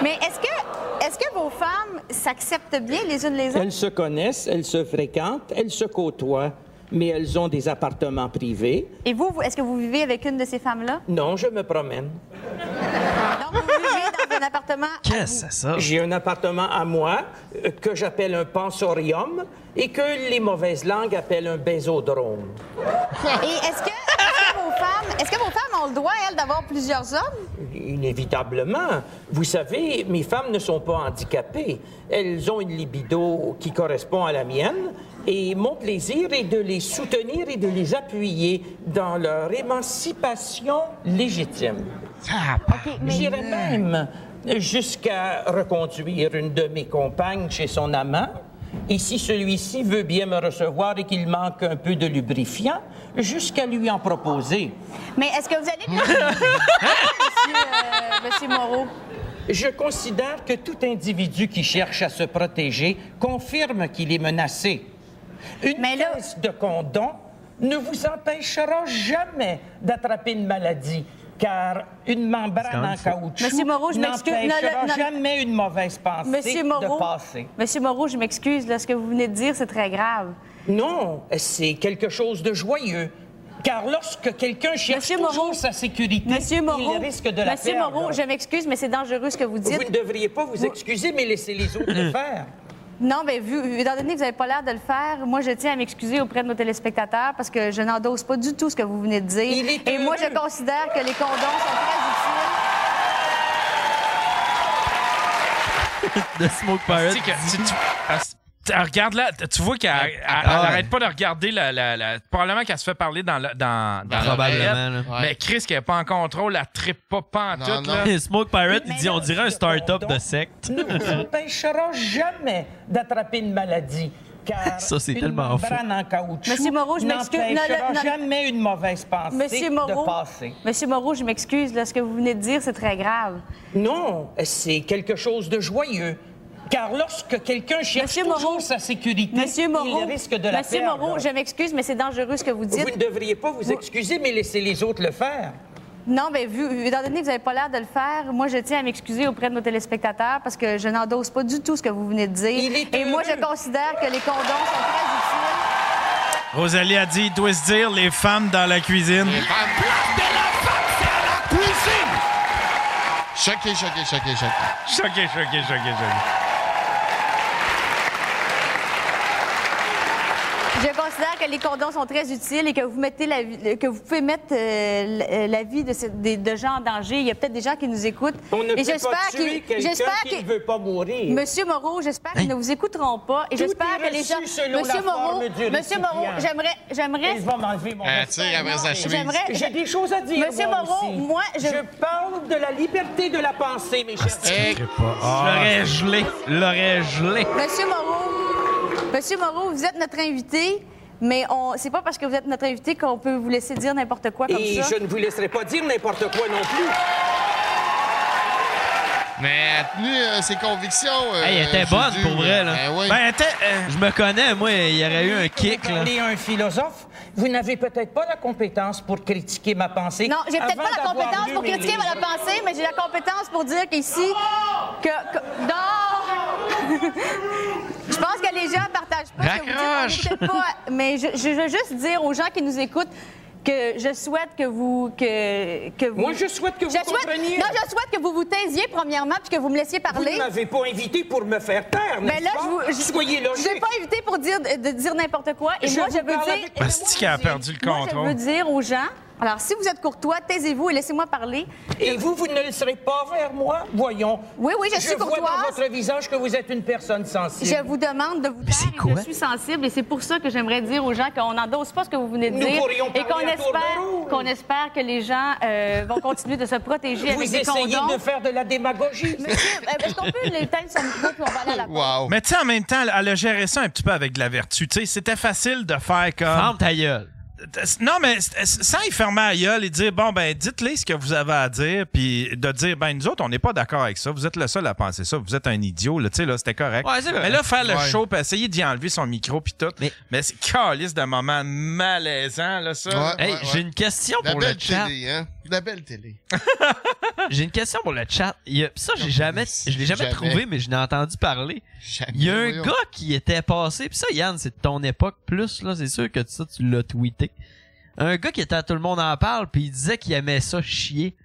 Mais est-ce que, est-ce que vos femmes s'acceptent bien les unes les autres?
Elles se connaissent, elles se fréquentent, elles se côtoient, mais elles ont des appartements privés.
Et vous, vous- est-ce que vous vivez avec une de ces femmes-là?
Non, je me promène.
Donc, vous vivez dans un appartement.
Qu'est-ce que ça? J'ai un appartement à moi euh, que j'appelle un pensorium et que les mauvaises langues appellent un bésodrome.
Et est-ce que, est-ce que vos femmes, est-ce que vos femmes ont le droit, elles, d'avoir plusieurs hommes?
Inévitablement, vous savez, mes femmes ne sont pas handicapées. Elles ont une libido qui correspond à la mienne et mon plaisir est de les soutenir et de les appuyer dans leur émancipation légitime. J'irais même jusqu'à reconduire une de mes compagnes chez son amant. Et si celui-ci veut bien me recevoir et qu'il manque un peu de lubrifiant, jusqu'à lui en proposer.
Mais est-ce que vous allez monsieur, euh, monsieur Moreau?
Je considère que tout individu qui cherche à se protéger confirme qu'il est menacé. Une caisse de condom ne vous empêchera jamais d'attraper une maladie, car une membrane en
C'est quand même fou.
caoutchouc
Monsieur Moreau, je m'excuse. Non, le-
n'empêchera
non, le-
jamais une mauvaise pensée
Monsieur Moreau,
de passer.
Monsieur Moreau, je m'excuse. là, Ce que vous venez de dire, c'est très grave.
Non, c'est quelque chose de joyeux. Car lorsque quelqu'un cherche toujours sa sécurité,
Moreau,
il risque de la
Monsieur
perdre.
Moreau, je m'excuse, mais c'est dangereux ce que vous dites.
Vous ne devriez pas vous excuser, mais laissez les autres le faire.
Non, mais vu, vu- étant donné que vous n'avez pas l'air de le faire, moi, je tiens à m'excuser auprès de nos téléspectateurs parce que je n'endosse pas du tout ce que vous venez de dire. Et moi, je considère que les condoms sont
de Smoke Pirate.
regarde là, tu vois qu'elle
Ah,
elle- elle
ouais.
arrête pas de regarder la, la- la- Probablement qu'elle se fait parler dans la- dans, dans
Probablement,
l'oreillette,
là.
Mais Chris, qui est pas en contrôle, elle trippe pas pantoute.
Non,
là.
non. Smoke Pirate, il dit on dirait un start-up de secte.
ne vous empêchera jamais d'attraper une maladie. Car
Ça, c'est
une
tellement
membrane
fou.
en caoutchouc
Monsieur Moreau, je m'excuse. Non,
n'empêchera
le- non.
jamais une mauvaise pensée
très difficiles. Monsieur Moreau,
de passer.
Monsieur Moreau, je m'excuse, là, ce que vous venez de dire, c'est très grave.
Non, c'est quelque chose de joyeux. Car lorsque quelqu'un cherche toujours sa sécurité, il risque de la
Monsieur
perdre.
Moreau, je m'excuse, mais c'est dangereux ce que vous dites.
vous ne devriez pas vous excuser, mais laissez les autres le faire.
Non, mais vu, vu- étant donné que vous n'avez pas l'air de le faire, moi, je tiens à m'excuser auprès de nos téléspectateurs parce que je n'endosse pas du tout ce que vous venez de dire. Et moi, je considère que les condoms sont très
Rosalie a dit, il doit se dire, les femmes dans la cuisine.
Choqué, choqué, choqué, choqué.
Choqué, choqué, choqué, choqué.
Je considère que les condoms sont très utiles et que vous mettez la vie- que vous pouvez mettre euh, la- euh, la vie de, ce- des- de gens en danger. Il y a peut-être des gens qui nous écoutent.
On ne
et
peut pas
j'espère
tuer
qu'ils-
quelqu'un
j'espère
qui ne
que-
veut pas mourir.
Monsieur Moreau, j'espère qu'ils ne vous écouteront pas et
Tout
j'espère
est
que les gens.
reçu selon
Monsieur
la
Moreau,
forme du
Monsieur Moreau,
récipient.
j'aimerais, j'aimerais.
Il va m'enlever mon
Euh,
veston.
tire après sa chemise.
J'aimerais-
J'ai des choses à dire.
Monsieur
moi
Moreau,
aussi.
moi, je-
parle de la liberté de la pensée, mes
Ah,
chers. amis.
L'aurais gelé. L'aurais gelé.
Monsieur Moreau, Monsieur Moreau, vous êtes notre invité, mais on, c'est pas parce que vous êtes notre invité qu'on peut vous laisser dire n'importe quoi comme
Et
ça.
je ne vous laisserai pas dire n'importe quoi non plus.
Mais elle a tenu euh, ses convictions. euh,
Hey, elle était
j'ai
bonne
dû-
pour vrai, là. euh,
Ben oui.
Je me connais, moi, il y aurait eu un kick,
Vous
là.
parlez à un philosophe, vous n'avez peut-être pas la compétence pour critiquer ma pensée.
Non, j'ai peut-être
avant
pas la
d'avoir
compétence
lu
pour
mes
critiquer
livres.
ma pensée, mais j'ai la compétence pour dire qu'ici, que, que- Non! je pense que les gens partagent pas ce que vous dites. On est peut-être pas- Mais je, je veux juste dire aux gens qui nous écoutent que je souhaite que vous... Que, que vous...
Moi, je souhaite que vous
souhaite-
compreniez.
Non, je souhaite que vous vous taisiez, premièrement, puis que vous me laissiez
Vous
parler.
ne m'avez pas invité pour me faire taire,
Mais
n'est-ce
là,
pas?
je vous... je-
Soyez
je vous ai
logique.
pas invité pour dire, de dire n'importe quoi. Et
Je
moi,
vous
je veux
parle
dire...
avec-
Basti qui a perdu le
Moi, je veux
contrôle.
dire aux gens... Alors, si vous êtes courtois, taisez-vous et laissez-moi parler.
Et vous, vous ne le serez pas vers moi, voyons.
Oui, oui, je suis
vois dans
courtoise.
votre visage que vous êtes une personne sensible.
Je vous demande de vous taire. et Je suis sensible et c'est pour ça que j'aimerais dire aux gens qu'on n'endosse pas ce que vous venez de
Nous
dire
pourrions
et qu'on
parler à tour de
espère,
rôle.
qu'on espère que les gens euh, vont continuer de se protéger avec
Vous
des
essayez
condoms.
de faire de la démagogie.
Euh, Est-ce qu'on peut les teindre sur micro puis on va aller à la
Wow.
Mais tu sais, en même temps, elle a géré ça un petit peu avec de la vertu. Tu sais, c'était facile de faire comme.
Ferme ta gueule.
Non, mais c- c- sans y fermer la gueule et dire, bon, ben, dites-les ce que vous avez à dire, puis de dire, ben, nous autres, on n'est pas d'accord avec ça. Vous êtes le seul à penser ça. Vous êtes un idiot, là. Tu sais, là, c'était correct.
Ouais, c'est vrai.
Mais là, faire le
Ouais.
show, puis essayer d'y enlever son micro, puis tout. Mais, c'est calice d'un moment malaisant, là, ça.
Hey, j'ai une question
La
pour le
belle
chat.
télé, hein? La belle télé.
J'ai une question pour le chat. Il y a- ça, j'ai jamais, je l'ai jamais,
Jamais.
trouvé, mais je l'ai entendu parler. Il y a un
voyons.
gars qui était passé, puis ça, Yann, c'est de ton époque plus, là, c'est sûr que ça, tu l'as tweeté. Un gars qui était à Tout le monde en parle, puis il disait qu'il aimait ça chier.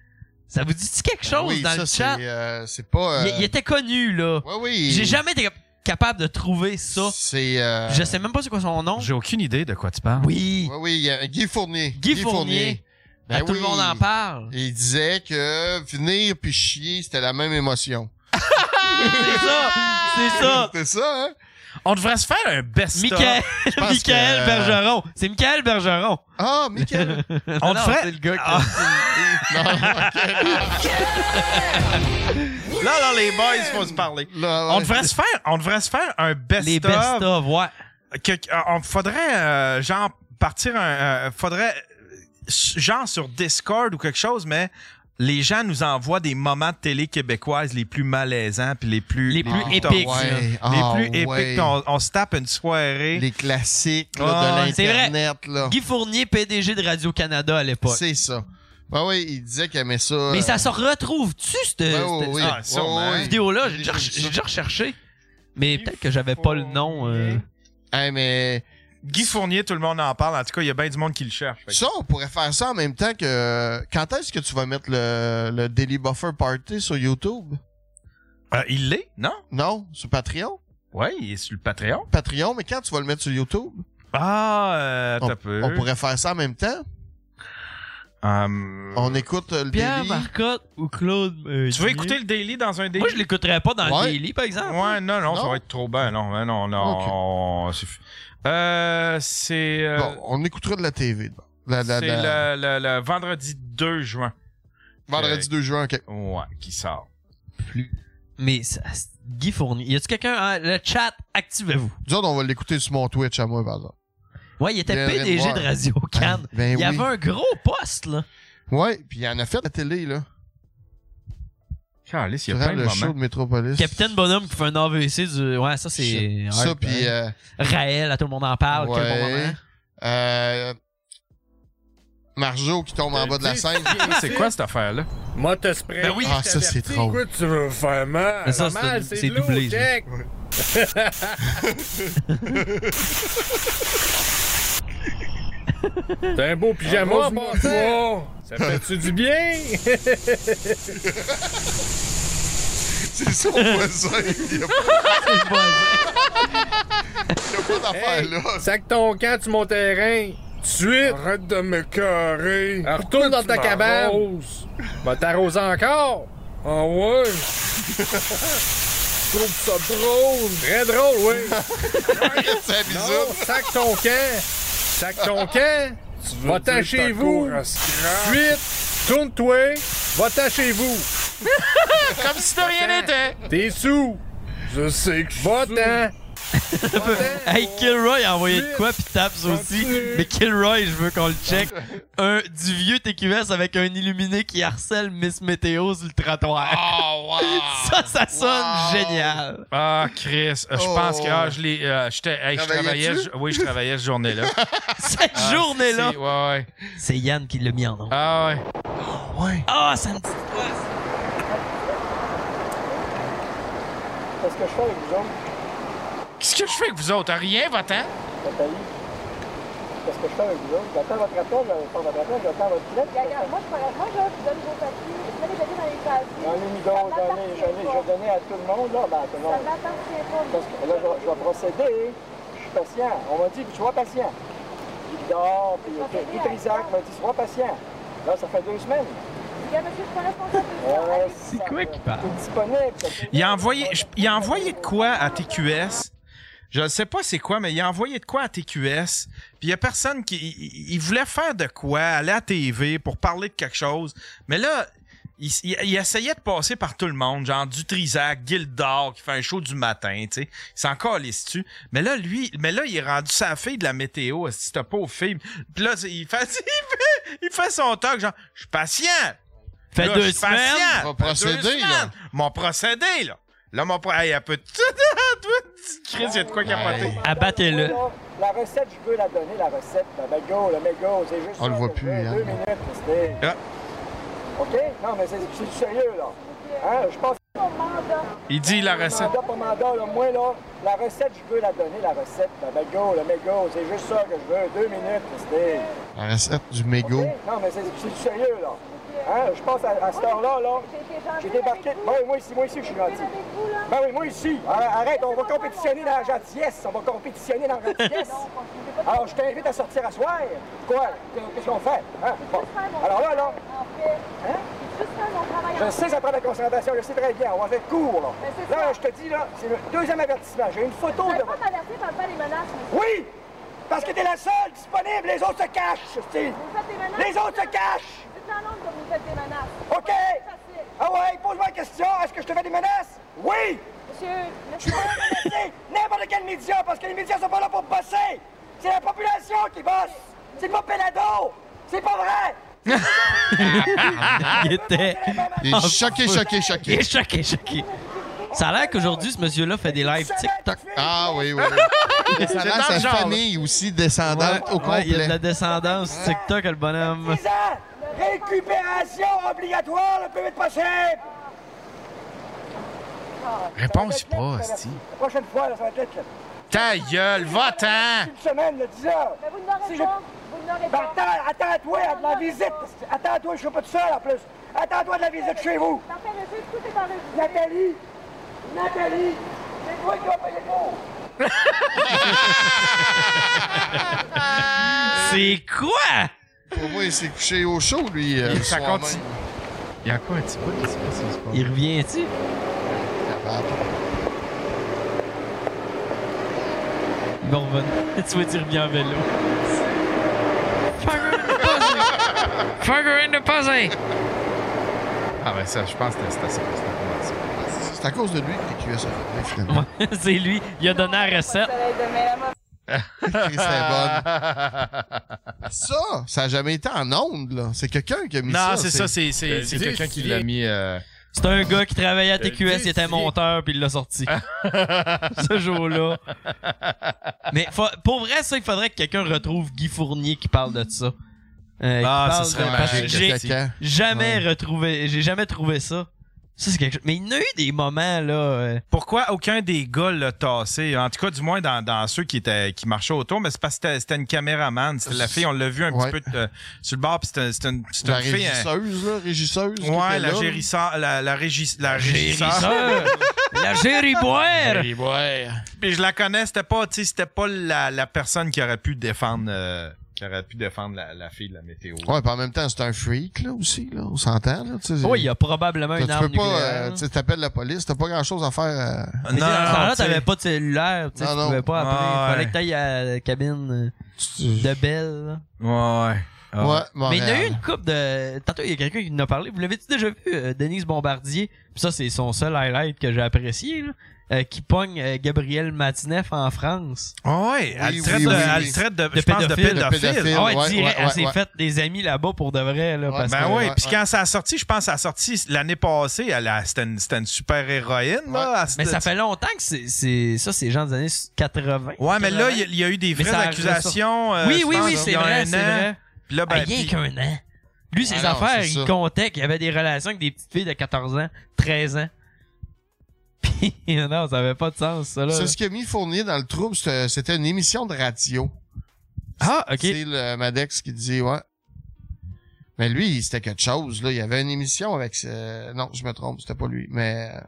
Ça vous dit-tu quelque chose
Ben oui,
dans
ça,
le
c'est,
chat?
euh, c'est pas. euh,
Il, il était connu, là.
Ouais, oui.
J'ai jamais été cap- capable de trouver ça.
C'est. euh,
Je sais même pas c'est quoi son nom.
J'ai aucune idée de quoi tu parles.
Oui.
Oui, oui, il y a Guy Fournier. Ben
Guy Fournier. À tout le monde en parle.
Il disait que venir puis chier, c'était la même émotion.
C'est ça. C'est ça.
C'est ça, hein?
On devrait se faire un best-of.
Michael,
Je pense
Michael
euh,
que- euh,
Bergeron. C'est Michael Bergeron.
Ah, Michael!
On Ah,
Non,
devrait-
C'est le Ah. gars qui.
Là, là, les boys, faut se parler.
Là,
On
ouais.
devrait se faire, on devrait se faire un best-of.
Les best-of, ouais.
que, que- euh, on faudrait euh, genre partir un euh, faudrait euh, s- genre sur Discord ou quelque chose mais les gens nous envoient des moments de télé québécoise les plus malaisants puis les plus
Les plus
Ah,
épiques,
ouais.
là.
les
Ah,
plus épiques.
ouais.
Puis On, on se tape une soirée.
Les classiques
Ah,
là, de
c'est vrai.
l'internet là.
Guy Fournier, PDG de Radio-Canada à l'époque.
C'est ça. Ben oui, il disait qu'il aimait ça.
Mais
euh,
ça se retrouve-tu, cette,
Ben oui,
cette-
oui.
cette-
Ah, sûrement.
cette vidéo-là? J'ai déjà recher- J'ai déjà recherché, mais peut-être que j'avais pas le nom. euh.
mais
Guy Fournier, tout le monde en parle. En tout cas, il y a bien du monde qui le cherche. Fait que-
Ça, on pourrait faire ça en même temps que. Quand est-ce que tu vas mettre le, le Daily Buffer Party sur YouTube?
Euh, il l'est, non?
Non, sur Patreon.
Ouais, il est sur le Patreon.
Patreon, mais quand tu vas le mettre sur YouTube?
Ah, euh, attends
on,
un peu.
on pourrait faire ça en même temps.
Hum,
On écoute euh, le
Pierre
Daily.
Marcotte ou Claude. euh,
tu veux
Denis?
écouter le daily dans un daily?
Moi, je l'écouterais pas dans
Ouais.
le Daily, par exemple.
Ouais, non, non, ça
Non?
va être trop bien. Non, ben non, non. on- c'est fi- Euh, c'est. euh,
Bon, on écoutera de la TV. bon. La- la-
c'est
la-
le- le, le vendredi 2 juin.
Vendredi
Euh,
2 juin, ok.
Ouais, qui sort.
Mais ça- Guy Fournier, y a-tu quelqu'un? hein, le chat, activez-vous.
Nous autres, on va l'écouter sur mon Twitch à moi, par exemple.
Ouais, il était
Viendrait me
PDG
voir.
de Radio-Can.
Ah, ben
il
oui.
avait un gros poste, là.
Ouais, puis il en a fait de la télé, là.
Calice, il y a
Durant
plein de
le
moments.
show de Métropolis.
Capitaine Bonhomme qui fait un AVC du. Ouais, ça, c'est.
Ça,
hard,
puis,
hein.
euh,
Raël, à tout le monde en parle. Quel bon
Ouais.
moment.
Euh, Marjo qui tombe en bas de la scène.
C'est quoi cette affaire-là?
Moi, te spray.
Ben oui, Ah, ça, c'est t'avertis, drôle. quoi,
tu veux faire mal?
Mais ça, c'est- Mal, c'est c'est de l'eau, doublé, ça. check.
T'as un beau
Oh,
pyjama,
pyjama,
en
mon
passant.
Ça fait-tu du bien?
C'est son voisin. Il y a pas, il y a pas d'affaire là.
Sac ton camp, tu mon terrain. Tout de Suite! Arrête de me carrer! Retourne dans Bah, ta
tu
cabane! Va t'arroser encore! Ah ouais! Je trouve ça drôle! Très drôle, oui! non, sac ton camp! Sac ton camp! Va-t'en
dire ta
chez vous!
cour hein, à
Tout de Suite! Tourne-toi! Va-t'en chez vous!
Comme si de rien n'était.
T'es sous! Je sais que je Va-t'en!
Hey, Kilroy a envoyé de quoi, puis Taps aussi. Mais Kilroy, je veux qu'on le check. Un, du vieux TQS avec un illuminé qui harcèle Miss Météo sur le
Ah,
trottoir.
Ah,
ça, ça sonne génial.
Ah, Chris, euh, je pense que ah, je l'ai. euh, j'étais- hey, je travaillais.
Travaillais-tu?
je- oui, je travaillais cette journée-là.
Cette
Ah,
journée-là.
si, ouais, ouais.
C'est Yann qui l'a mis en nom.
Ah, ouais.
Ouais.
Ah, ça me dit.
Qu'est-ce que je fais avec vous autres?
Qu'est-ce que je fais avec vous autres? Rien, va-t'en?
Qu'est-ce que je fais avec vous autres? J'attends votre appel, j'attends votre appel, j'attends votre lettre.
Moi, je pourrais- moi, je vous donne vos papiers. Je vais les donner dans les papiers.
J'en ai mis d'autres, j'en ai, j'en ai, je vais donner à tout le monde, là, ben, à tout le
Ça
monde.
m'appartient pas.
Parce que là, je vais- je vais procéder, je suis patient. On m'a dit, sois patient. Bidard, puis puis Trisac m'a dit, sois patient. Là, ça fait deux semaines.
Regarde, monsieur, je suis pas responsable de ça.
C'est
quoi qui parle?
Disponible, ça fait-
Il a envoyé, je- il a envoyé de quoi à TQS? Je ne sais pas c'est quoi, mais il a envoyé de quoi à TQS? Puis il y a personne qui. Il, il voulait faire de quoi, aller à TV pour parler de quelque chose. Mais là, il, il- il essayait de passer par tout le monde, genre Dutrisac, Gildor, qui fait un show du matin, tu sais. Il s'en calisse-tu. Mais là, lui, mais là, il est rendu sa fille de la météo, si t'as pas au film. Puis là, il fait, il fait, il fait son talk, genre, je suis patient!
Fait
Là,
deux
je suis patient.
semaines.
Fait
Va
deux
procéder, là.
semaines. Mon procédé, là. Là, mon procédé. Hey, un peu de. Chris, il y a de quoi capoter.
Abattez-le.
Là, La recette, je veux la donner, la recette. La mégo, le mégo, c'est juste
On le
ça
voit
que
plus,
je veux.
hein.
Deux minutes, c'était...
Ah.
OK? Non, mais c'est c'est du sérieux, là. Hein? Je pense...
Il dit la recette.
Mandat pour mandat, là, moi, là, la recette, je veux la donner, la recette. La mégo, le mégo, c'est juste ça que je veux. Deux minutes, c'était...
La recette du mégot.
Non, mais c'est c'est du sérieux, là. Hein? Je pense à, à cette heure-là, là. J'ai débarqué... Oui, moi ici, moi ici, je suis gentil. Ben oui, moi ici. Arrête, arrête, on va compétitionner dans la gentillesse. On va compétitionner dans la gentillesse. Alors, Ah, je t'invite à sortir à soir. Quoi? Qu'est-ce qu'on fait? Hein? Bon. Alors là, là, je sais que ça prend de la concentration, je sais très bien. On va faire court, là. Là, je te dis, là, c'est le deuxième avertissement. J'ai une photo de... votre- Oui! Parce que t'es la seule disponible, les autres se cachent, hostie. Les autres se cachent! OK! Ah ouais, pose-moi la question, est-ce que je te fais des menaces? Oui! Monsieur, je suis pas là pour menacer n'importe quel média, parce que les médias sont pas là pour bosser! C'est la population qui bosse! C'est pas Pénado! C'est pas vrai!
il était.
Il est
en
choqué,
feu.
choqué, choqué.
Il est choqué, choqué. Ça a l'air qu'aujourd'hui, ce monsieur-là fait des lives TikTok.
Ah oui, oui. oui. Ça a l'air sa famille aussi descendante au complet.
il y a de la descendance TikTok, le bonhomme.
Récupération obligatoire le plus vite possible!
Réponse
Oh,
pas,
La prochaine fois, là, ça va être lettre, là.
Ta gueule, va-t'en!
Une semaine, là, 10 heures. Mais vous n'aurez pas. Vous n'aurez pas. Ben, attends, attends-toi à de la visite. parce que- Attends-toi, je suis pas tout seul, en plus. Attends-toi de la visite chez vous. Nathalie! Nathalie! C'est toi qui vas payer pour!
C'est quoi?
Pour moi, il s'est couché au chaud, lui. euh,
Il-
le
ça
soir
continue.
même.
Il y a encore un petit peu qui se passe, il se passe.
Il revient-tu?
Bah,
Il va revenir. tu vois, tu reviens en vélo. Fugger in the puzzle!
Ah, ben ça, je pense que c'est assez
C'est à cause de lui que tu as ça. finalement.
Ouais, C'est lui, il a donné la recette.
C'est bonne. Ça, ça n'a jamais été en onde, là. C'est Ben, quelqu'un qui a mis ça.
Non, c'est ça, c'est- c'est Euh, c'est quelqu'un qui l'a mis. euh,
C'est un gars qui travaillait à TQS, il était
Décidé.
monteur, puis il l'a sorti. Ce jour-là. Mais fa- pour vrai, ça, il faudrait que quelqu'un retrouve Guy Fournier qui parle de ça. Euh, qui
Ah, ça
parle
serait
de- parce que
magique,
J'ai
Cathy.
jamais retrouvé, j'ai jamais trouvé ça. Ça, c'est quelque chose. Mais il y en a eu des moments, là. euh,
Pourquoi aucun des gars l'a tassé? En tout cas, du moins dans, dans ceux qui, étaient, qui marchaient autour, mais c'est parce que c'était- c'était une caméraman. C'était la fille, on l'a vu un
Ouais.
petit peu euh, sur le bord, puis c'était c'était une, c'était
La
une fille. hein.
régisseuse, là. Régisseuse. qui
Ouais,
était
la
là.
gérissa- la, la, régis- la régisseur.
Gérisseur. La gériboire!
Puis je la connais, c'était pas, tu sais, c'était pas la, la personne qui aurait pu défendre, euh, qui aurait pu défendre la, la fille de la météo.
Ouais, puis en même temps, c'est un freak, là, aussi, là. On s'entend, là. tu sais.
Oui, il y a probablement
Tu
une arme
peux pas,
nucléaire.
euh, tu sais, t'appelles la police, t'as pas grand chose à faire. euh,
Mais dans ce temps-là,
tu sais.
t'avais pas de cellulaire, tu sais,
Non,
tu
non.
pouvais pas appeler.
Ah, ouais.
Fallait que t'ailles à la cabine euh, de Belle. là.
Ouais. Ah.
Ouais, Montréal.
Mais il y en a eu une coupe de. Tantôt, il y a quelqu'un qui en a parlé. Vous l'avez-tu déjà vu, euh, Denise Bombardier? Puis ça, c'est son seul highlight que j'ai apprécié, là. euh, qui pogne euh, Gabriel Matineff en France.
Ah ouais, elle le traite de, elle le traite de, je pense, de pédophile.
Ah ouais,
Ouais,
direct,
ouais,
elle s'est
ouais.
faite des amis là-bas pour de vrai. Là, parce
ben
que-
oui, puis quand ça a sorti, je pense que ça a sorti l'année passée, elle a- c'était une, c'était une super héroïne. Là, Elle-
Mais ça fait longtemps que c'est, c'est- ça, c'est gens des années 80.
Ouais, mais là,
80.
il y a- il y, a eu des
Mais
vraies
ça a
accusations.
ressort-
euh,
oui,
je
oui,
pense,
oui,
il
c'est
y a
vrai,
un
c'est
an.
vrai.
Puis là, ben,
Ah, rien
puis-
qu'un an. Lui, ses
Ah non,
affaires,
c'est
il
ça.
comptait qu'il avait des relations avec des petites filles de 14 ans, 13 ans. Puis, non, ça avait pas de sens, ça, là.
C'est ce qui a mis Fournier dans le trouble. c'était- C'était une émission de radio.
Ah, ok.
C'est le Madex qui dit, ouais. Mais lui, c'était quelque chose, là. Il y avait une émission avec ce... Non, je me trompe, c'était pas lui, mais... euh,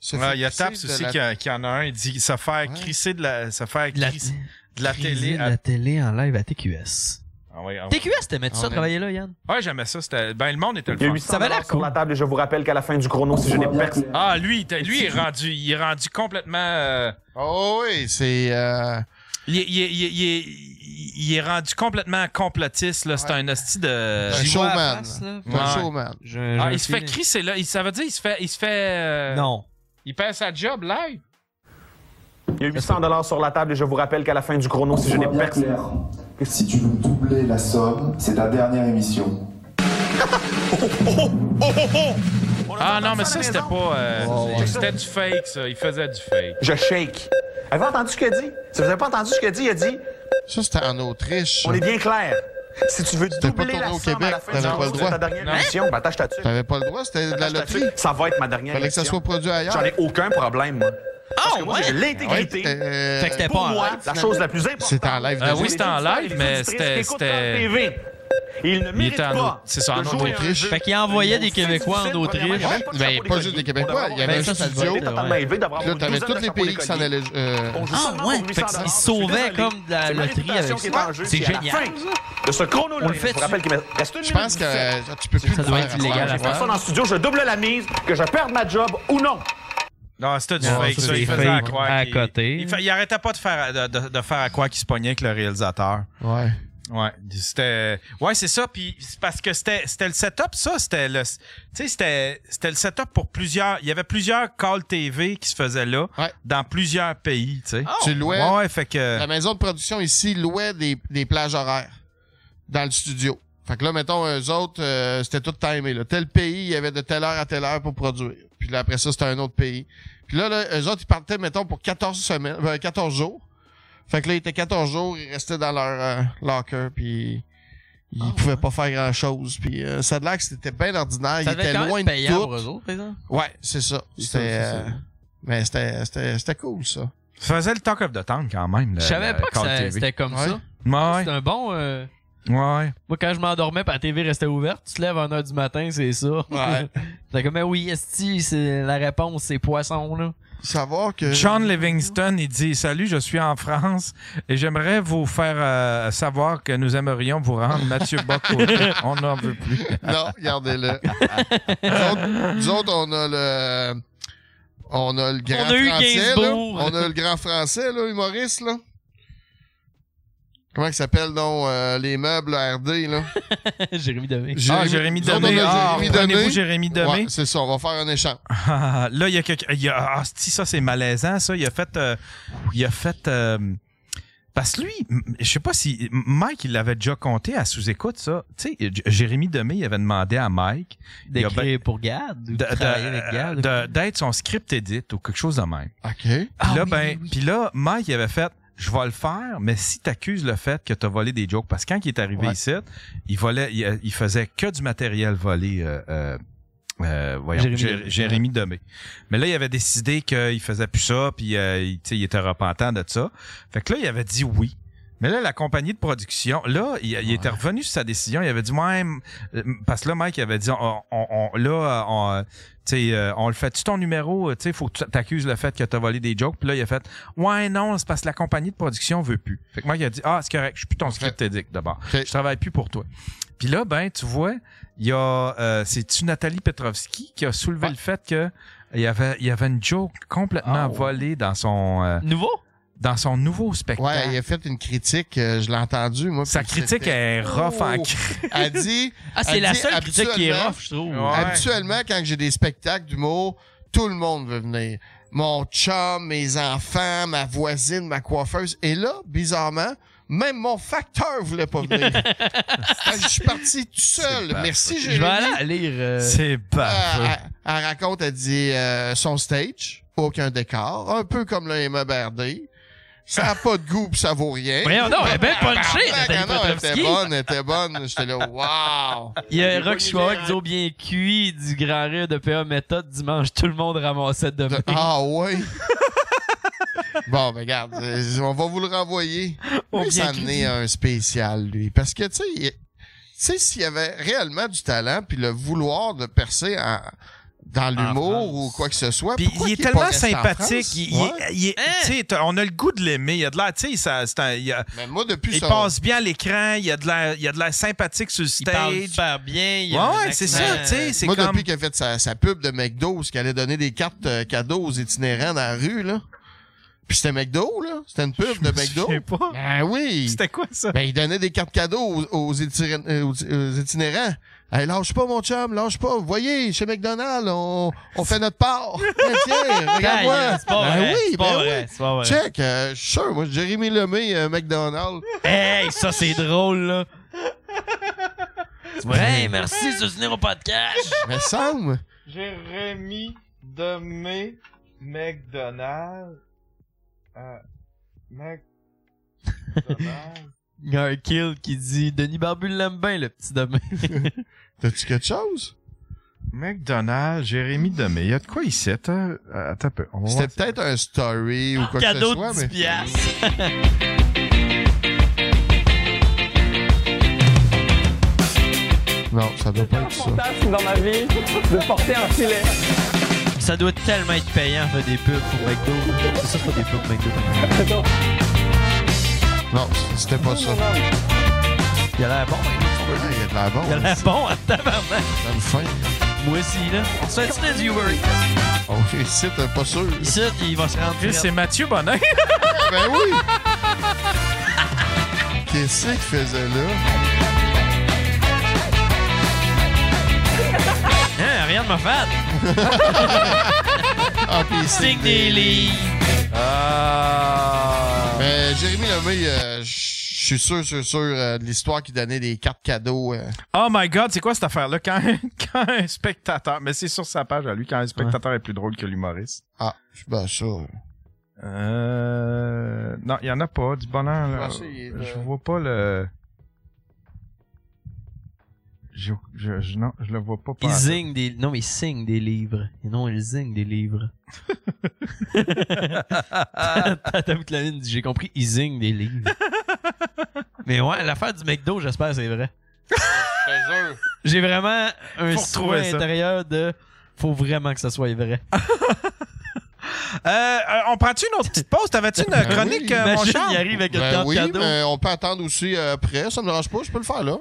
se
Ouais,
faire
il y a
pisser
Taps
de
aussi
la-
qui, a- qui en a un, il dit se faire crisser de la, se faire
De la-
crisser de la
Criser
télé.
de
à-
la télé en live à TQS.
Ah ouais, ah ouais.
TQS, t'aimais-tu ça,
On aime.
travailler là, Yann?
Ouais, j'aimais ça. C'était... Ben, le monde était le
Il y a
fun.
800 Ça avait l'air Oh,
sur la table et je vous rappelle qu'à la fin du chrono, si je n'ai personne.
Ah, lui, il était- lui, il est rendu, il est rendu complètement. euh,
Oh oui, c'est... euh,
il, est- il est- il est- il est- il est rendu complètement complotiste, là. C'est un hostie de.
Un
J'y vois la
showman.
face, là.
Un
Ouais.
showman.
Ah, il se fait crisser, là. Il- Ça veut dire, il se fait. Il se fait euh,
Non.
Il perd sa job, live.
Il y a 800 dollars sur la table et je vous rappelle qu'à la fin du chrono, si je n'ai personne.
Si tu veux doubler la somme, c'est ta dernière émission.
Ah non, mais ça, c'était pas. euh, C'était du fake, ça. Il faisait du fake.
Je shake. Avez-vous entendu ce qu'il a dit? Si vous n'avez pas entendu ce qu'il a dit, il a dit
Ça, c'était en Autriche.
on est bien clair. Si tu veux
pas
doubler
tourné
la
au
somme
Québec,
à la fin du
t'avais pas
chrono,
le
c'est
droit.
ta dernière
Hein?
Non.
émission, ben attache ta tuque.
T'avais pas le droit, c'était de la
Attache ta
loterie.
tuque. Ça va être ma dernière
Fallait que ça
émission.
soit produit ailleurs.
J'en ai aucun problème, moi. Parce que moi, j'ai
Ah, ouais?
l'intégrité.
Ouais, euh, Fait que c'était
Pour
pas en
moi,
live,
la
finalement.
chose la plus importante.
C'était en live,
c'est
Euh,
les
oui, c'était en
Ah,
auditeurs,
live,
les
mais
auditrices
c'était-
qui écoutent
c'était-
Talk TV. Ils ne méritent
était en Au-
pas.
c'est ça,
de
en
jouer à un
Autriche.
jeu.
Fait qu'il envoyait des
Ils sont
Québécois en
difficiles, premièrement,
Autriche.
ils avaient pas de
Ben,
chapeau
pas juste
d'économie.
des Québécois, il y avait
Ben,
un
ça, ça se
studio.
voit,
totalement
ouais.
élevé d'avoir
Là, t'avais
douzaine de
tous les
chapeaux
pays qui s'en
d'écoliers.
allaient. euh,
On joue
Ah,
seulement
ouais.
pour
Fait que
800
ça- il se
dollars.
sauvait
Je suis désolé.
comme de la
C'est ma
loterie
réputation
avec
qui est
ça.
en jeu,
C'est
puis à la
génial.
fin De ce chrono
On le fait
je vous rappelle qu'il me reste une
Je pense
minute
que euh,
dix-sept.
tu peux plus
Ça
le faire
doit
hein.
être
à
illégal
soir.
à
J'ai personne
faire.
en studio, je double la mise, que je perde ma job ou non.
Non, c'était du
Non,
fake,
ça,
ça. Il
c'est
faisait à
fake.
croire.
À
qu'il-
côté.
Il, fa- il arrêtait pas de faire, à- de, de- de faire à croire qu'il se pognait avec le réalisateur.
Ouais.
Ouais, c'était. Ouais, c'est ça. Puis c'est parce que c'était, c'était le setup, ça. C'était le. Tu sais, c'était, c'était le setup pour plusieurs. Il y avait plusieurs call TV qui se faisaient là, dans plusieurs pays, tu sais.
Oh!
Tu louais-
Ouais, ouais, fait que.
La maison de production ici louait des, des plages horaires dans le studio. Fait Fait que là, mettons, eux autres, euh, c'était tout timé. Là. Tel pays, il y avait de telle heure à telle heure pour produire. Puis là, après ça, c'était un autre pays. Puis là, là, eux autres, ils partaient, mettons, pour 14 semaines, ben, 14 jours. Fait que là, ils étaient 14 jours, ils restaient dans leur euh, locker, puis ils
Ah,
pouvaient pas faire grand-chose. Puis euh, ça de là que c'était bien ordinaire.
Ça
ils
devait
étaient
quand même
loin de
payant
tout.
pour eux autres, par exemple.
Ouais, c'est ça.
C'est
C'était...
ça, c'est ça.
euh, mais c'était- c'était c'était cool, ça.
Ça faisait le talk of the town quand même. le-
Je savais
le
pas que
Call
ça-
TV.
c'était comme ça.
Ouais.
C'est un bon. euh,
Ouais.
Moi, quand je m'endormais, puis la TV restait ouverte, tu te lèves à 1h du matin, c'est ça.
Ouais.
T'es comme, mais oui, esti, c'est la réponse, c'est poisson, là.
Savoir que.
Sean Livingston, il dit Salut, je suis en France et j'aimerais vous faire euh, savoir que nous aimerions vous rendre Mathieu Bock. On n'en veut plus.
Non, regardez-le. nous, autres, nous autres, on a le. On a le grand
On a eu
français. Là.
Gainsbourg.
On a le grand français, là, humoriste, là. Comment il s'appelle, donc, euh, les meubles à RD, là?
Jérémy Demé.
Ah, Jérémy Demé. Ah, prenez-vous Jérémy Demé.
Ouais, c'est ça, on va faire un échange.
Ah, là, il y a quelqu'un. il y a- Ah, si, ça, c'est malaisant, ça. Il a fait. euh, il a fait. euh, parce que lui, m- je sais pas si. Mike, il l'avait déjà compté à sous-écoute, ça. Tu sais, J- Jérémy Demé, il avait demandé à Mike. il a
D'écrire
ben-
pour Gad ou de
de-
travailler avec Gad.
de- d'être son script edit ou quelque chose de même.
OK.
Ah
Puis là, ben, puis là, Mike, il avait fait Je vais le faire, mais si t'accuses le fait que t'as volé des jokes, parce que quand il est arrivé
Ouais.
ici, il volait, il, euh, il faisait que du matériel volé. Euh, euh, euh, voyons,
Jérémy
Jér-
Demé.
Jérémy, Demé. Mais là, il avait décidé qu'il faisait plus ça, puis euh, il, tu sais, il était repentant de ça. Fait que là, il avait dit oui. Mais là, la compagnie de production, là, il, il était revenu sur sa décision. Il avait dit, ouais, m- euh, parce que là, Mike, il avait dit, on, on- on- là, euh, on, euh, tu sais, euh, on le fait, tu ton numéro, euh, tu sais, faut que tu t'accuses le fait que t'as volé des jokes. Puis là, il a fait, ouais, non, c'est parce que la compagnie de production veut plus. Fait que Mike, il a dit, ah, c'est correct, je suis plus ton script édict d'abord. Je travaille plus pour toi. Puis là, ben, tu vois, il y a, euh, c'est-tu Nathalie Petrovski qui a
Ah.
soulevé le fait que il y avait, il y avait une joke complètement volée dans son, euh,
Nouveau?
dans son nouveau spectacle.
Ouais, il a fait une critique, euh, je l'ai entendu, moi. Sa
critique est rough en cri-
Elle dit.
Ah, c'est
elle
la
dit
seule critique qui est
habituellement-
rough, je trouve.
Habituellement, quand j'ai des spectacles d'humour, tout le monde veut venir. Mon chum, mes enfants, ma voisine, ma coiffeuse. Et là, bizarrement, même mon facteur voulait pas venir. Fait que Je suis parti tout seul. Merci,
Je
Jérémy.
vais aller lire. euh,
C'est pas.
Euh, elle, elle raconte, elle dit euh, son stage, aucun décor, un peu comme le E MBRD. Ça n'a pas de goût pis ça vaut rien.
Voyons donc, elle est bien punchée,
Tabarnak,
Nathalie
ah non, Elle était
Petrovski.
bonne, elle était bonne. J'étais là, wow!
Il y a Rock Chihuahua qui dit au bien cuit du grand rire de PA méthode dimanche. Tout le monde ramassait demain.
Ah ouais! Bon, ben regarde, euh, on va vous le renvoyer. On
bien
s'en
qu'il
est
dit.
un spécial, lui. Parce que, tu sais, il- tu sais, s'il y avait réellement du talent puis le vouloir de percer en- dans l'humour ou quoi que ce soit,
Puis
pourquoi
il est
qu'il pas
tellement
resté en
sympathique.
France?
Il, il-
Ouais.
il- il-
Hein?
tu sais, t'as- on a le goût de l'aimer. Il a de l'air, tu sais, ça- c'est un- il, a-
Mais moi, depuis
il
son-
passe bien à l'écran. Il a de l'air, il a de l'air sympathique sur le stage.
parle super bien. il a
Ouais,
un euh,
ouais, c'est
accent.
ça, tu sais, c'est
Moi,
comme.
depuis qu'il a fait sa, sa pub de McDo, ce qu'elle allait donner des cartes euh, cadeaux aux itinérants dans la rue, là. Puis c'était McDo, là. C'était une pub de McDo. Ben oui. C'était
quoi ça?
Ben, il donnait des cartes cadeaux aux, aux itinérants- euh, aux- aux itinérants. Hey, lâche pas, mon chum, lâche pas. Vous voyez, chez McDonald's, on, on fait notre part. Ben, tiens, regarde-moi.
Taille, c'est pas
Ben
vrai,
oui,
c'est pas
ben
vrai,
oui.
c'est pas vrai.
Check, euh, je suis sûr, moi, Jérémy Lemay, euh, McDonald's.
Hey, ça, c'est drôle, là. Ouais, merci de soutenir au podcast.
Mais Ben, semble.
Jérémy Demé McDonald. Euh, McDonald.
Il y a un kill qui dit Denis Barbu l'aime bien, le petit demain.
T'as-tu quelque chose?
McDonald's, Jérémy Demé. Il y a de quoi ici? Attends, euh, attends un peu. On va
C'était
voir.
peut-être un story ou quoi que ce
Cadeau
soit,
de 10
mais.
piastres.
Non, ça doit pas être ça.
dans ma vie de porter un filet.
Ça doit tellement être payant, faire des pubs pour McDo. C'est ça, c'est pas des pubs pour McDo.
Non, c'était pas ça.
Il a l'air bon,
Il a de la bon.
Il a l'air bon, à tabarnak.
Dans le fin.
Moi aussi, là. On se fait-tu des viewers?
Oh, ici, t'es pas sûr.
Ici, il va se rentrer.
Chris, C'est Mathieu Bonin.
ben oui! Qu'est-ce qu'il faisait là?
Hein, rien de ma fat.
Ah, pis
Signe des livres.
Mais Jérémy Lemay, euh, je suis sûr, sûr, sûr euh, de l'histoire qui donnait des cartes cadeaux. euh.
Oh my god, c'est quoi cette affaire-là? Quand, quand un spectateur. Mais c'est sur sa page à lui, quand un spectateur est plus drôle que l'humoriste.
Ah, ben ça.
Euh. Non, il y en a pas. Du bonheur,
Je
là.
pensais, il est euh, de-
Je vois pas le. Je, je, je- non, je le vois pas.
Ils
par-
zignent des... Non, mais ils signent des livres. Et non, ils zignent des livres. Tata Boutlamine dit, j'ai compris, ils zignent des livres. mais ouais, l'affaire du McDo, j'espère que c'est vrai. J'ai vraiment un
Faut
souhait
retrouver ça.
intérieur de... Faut vraiment que ça soit vrai.
Euh, euh, on prend-tu une autre petite pause? T'avais-tu une euh, chronique, euh, mon cher?
Ben oui, mais on peut attendre aussi euh, après. Ça me dérange pas, je peux le faire là.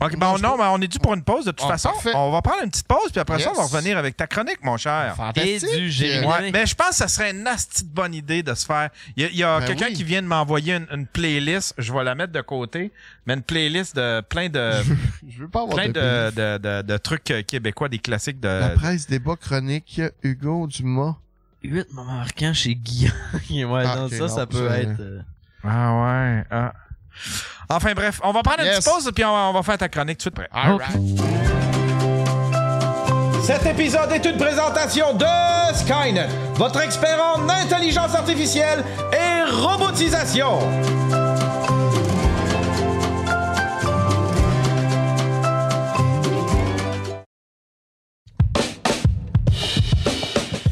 Ok, ben non, mais on est dû pour une pause de toute
Ah,
façon.
parfait.
On va prendre une petite pause, puis après ça, on va
Yes.
revenir avec ta chronique, mon cher.
Fantastique. Et du génie.
Ouais, Mais je pense que ça serait une nasty de bonne idée de se faire. Il y a, il y a
Ben
quelqu'un
oui.
qui vient de m'envoyer une, une playlist. Je vais la mettre de côté, mais une playlist de plein de.
Je veux pas avoir
plein
de
de, de, de, de trucs euh, québécois, des classiques de.
La presse débat chronique, Hugo Dumas.
8 moments marquants chez Guillaume. ouais,
Ah,
non,
ok,
ça, ça
non,
peut
ça-
être... euh,
Ah ouais. ah. Enfin bref, on va prendre une petite pause puis on, va- on va faire ta chronique tout de suite. All
Cet épisode est une présentation de Skynet, votre expert en intelligence artificielle et robotisation.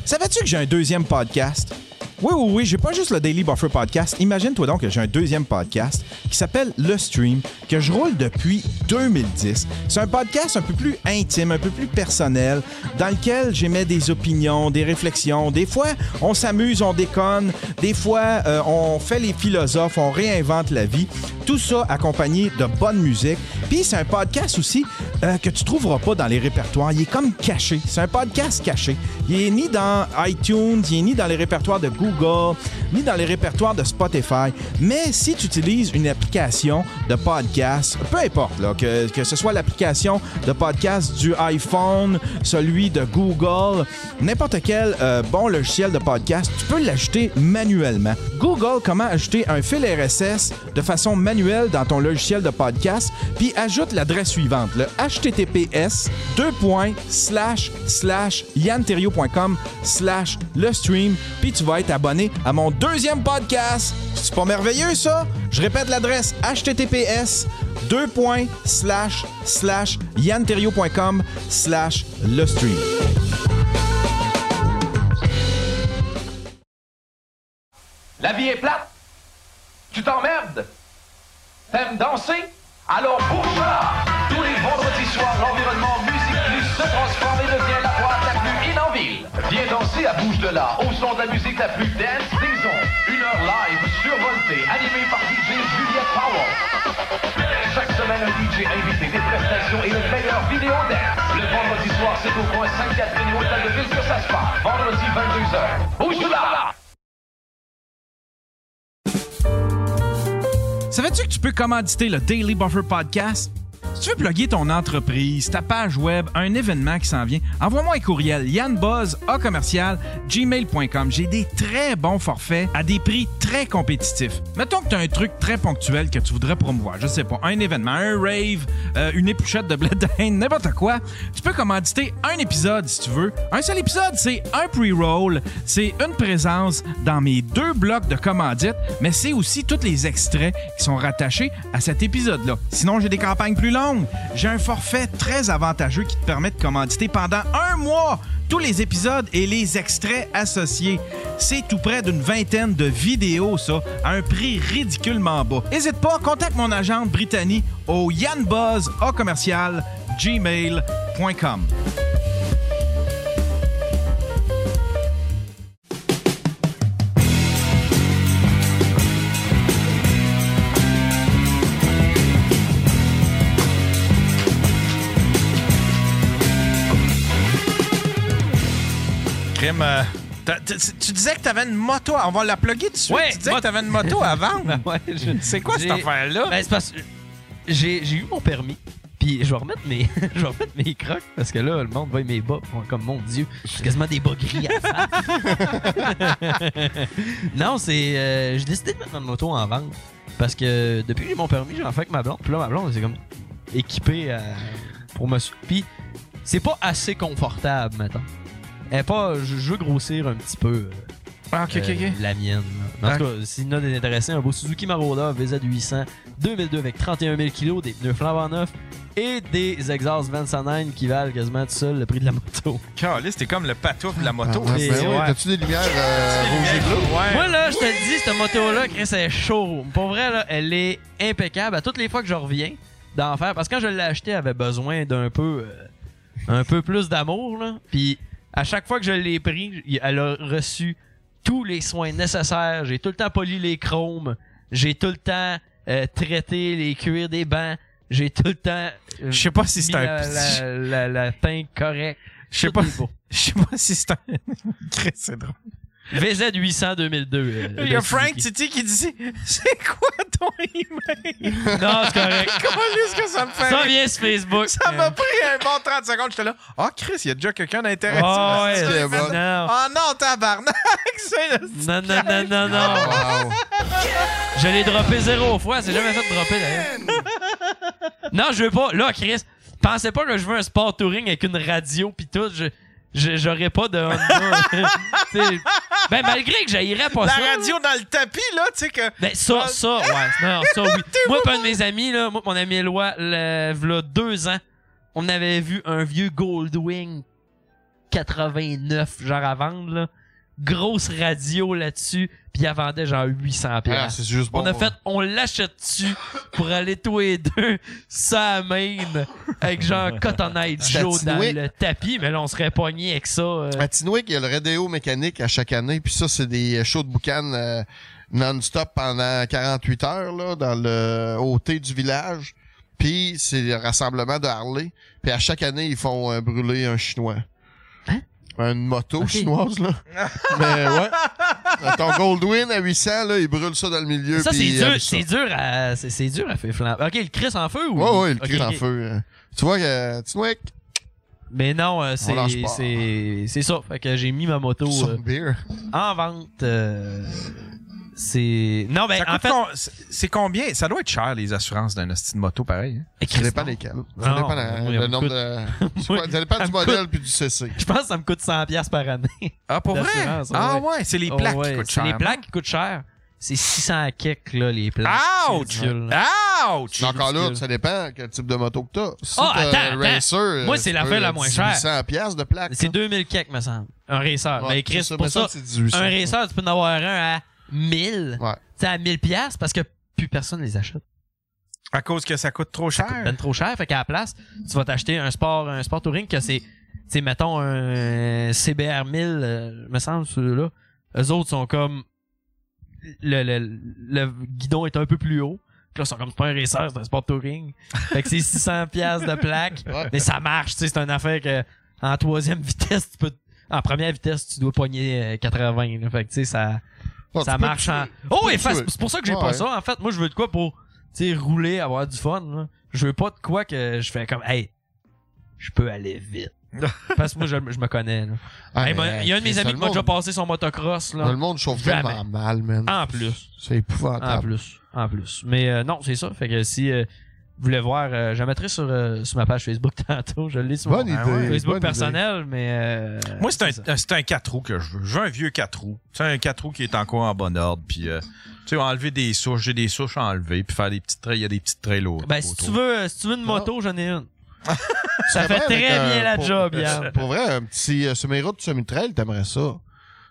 Savais-tu que j'ai un deuxième podcast? Oui, oui, oui, j'ai pas juste le Daily Buffer podcast. Imagine-toi donc que j'ai un deuxième podcast qui s'appelle Le Stream, que je roule depuis 2010. C'est un podcast un peu plus intime, un peu plus personnel, dans lequel j'émets des opinions, des réflexions. Des fois, on s'amuse, on déconne. Des fois, euh, on fait les philosophes, on réinvente la vie. Tout ça accompagné de bonne musique. Puis c'est un podcast aussi euh, que tu trouveras pas dans les répertoires. Il est comme caché. C'est un podcast caché. Il est ni dans iTunes, il est ni dans les répertoires de Google, ni dans les répertoires de Spotify. Mais si tu utilises une application de podcast, peu importe, là, que, que ce soit l'application de podcast du iPhone, celui de Google, n'importe quel euh, bon logiciel de podcast, tu peux l'ajouter manuellement. Google, comment ajouter un fil RSS de façon manuelle dans ton logiciel de podcast, puis ajoute l'adresse suivante, le https deux points, slash slash yanterio.com slash le stream, puis tu vas être abonné à mon deuxième podcast. C'est pas merveilleux ça? Je répète l'adresse https deux points, slash slash yanterio.com slash le stream.
La vie est plate. Tu t'emmerdes. T'aimes danser. Alors pour ça, tous les vendredis soirs, l'environnement Musique Plus se transforme et devient la boîte la plus inenville. Viens danser à Bouche de là, au son de la musique la plus dance des ondes. Une heure live survoltée, animée par DJ Juliette Powell. Chaque semaine, un DJ invité, des prestations et le meilleur vidéo dance. Le vendredi soir, c'est au coin 5 Catherine, hôtel de ville que ça se passe. Vendredi 22h. Bouche de là!
Savais-tu que tu peux commanditer le Daily Buffer Podcast? Si tu veux plugger ton entreprise, ta page web, un événement qui s'en vient, envoie-moi un courriel yannbuzz à commercial gmail.com. J'ai des très bons forfaits à des prix très compétitifs. Mettons que tu as un truc très ponctuel que tu voudrais promouvoir, je sais pas, un événement, un rave, euh, une épluchette de blé d'Inde, n'importe quoi. Tu peux commanditer un épisode si tu veux. Un seul épisode, c'est un pre-roll, c'est une présence dans mes deux blocs de commandite, mais c'est aussi tous les extraits qui sont rattachés à cet épisode-là. Sinon, j'ai des campagnes plus longues. J'ai un forfait très avantageux qui te permet de commanditer pendant un mois tous les épisodes et les extraits associés. C'est tout près d'une vingtaine de vidéos, ça, à un prix ridiculement bas. N'hésite pas, contacte mon agent Brittany au yanbuzz, A commercial, gmail.com.
Crime. euh, t'as- t'as- tu disais que t'avais une moto. On va la plugger tout de suite.
Ouais,
tu disais
mot-
que t'avais une moto à vendre.
Ouais, je-
C'est quoi cette
j'ai-
affaire-là?
Ben, c'est parce que j'ai, j'ai eu mon permis, puis je vais remettre mes, je vais remettre mes crocs, parce que là, le monde voit mes bas, ils font comme mon Dieu, c'est quasiment des bas gris à la face. Non, c'est. euh, j'ai décidé de mettre ma moto en vente. Parce que depuis que j'ai mon permis, j'ai fait avec ma blonde. Puis là, ma blonde, c'est comme équipée à- pour me. sou- Puis c'est pas assez confortable, maintenant. Elle est pas. Je, je veux grossir un petit peu. euh,
Ah, ok, ok, Ah. ok.
La mienne. là. En tout cas, s'il y en a des intéressés, un beau Suzuki Marauder VZ800 2002 avec 31 000 kg, des pneus flambant neufs et des exhausts 29 qui valent quasiment tout seul le prix de la moto.
Carlis, t'es comme le patouf de la moto.
Ah, ben oui,
t'as-tu des lumières
rouges et bleues? Ouais.
Moi, là, je te le dis, cette moto-là, Chris, elle est chaud. Pour vrai, là, elle est impeccable. À toutes les fois que je reviens d'en faire, parce que quand je l'ai achetée, elle avait besoin d'un peu, euh, un peu plus d'amour, là. Puis, à chaque fois que je l'ai pris, j- elle a reçu tous les soins nécessaires. J'ai tout le temps poli les chromes. J'ai tout le temps euh, traité les cuirs des bancs. J'ai tout le temps. euh,
Je sais pas si c'est un petit-
La, la, la, la teinte correcte.
Je sais
Tout
pas.
est beau.
Je sais pas si c'est un. Chris, c'est drôle.
VZ 800 2002. euh,
Il y a
de
Frank
Suzuki.
Titi qui dit C'est quoi ton email
Non, c'est correct.
Comment est-ce que ça me fait
Ça
rire?
vient sur Facebook.
Ça m'a pris un bon 30 secondes. J'étais là Ah, Chris, il y a déjà quelqu'un d'intéressant.
Ah ouais,
C'est
c'est
bon.
bon. Non.
Ah non, tabarnak C'est le
Non, non, non, non, non. Je l'ai droppé zéro fois. C'est jamais fait de dropper, d'ailleurs. Non, je veux pas. Là, Chris, pensez pas que je veux un sport touring avec une radio pis tout. Je, je- j'aurais pas de Honda. T'sais, ben, malgré que j'haïrais pas
La
ça.
radio dans Ah, le tapis, là, tu sais que.
Ben, ça,
Ah.
ça, ouais. Non, ça, oui. Moi, pas un de mes amis, là. Moi, mon ami Éloi, le, v'là deux ans, on avait vu un vieux Goldwing 89, genre à vendre, là. Grosse radio là-dessus, puis elle vendait genre 800 pièces.
Ah, c'est juste bon,
On a
ouais.
fait, on l'achète-tu pour aller tous les deux, ça à Maine, avec genre Cotton Eye Joe dans
Statistiques.
le tapis, mais là, on serait pogné avec ça. euh.
À Tinoué, il y a le radio mécanique à chaque année, puis ça, c'est des shows de boucan euh, non-stop pendant 48 heures, là, dans le au thé du village. Puis c'est le rassemblement de Harley. Puis à chaque année, ils font euh, brûler un chinois. Une moto chinoise, là. Mais ouais. Ton Goldwyn à 800, là, il brûle ça dans le milieu.
ça,
puis
c'est
il
dur,
aime ça.
c'est dur à, c'est, c'est dur à faire flamber. Ok, le Chris en feu ou?
Ouais, ouais, le
Ok,
cri en
ok.
feu. euh. Tu vois, euh, Tinoué,
Mais non, euh, c'est,
lâche pas.
c'est, c'est ça. Fait que j'ai mis ma moto
Some
euh,
beer.
en vente. euh, c'est. Non, ben,
Ça
en
coûte
fait.
con- c'est- C'est combien Ça doit être cher, les assurances d'un hostie de moto pareil.
Eh,
hein? Ah,
Ça dépend lesquels. Ça
Non,
dépend la-
moi,
le
elle me
nombre
coûte-
de.
Moi,
ça dépend
elle
du
me
modèle
coûte-
puis du CC.
Je pense que ça me coûte 100$ par année.
Ah, pour vrai?
L'assurance,
Ah ouais, c'est les
Oh
plaques qui
ouais,
coûtent
C'est les
cher,
plaques qui coûtent cher. C'est 600 quelques, là, les plaques.
Ouch!
C'est ridicule.
Ouch!
C'est
Encore là,
ridicule.
ça dépend quel type de moto que t'as. Si
Ah,
t'as
attends,
un
attends.
racer, euh,
Moi, c'est l'affaire la moins chère.
100 pièces de plaque.
C'est 2000 quelques, me semble. Un racer.
Ouais,
mais Chris,
c'est ça,
pour
me semble
ça,
que c'est 1800.
un racer, tu peux en avoir un à 1000.
Ouais.
Tu sais, à 1000$ piastres parce que plus personne les achète.
À cause que ça coûte trop cher.
ben trop cher. Fait qu'à la place, tu vas t'acheter un sport, un sport touring que c'est, tu sais, mettons un CBR 1000, euh, me semble, ceux-là. Eux autres sont comme, le, le, le guidon est un peu plus haut. Puis Là, ils sont comme c'est pas un racer, c'est un sport touring. Fait que c'est 600 pièces de plaque. Mais ça marche, tu sais, c'est une affaire que, en troisième vitesse, tu peux, en première vitesse, tu dois poigner euh, 80. là. Fait que, tu sais, ça,
Oh,
ça
tu peux
marche
tuer.
en.
Tu
Oh,
peux
et face-
tuer.
c'est pour ça que j'ai
Ouais,
pas
ouais.
ça. En fait, moi, je veux de quoi pour, tu sais, rouler, avoir du fun. là. Je veux pas de quoi que je fais comme, hey, je peux aller vite. Parce que moi, je, je me connais. là.
Ah,
Hey,
mais,
ben, il y a un de mes
Chris,
amis
le
qui m'a
monde-
déjà passé son motocross. Là.
Le monde chauffe
Jamais.
vraiment mal, man.
En plus.
C'est épouvantable.
En plus. En plus. Mais euh, non, c'est ça. Fait que si euh, vous voulez voir, euh, je la mettrai sur, euh, sur ma page Facebook tantôt. Je l'ai sur
Bonne
mon
idée,
Facebook
bonne idée.
personnel, mais. euh,
Ah, Moi, c'est un, c'est un 4 roues que je veux. Je veux un vieux 4 roues. C'est un 4 roues qui est encore en bon ordre. Puis, euh, tu sais, enlever des souches. J'ai des souches à enlever. Puis faire des petites trails. Il y a des petites trails au-
Ben, si
autour.
tu, veux, si tu veux une moto, j'en ai une.
Ça
ça fait très bien la job,
Yann.
Yann.
Pour vrai, un petit euh, semi-route, semi-trail, t'aimerais ça.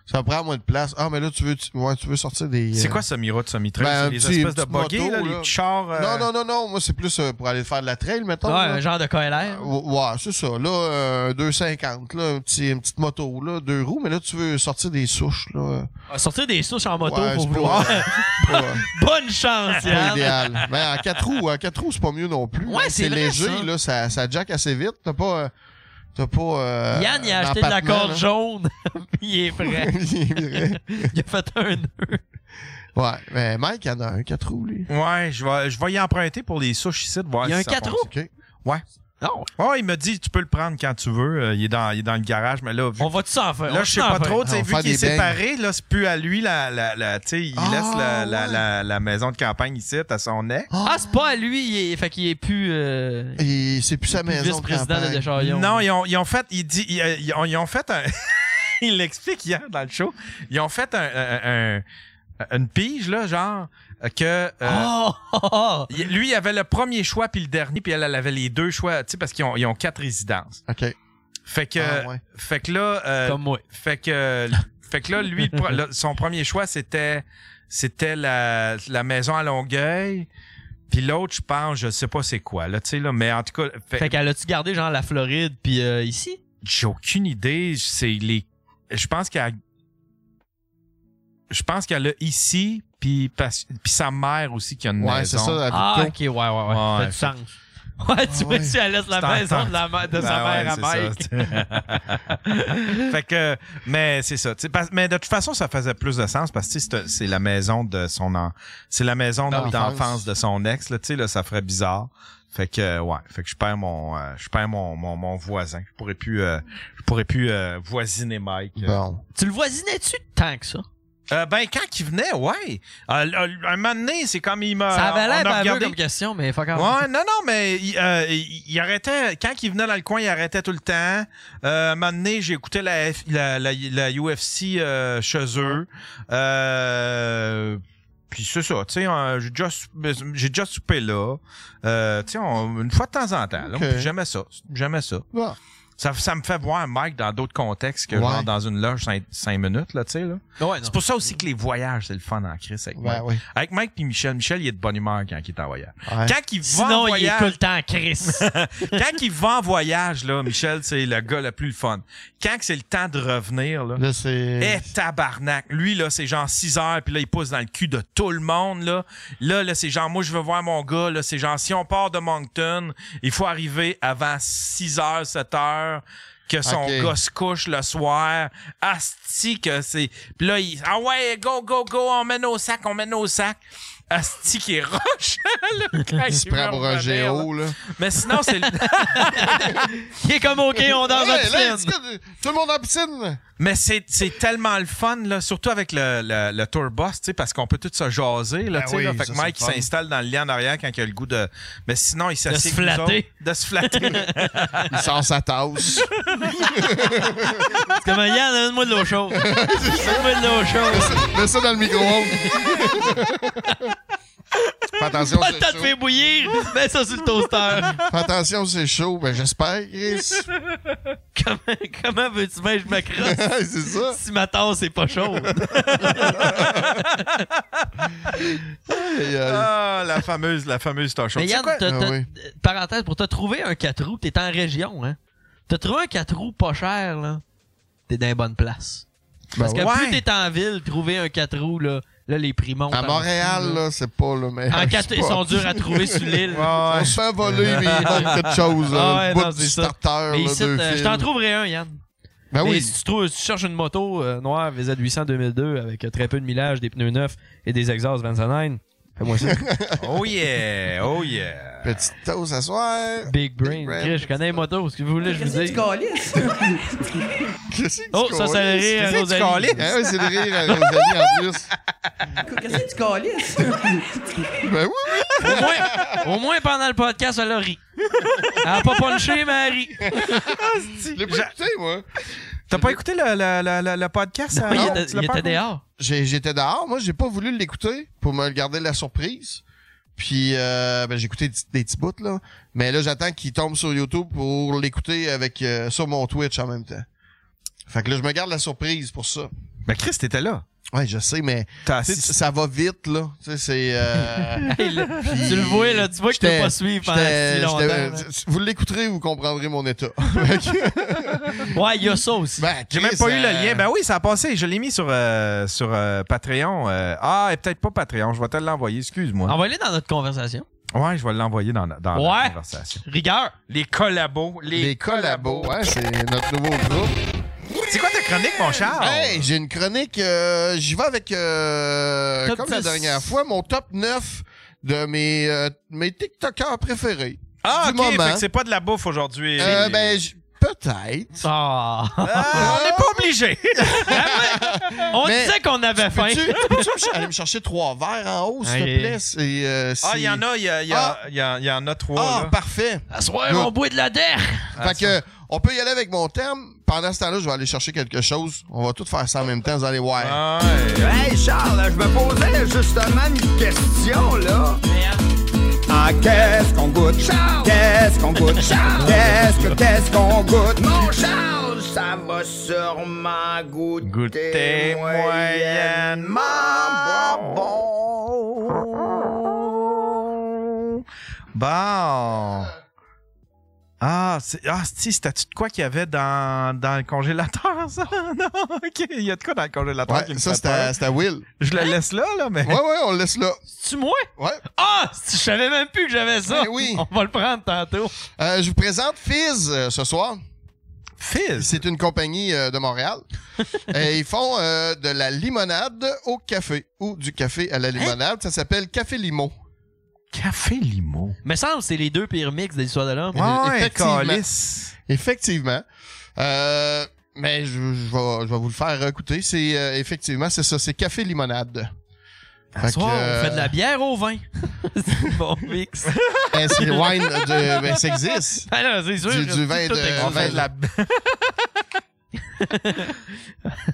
Ça prend moins de place. Ah, mais là, tu veux, tu, ouais, tu veux sortir des.
C'est
euh,
quoi ce miro de semi-trail?
ben, un
c'est des
petit-
espèces de
une petite
buggy,
moto,
là, les
là.
petits chars. euh,
Non, non, non, non. Moi, c'est plus euh, pour aller faire de la trail, mettons.
Ouais,
là.
un genre de KLR.
Ouais, ouais, c'est ça. Là, euh, 250, là, un petit, une petite moto, là, deux roues, mais là, tu veux sortir des souches, là.
Ah, Sortir des souches en moto
Ouais,
pour
c'est pas-
vouloir.
pas-
Bonne chance,
C'est pas
Yann.
idéal. Mais en quatre roues, en quatre roues, c'est pas mieux non plus.
Ouais,
Hein.
c'est vrai,
léger,
ça.
là, ça, ça jack assez vite. T'as pas. euh, T'as pas. euh,
Yann, il a acheté de la
d'empattement,
corde
là.
jaune. puis il est prêt.
Il est prêt.
il a fait un nœud.
Ouais, mais Mike, il en a un quatre roues, lui.
Ouais, je vais, je vais y emprunter pour les souches ici de voir
Il y a
si
un
ça
quatre
fonctionne.
roues?
Ouais. Non. Oh, il m'a dit, tu peux le prendre quand tu veux. Euh, Il est dans, il est dans le garage, mais là, vu-
On va tout s'en faire.
Là,
on
je sais
s'en
pas
fait.
trop, tu sais,
On va
vu
faire
qu'il est
des beignes.
séparé, là, c'est plus à lui la, la, la- tu sais, il laisse la, la, la- la maison de campagne ici, à son ex.
Ah, c'est pas à lui, il est, fait qu'il est plus. euh,
c'est plus sa
il est
maison de
Vice-président de
campagne.
Deschaillons.
Non, ils ont, ils ont fait. Ils, dit- ils, euh, ils ont, ils ont fait un. ils l'expliquent hier dans le show. Ils ont fait un, un- un- une pige, là, genre. euh, Que. euh,
Oh!
il- lui, il avait le premier choix puis le dernier, puis elle, elle avait les deux choix, tu sais, parce qu'ils ont, ils ont quatre résidences.
OK.
Fait que. Fait que là. euh,
Comme moi.
Fait que. Fait que là, lui, le pro- le- son premier choix, c'était. C'était la, la maison à Longueuil. Puis l'autre, je pense, je sais pas c'est quoi, là, tu sais, là, mais en tout cas.
Fait qu'elle a-tu gardé, genre, la Floride, puis euh, ici?
J'ai aucune idée. C'est les. Je pense qu'elle. Je pense qu'elle a ici, puis parce- puis sa mère aussi qui a une
Ouais,
maison.
c'est ça, à
Ah,
Victo.
ok, ouais, ouais, ouais.
Ça a du
fait-
sens. Ouais,
Ah
tu vois, si elle laisse la
C'est
maison de, la
entente.
ma- de sa
Ben
mère
ouais,
à Mike.
c'est ça. fait que, mais c'est ça. tu sais, parce- mais de toute façon, ça faisait plus de sens parce que tu sais, c'est c'est la maison de son en- c'est la maison
D'enfance.
d'enfance de son ex. Là, tu sais, là, ça ferait bizarre. Fait que, euh, ouais, fait que je perds mon, euh, je perds mon, mon, mon voisin. Je pourrais plus, euh, je pourrais plus euh, voisiner Mike.
Bon.
Tu le voisinais-tu tant que ça?
Euh, ben, quand il venait, ouais. Euh, l- un moment donné, c'est comme il m'a.
ça
Euh,
avait
on a
l'air baveux
regardé-
comme question, mais fuck off.
Ouais, non, non, mais il, euh, il- il arrêtait. Quand il venait dans le coin, il arrêtait tout le temps. Euh, à un moment donné, j'écoutais la, F- la, la, la UFC euh, chez eux. Euh, puis c'est ça, tu sais, euh, j'ai déjà, soupé- j'ai déjà soupé là. Euh, tu sais, on- une fois de temps en temps. là.
Ok.
Puis J'aimais ça, j'aimais ça.
Bon.
Ça, ça me fait voir Mike dans d'autres contextes que
Ouais.
genre dans une loge 5, minutes, là, tu sais. Là.
Ouais, non.
c'est pour ça aussi que les voyages, c'est le fun en crise avec
Ouais,
Mike.
ouais.
Avec Mike puis Michel. Michel, il est de bonne humeur quand il est en voyage.
Ouais.
Quand il va
Sinon,
en
il est
voyage-
tout le temps Chris.
quand il va en voyage, là, Michel, c'est le gars le plus le fun. Quand que c'est le temps de revenir, là.
Là, c'est.
Eh, tabarnak. Lui, là, c'est genre 6 heures, puis là, il pousse dans le cul de tout le monde, là. Là, là, c'est genre, moi, je veux voir mon gars, là. C'est genre, si on part de Moncton, il faut arriver avant 6 heures, 7 heures, que son
Ok.
gars se couche le soir. Asti
Euh,
que c'est... Puis là, il... Ah ouais, go, go, go, on met nos sacs, on met nos sacs. Asti qui est roche, là, quand
Il se
va
prend pour un
revenir, là.
géo, là.
Mais sinon, c'est...
Il est comme OK, on danse en
Hey, là,
piscine.
est-ce que- Tout le monde en piscine!
Mais c'est c'est tellement le fun, là, surtout avec le, le, le tour bus, tu sais, parce qu'on peut tout se jaser. Là,
Ben
tu sais,
oui,
là. fait
ça,
que Mike
c'est
il
le fun.
s'installe dans le lit en arrière quand il a le goût de. Mais sinon, il s'assied.
se
avec nous
flatter.
autres, De se flatter.
Il sort sa tasse.
C'est comme Yann, donne-moi de l'eau chaude. Donne-moi de l'eau
Mets ça-
chaude.
Mets ça dans le micro-ondes. Fais attention,
Pas le
c'est
temps de
chaud.
faire bouillir. Mets ça sur le toaster.
Fais attention, c'est chaud. Ben, j'espère, Chris.
Comment, comment veux-tu bien que je m'accroche
c'est ça.
si ma tasse est pas chaude?
ah, la fameuse, la fameuse tâche.
Mais
Tu sais
Yann,
quoi?
t'as- t'as-
Ah oui.
euh, parenthèse, pour t'as trouvé un 4 roues, t'es en région, hein? T'as trouvé un 4 roues pas cher, là? T'es dans les bonnes places. Parce que
Ben ouais.
plus t'es en ville, trouver un 4 roues, là, là les prix montent.
À
en
Montréal,
dessous,
là, c'est pas le meilleur.
En quatre-
spot.
ils sont durs à trouver sur l'île.
On se fait voler, mais il manque quelque chose.
Ah
là.
ouais,
Le bout
non,
du
c'est ça.
starter,
Mais
là,
ici,
deux
euh, je
fils.
t'en trouverai un, Yann.
Ben
Mais
oui.
Si tu, trouves, si tu cherches une moto euh, noire VZ 800 2002 avec euh, très peu de millage, des pneus neufs et des exhausts 29, fais-moi ça.
Oh yeah, oh yeah.
Petite toast à soir.
Big brain. Chris, je connais les motos. Ce que vous voulez, je vous dis.
Qu'est-ce que tu
Oh, ça, c'est le rire à
Qu'est-ce que tu
Rosalie.
calisses? Ah oui, c'est le rire à Rosalie en plus.
Qu'est-ce que tu calisses?
Ben oui.
Au moins, au moins pendant le podcast, elle a ri. Elle a pas punché, mais elle rit.
Je l'ai pas écouté, moi.
T'as pas écouté le, le- le- le- le podcast? euh,
Non, il
Aaron?
était-
Tu l'as
il
pas
était
écouté?
dehors.
J'ai- J'étais dehors. Moi, j'ai pas voulu l'écouter pour me garder la surprise. Puis, euh, ben, j'ai écouté des- des petits bouts, là. Mais là, j'attends qu'il tombe sur YouTube pour l'écouter avec euh, sur mon Twitch en même temps. Fait que là, je me garde la surprise pour ça.
Mais Chris, t'étais là.
Ouais, je sais, mais
T'as
tu sais,
assisté.
ça va vite, là. Tu sais, c'est... euh,
Hey, là,
Puis-
tu le vois, là, tu vois que je t'ai
J'étais-
pas suivi pendant
j'étais-
si longtemps.
j'étais-
là.
Vous l'écouterez, vous comprendrez mon état.
Ouais, il y a ça aussi.
Ben,
J'ai même
Chris,
pas eu
euh,
le lien. Ben oui, ça a passé. Je l'ai mis sur, euh, sur euh, Patreon. euh. ah, et peut-être pas Patreon. Je vais te l'envoyer. Excuse-moi.
Envoie-le dans notre conversation.
Ouais, je vais l'envoyer dans, dans la
Ouais.
conversation.
Rigueur.
Les collabos. Les,
Les collabos, hein, c'est notre nouveau groupe.
C'est quoi ta chronique, mon Charles?
Hey, j'ai une chronique. euh, J'y vais avec, euh,
Top
comme la
10.
dernière fois, mon top 9 de mes, euh, mes TikTokers préférés.
Ah,
du
ok,
moment.
fait que c'est pas de la bouffe aujourd'hui.
Euh, ben, j- peut-être.
Ah, on n'est pas obligé.
Ben On disait qu'on avait faim.
Peux-tu peux-tu me ch- aller me chercher trois verres en haut, s'il
Ok.
te plaît? C'est, euh,
Ah,
c'est-
il y en a, il y, a- il y a- il y a- il y en a trois.
Ah,
là.
parfait.
À soir,
Good.
on boit de la Ah, terre.
Fait que, on peut y aller avec mon terme. Pendant ce temps-là, je vais aller chercher quelque chose. On va tout faire ça en même temps, vous allez voir.
Hey Charles, je me posais justement une question là. Ah qu'est-ce qu'on goûte Charles Qu'est-ce qu'on goûte Charles Qu'est-ce que qu'est-ce qu'on goûte Mon Charles, ça va sûrement goûter,
Goûter moyennement Bon. Ah, c'est, ah, c'est- c'était-tu de quoi qu'il y avait dans, dans le congélateur, ça? Non, OK. Il y a de quoi dans le congélateur
Ouais,
qui me
ça,
fait
c'était
peur?
à- c'était à Will.
Je le laisse là, là, mais...
Ouais, ouais, on le laisse là.
C'est-tu moi?
Ouais.
Ah! c'est- Je savais même plus que j'avais ça.
Ben oui.
On va le prendre tantôt.
Euh, je vous présente Fizz euh, ce soir.
Fizz?
C'est une compagnie euh, de Montréal. Et ils font euh, de la limonade au café ou du café à la limonade. Ça s'appelle Café Limon.
Hein? Café Limon.
Me semble que c'est les deux pires mix de l'histoire de l'homme.
Effectivement. Euh, mais je, je vais, je vais vous le faire écouter. C'est euh, effectivement, c'est ça, c'est café limonade.
À
Fait
soir,
que, euh,
on fait de la bière au vin. c'est bon mix.
ben, c'est wine de- ben, ça existe.
Ben là, c'est sûr.
Du-
je
du
dis
vin
tout
de-
est
on
consommé.
fait de la-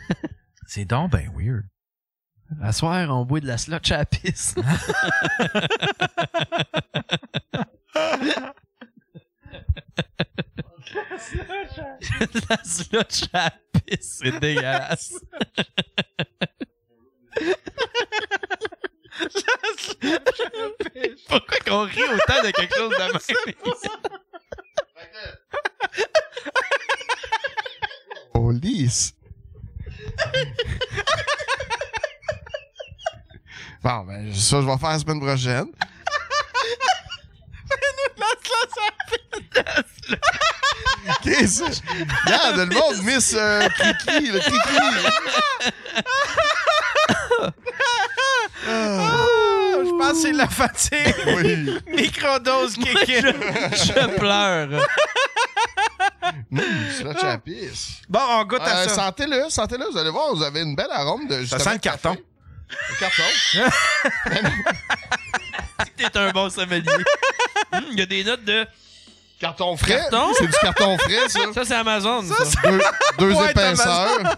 C'est donc ben weird.
À soir, on boit de la slotch à la pisse. de la slotch à la pisse, c'est dégueulasse. Pourquoi qu'on rit autant de quelque chose de même?
Au Oh, lisse. Bon, ben, ça, je vais faire la semaine prochaine. Qu'est-ce ça? Regarde, le monde miss euh, Kiki, le Kiki.
Ah, je pense que c'est la fatigue.
Oui.
Microdose qui
je, je pleure.
Slotch à la pisse.
Bon, on goûte à
Euh,
ça.
Sentez-le, sentez-le, vous allez voir, vous avez une belle arôme de.
Ça sent le carton.
Le carton.
T'es un bon sommelier. Hmm, Il y a des notes de.
Carton
frais.
C'est du carton frais, ça.
Ça, c'est Amazon. Ça,
Deux, deux épaisseurs.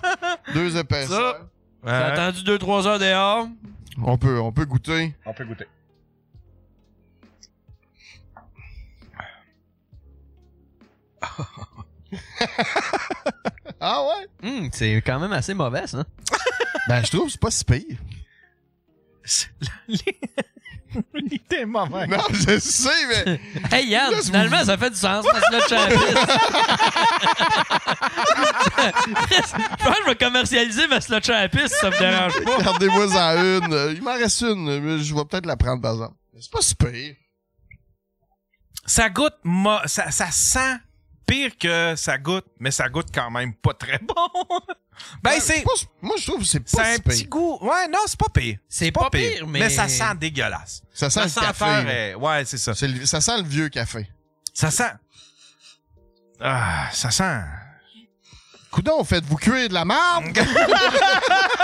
Deux épaisseurs.
Ça, j'ai attendu 2-3 heures dehors.
On peut, on peut goûter.
On peut goûter.
Ah ouais?
Hum, c'est quand même assez mauvais, ça.
Ben, je trouve que c'est pas si pire.
T'es mauvais.
Non, Ah, je sais, mais.
Hey Yann,
Là, c'est-
finalement, ça fait du sens, parce que là, champiste. Je pense que je vais commercialiser ma slot champiste, ça me dérange pas.
Gardez-moi en une. Il m'en reste une, mais je vais peut-être la prendre par exemple. Mais C'est pas si pire.
Ça goûte, mo- ça, ça sent pire que ça goûte, mais ça goûte quand même pas très bon. ben, c'est.
Moi, je trouve que c'est
C'est
pas
un
si
petit
pire.
goût. Ouais, non, c'est pas pire.
C'est
pas,
pas pire, mais-
ça sent dégueulasse.
Ça sent
la
le café,
senteur
là.
est- Ouais, c'est ça.
C'est le- Ça sent le vieux café.
Ça sent. Ah, ça sent.
Coudon, faites-vous cuire de la marde!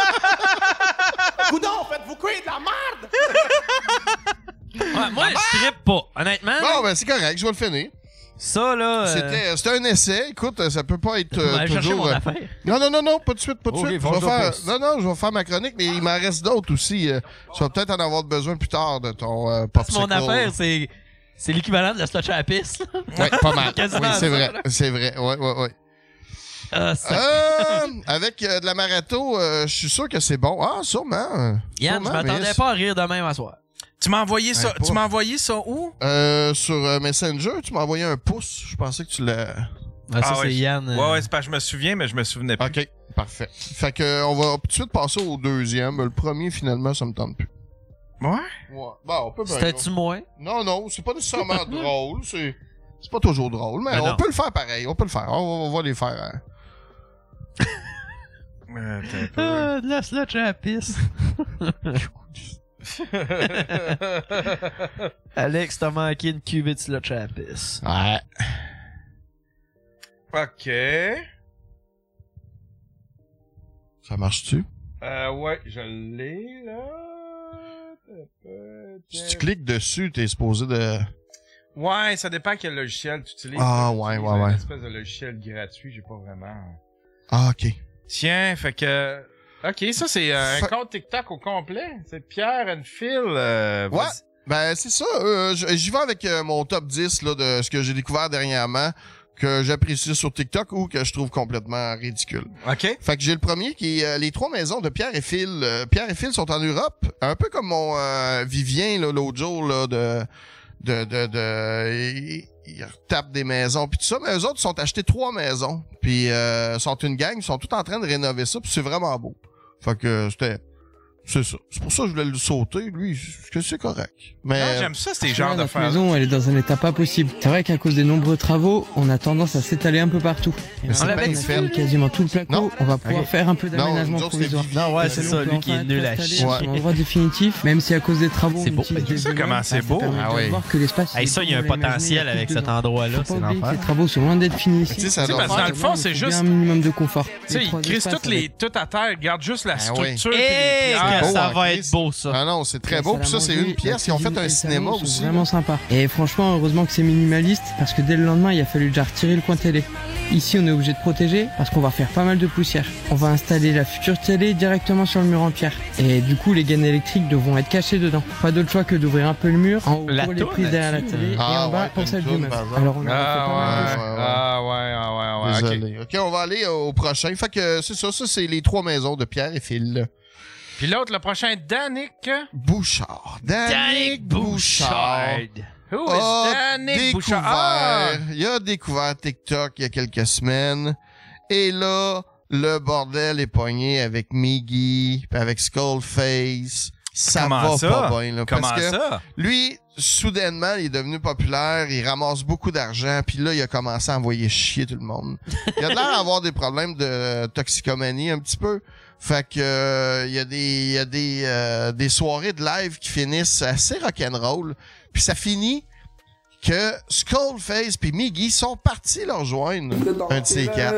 Coudon, faites-vous cuire de la merde!
Ouais, moi, je trippe pas. Honnêtement,
Bon, ben, c'est correct, je vais le finir.
ça, là. euh,
C'était c'était un essai. Écoute, euh, ça peut pas être euh,
On va aller chercher
toujours.
mon
euh,
affaire.
Non, non, non, non, pas de suite, pas de
Ok,
suite. Je
fonce
vais
au
faire...
pouce.
Non, non, je vais faire ma chronique, mais il m'en reste d'autres aussi. euh, Tu vas peut-être en avoir besoin plus tard de ton euh, popsicle.
mon affaire, c'est. C'est l'équivalent de la slot à la pisse.
Ouais, pas mal.
Quasiment
oui, c'est
ça,
vrai.
là.
C'est vrai. Ouais, ouais, ouais.
Ah, ça-
Euh, avec euh, de la marato, euh, je suis sûr que c'est bon. Ah, sûrement. euh,
Yann, je
sûrement,
m'attendais
mais-
pas à rire demain à soir.
Tu m'as envoyé ça.
pas-
Tu m'as envoyé ça où?
Euh, sur euh, Messenger, tu m'as envoyé un pouce. Je pensais que tu l'as.
Ah, ça, c'est
ouais.
Yann. euh,
Ouais, ouais, c'est parce que je me souviens, mais je me souvenais pas.
OK, parfait. Fait que euh, on va tout de suite passer au deuxième. Le premier, finalement, ça me tente plus.
Ouais?
Ouais. Bah, on peut bien.
C'était-tu moi?
Non, non, c'est pas nécessairement drôle. C'est c'est pas toujours drôle, mais
Ben
on
non.
peut le faire pareil. On peut le faire. On va, on va les faire. hein.
Euh, t'as un peu-
Ah, de la slot à la pisse.
Alex, t'as manqué une cuvée de slot chapis.
Ouais.
Ok.
Euh,
Ça marche-tu?
Euh, ouais, je l'ai, là.
Si tu cliques dessus, t'es supposé de...
Ouais, ça dépend quel logiciel tu utilises.
Ah,
Moi,
ouais,
j'utilise
ouais, ouais.
Une espèce de logiciel gratuit, j'ai pas vraiment.
Ah, ok.
Tiens, fait que. Ok, ça c'est euh, un compte TikTok au complet. C'est Pierre and Phil. euh,
Ouais.
vas-y.
Ben, c'est ça. euh, j- J'y vais avec euh, mon top 10 là, de ce que j'ai découvert dernièrement, que j'apprécie sur TikTok ou que je trouve complètement ridicule.
OK.
Fait que j'ai le premier qui est euh, les trois maisons de Pierre et Phil. Euh, Pierre et Phil sont en Europe, un peu comme mon euh, Vivien là, l'autre jour là, de... de, de, de il, il retape des maisons puis tout ça, mais eux autres ils sont achetés trois maisons. Puis euh, sont une gang, ils sont tout en train de rénover ça, puis c'est vraiment beau. Fait que euh, c'était... C'est ça. C'est pour ça que je voulais le sauter. Lui, c'est que c'est correct. Mais
Non, j'aime ça, ces genres
Ah, Notre
d'affaires.
maison, elle est dans un état pas possible. C'est vrai qu'à cause des nombreux travaux, on a tendance à s'étaler un peu partout.
Mais c'est
on
pas
avait
une ferme.
fait quasiment tout le plateau. On va pouvoir
Ok.
faire un peu
Non,
d'aménagement
nous autres,
provisoire.
c'était Vivi. Non, ouais,
Et
c'est
puis,
ça,
on
lui
peut
qui est
enfin
nul à
être installé
chier.
dans
Ouais.
un endroit définitif, même si à cause des travaux,
C'est
on
beau,
utilise
ben,
des
ça,
immeubles,
comment c'est
bah, ça
beau.
permet
Ah
de
oui.
voir que l'espace,
Hey,
il est
ça, il y a un
pour l'imaginer
potentiel
depuis
avec
deux
cet
ans.
endroit-là,
Faut pas
c'est
oublier que
l'enfer.
Les travaux sont loin d'être finis.
Tu sais, ça
ici.
doit
parce que dans le fond, c'est
Il faut bien
juste-
un minimum de confort.
Tu sais,
Les
ils
trois
crissent
espaces
toutes les, tout à terre. Regarde juste la
Ah ouais.
structure. puis
Eh,
les pierres.
que ça va être
beau,
ça.
Ah non, c'est très
La
beau.
salle
Puis ça,
à
c'est
manger,
une pièce. Ils ont
la
fait un
cuisine et le
cinéma
salon sont
aussi.
vraiment sympa. Et franchement, heureusement que c'est minimaliste parce que dès le lendemain, il a fallu déjà retirer le coin télé. Ici, on est obligé de protéger parce qu'on va faire pas mal de poussière. On va installer la future télé directement sur le mur en pierre. Et du coup, les gaines électriques devront être cachées dedans. Pas d'autre choix que d'ouvrir un peu le mur en haut
La
pour les
toune
prises derrière la
là-dessus.
télé et
Ah
en bas
ouais,
pour
une
celle du
toune,
meuble.
par exemple.
Alors, on aura fait pas mal de
Ah
choses.
ouais, ah ouais, ah ouais, ouais,
Désolé.
ok.
OK, on va aller au prochain. Fait que c'est ça. Ça, c'est les trois maisons de Pierre et Phil.
Puis l'autre, le prochain, Danick.
Bouchard. Danick Bouchard.
Who
a
is Danick Bouchard? Ah!
découvert- Il a découvert TikTok il y a quelques semaines. Et là, le bordel est pogné avec Miggy, puis avec Skullface. Ça
Comment
va
ça?
pas bien. là,
Comment
parce que
ça?
Lui, soudainement, il est devenu populaire, il ramasse beaucoup d'argent, puis là, il a commencé à envoyer chier tout le monde. Il a de l'air d'avoir des problèmes de toxicomanie un petit peu. Fait que euh, il y a des il y a des euh, des soirées de live qui finissent assez rock'n'roll, puis ça finit que Skullface puis Miggy sont partis leur joindre un de ces quatre.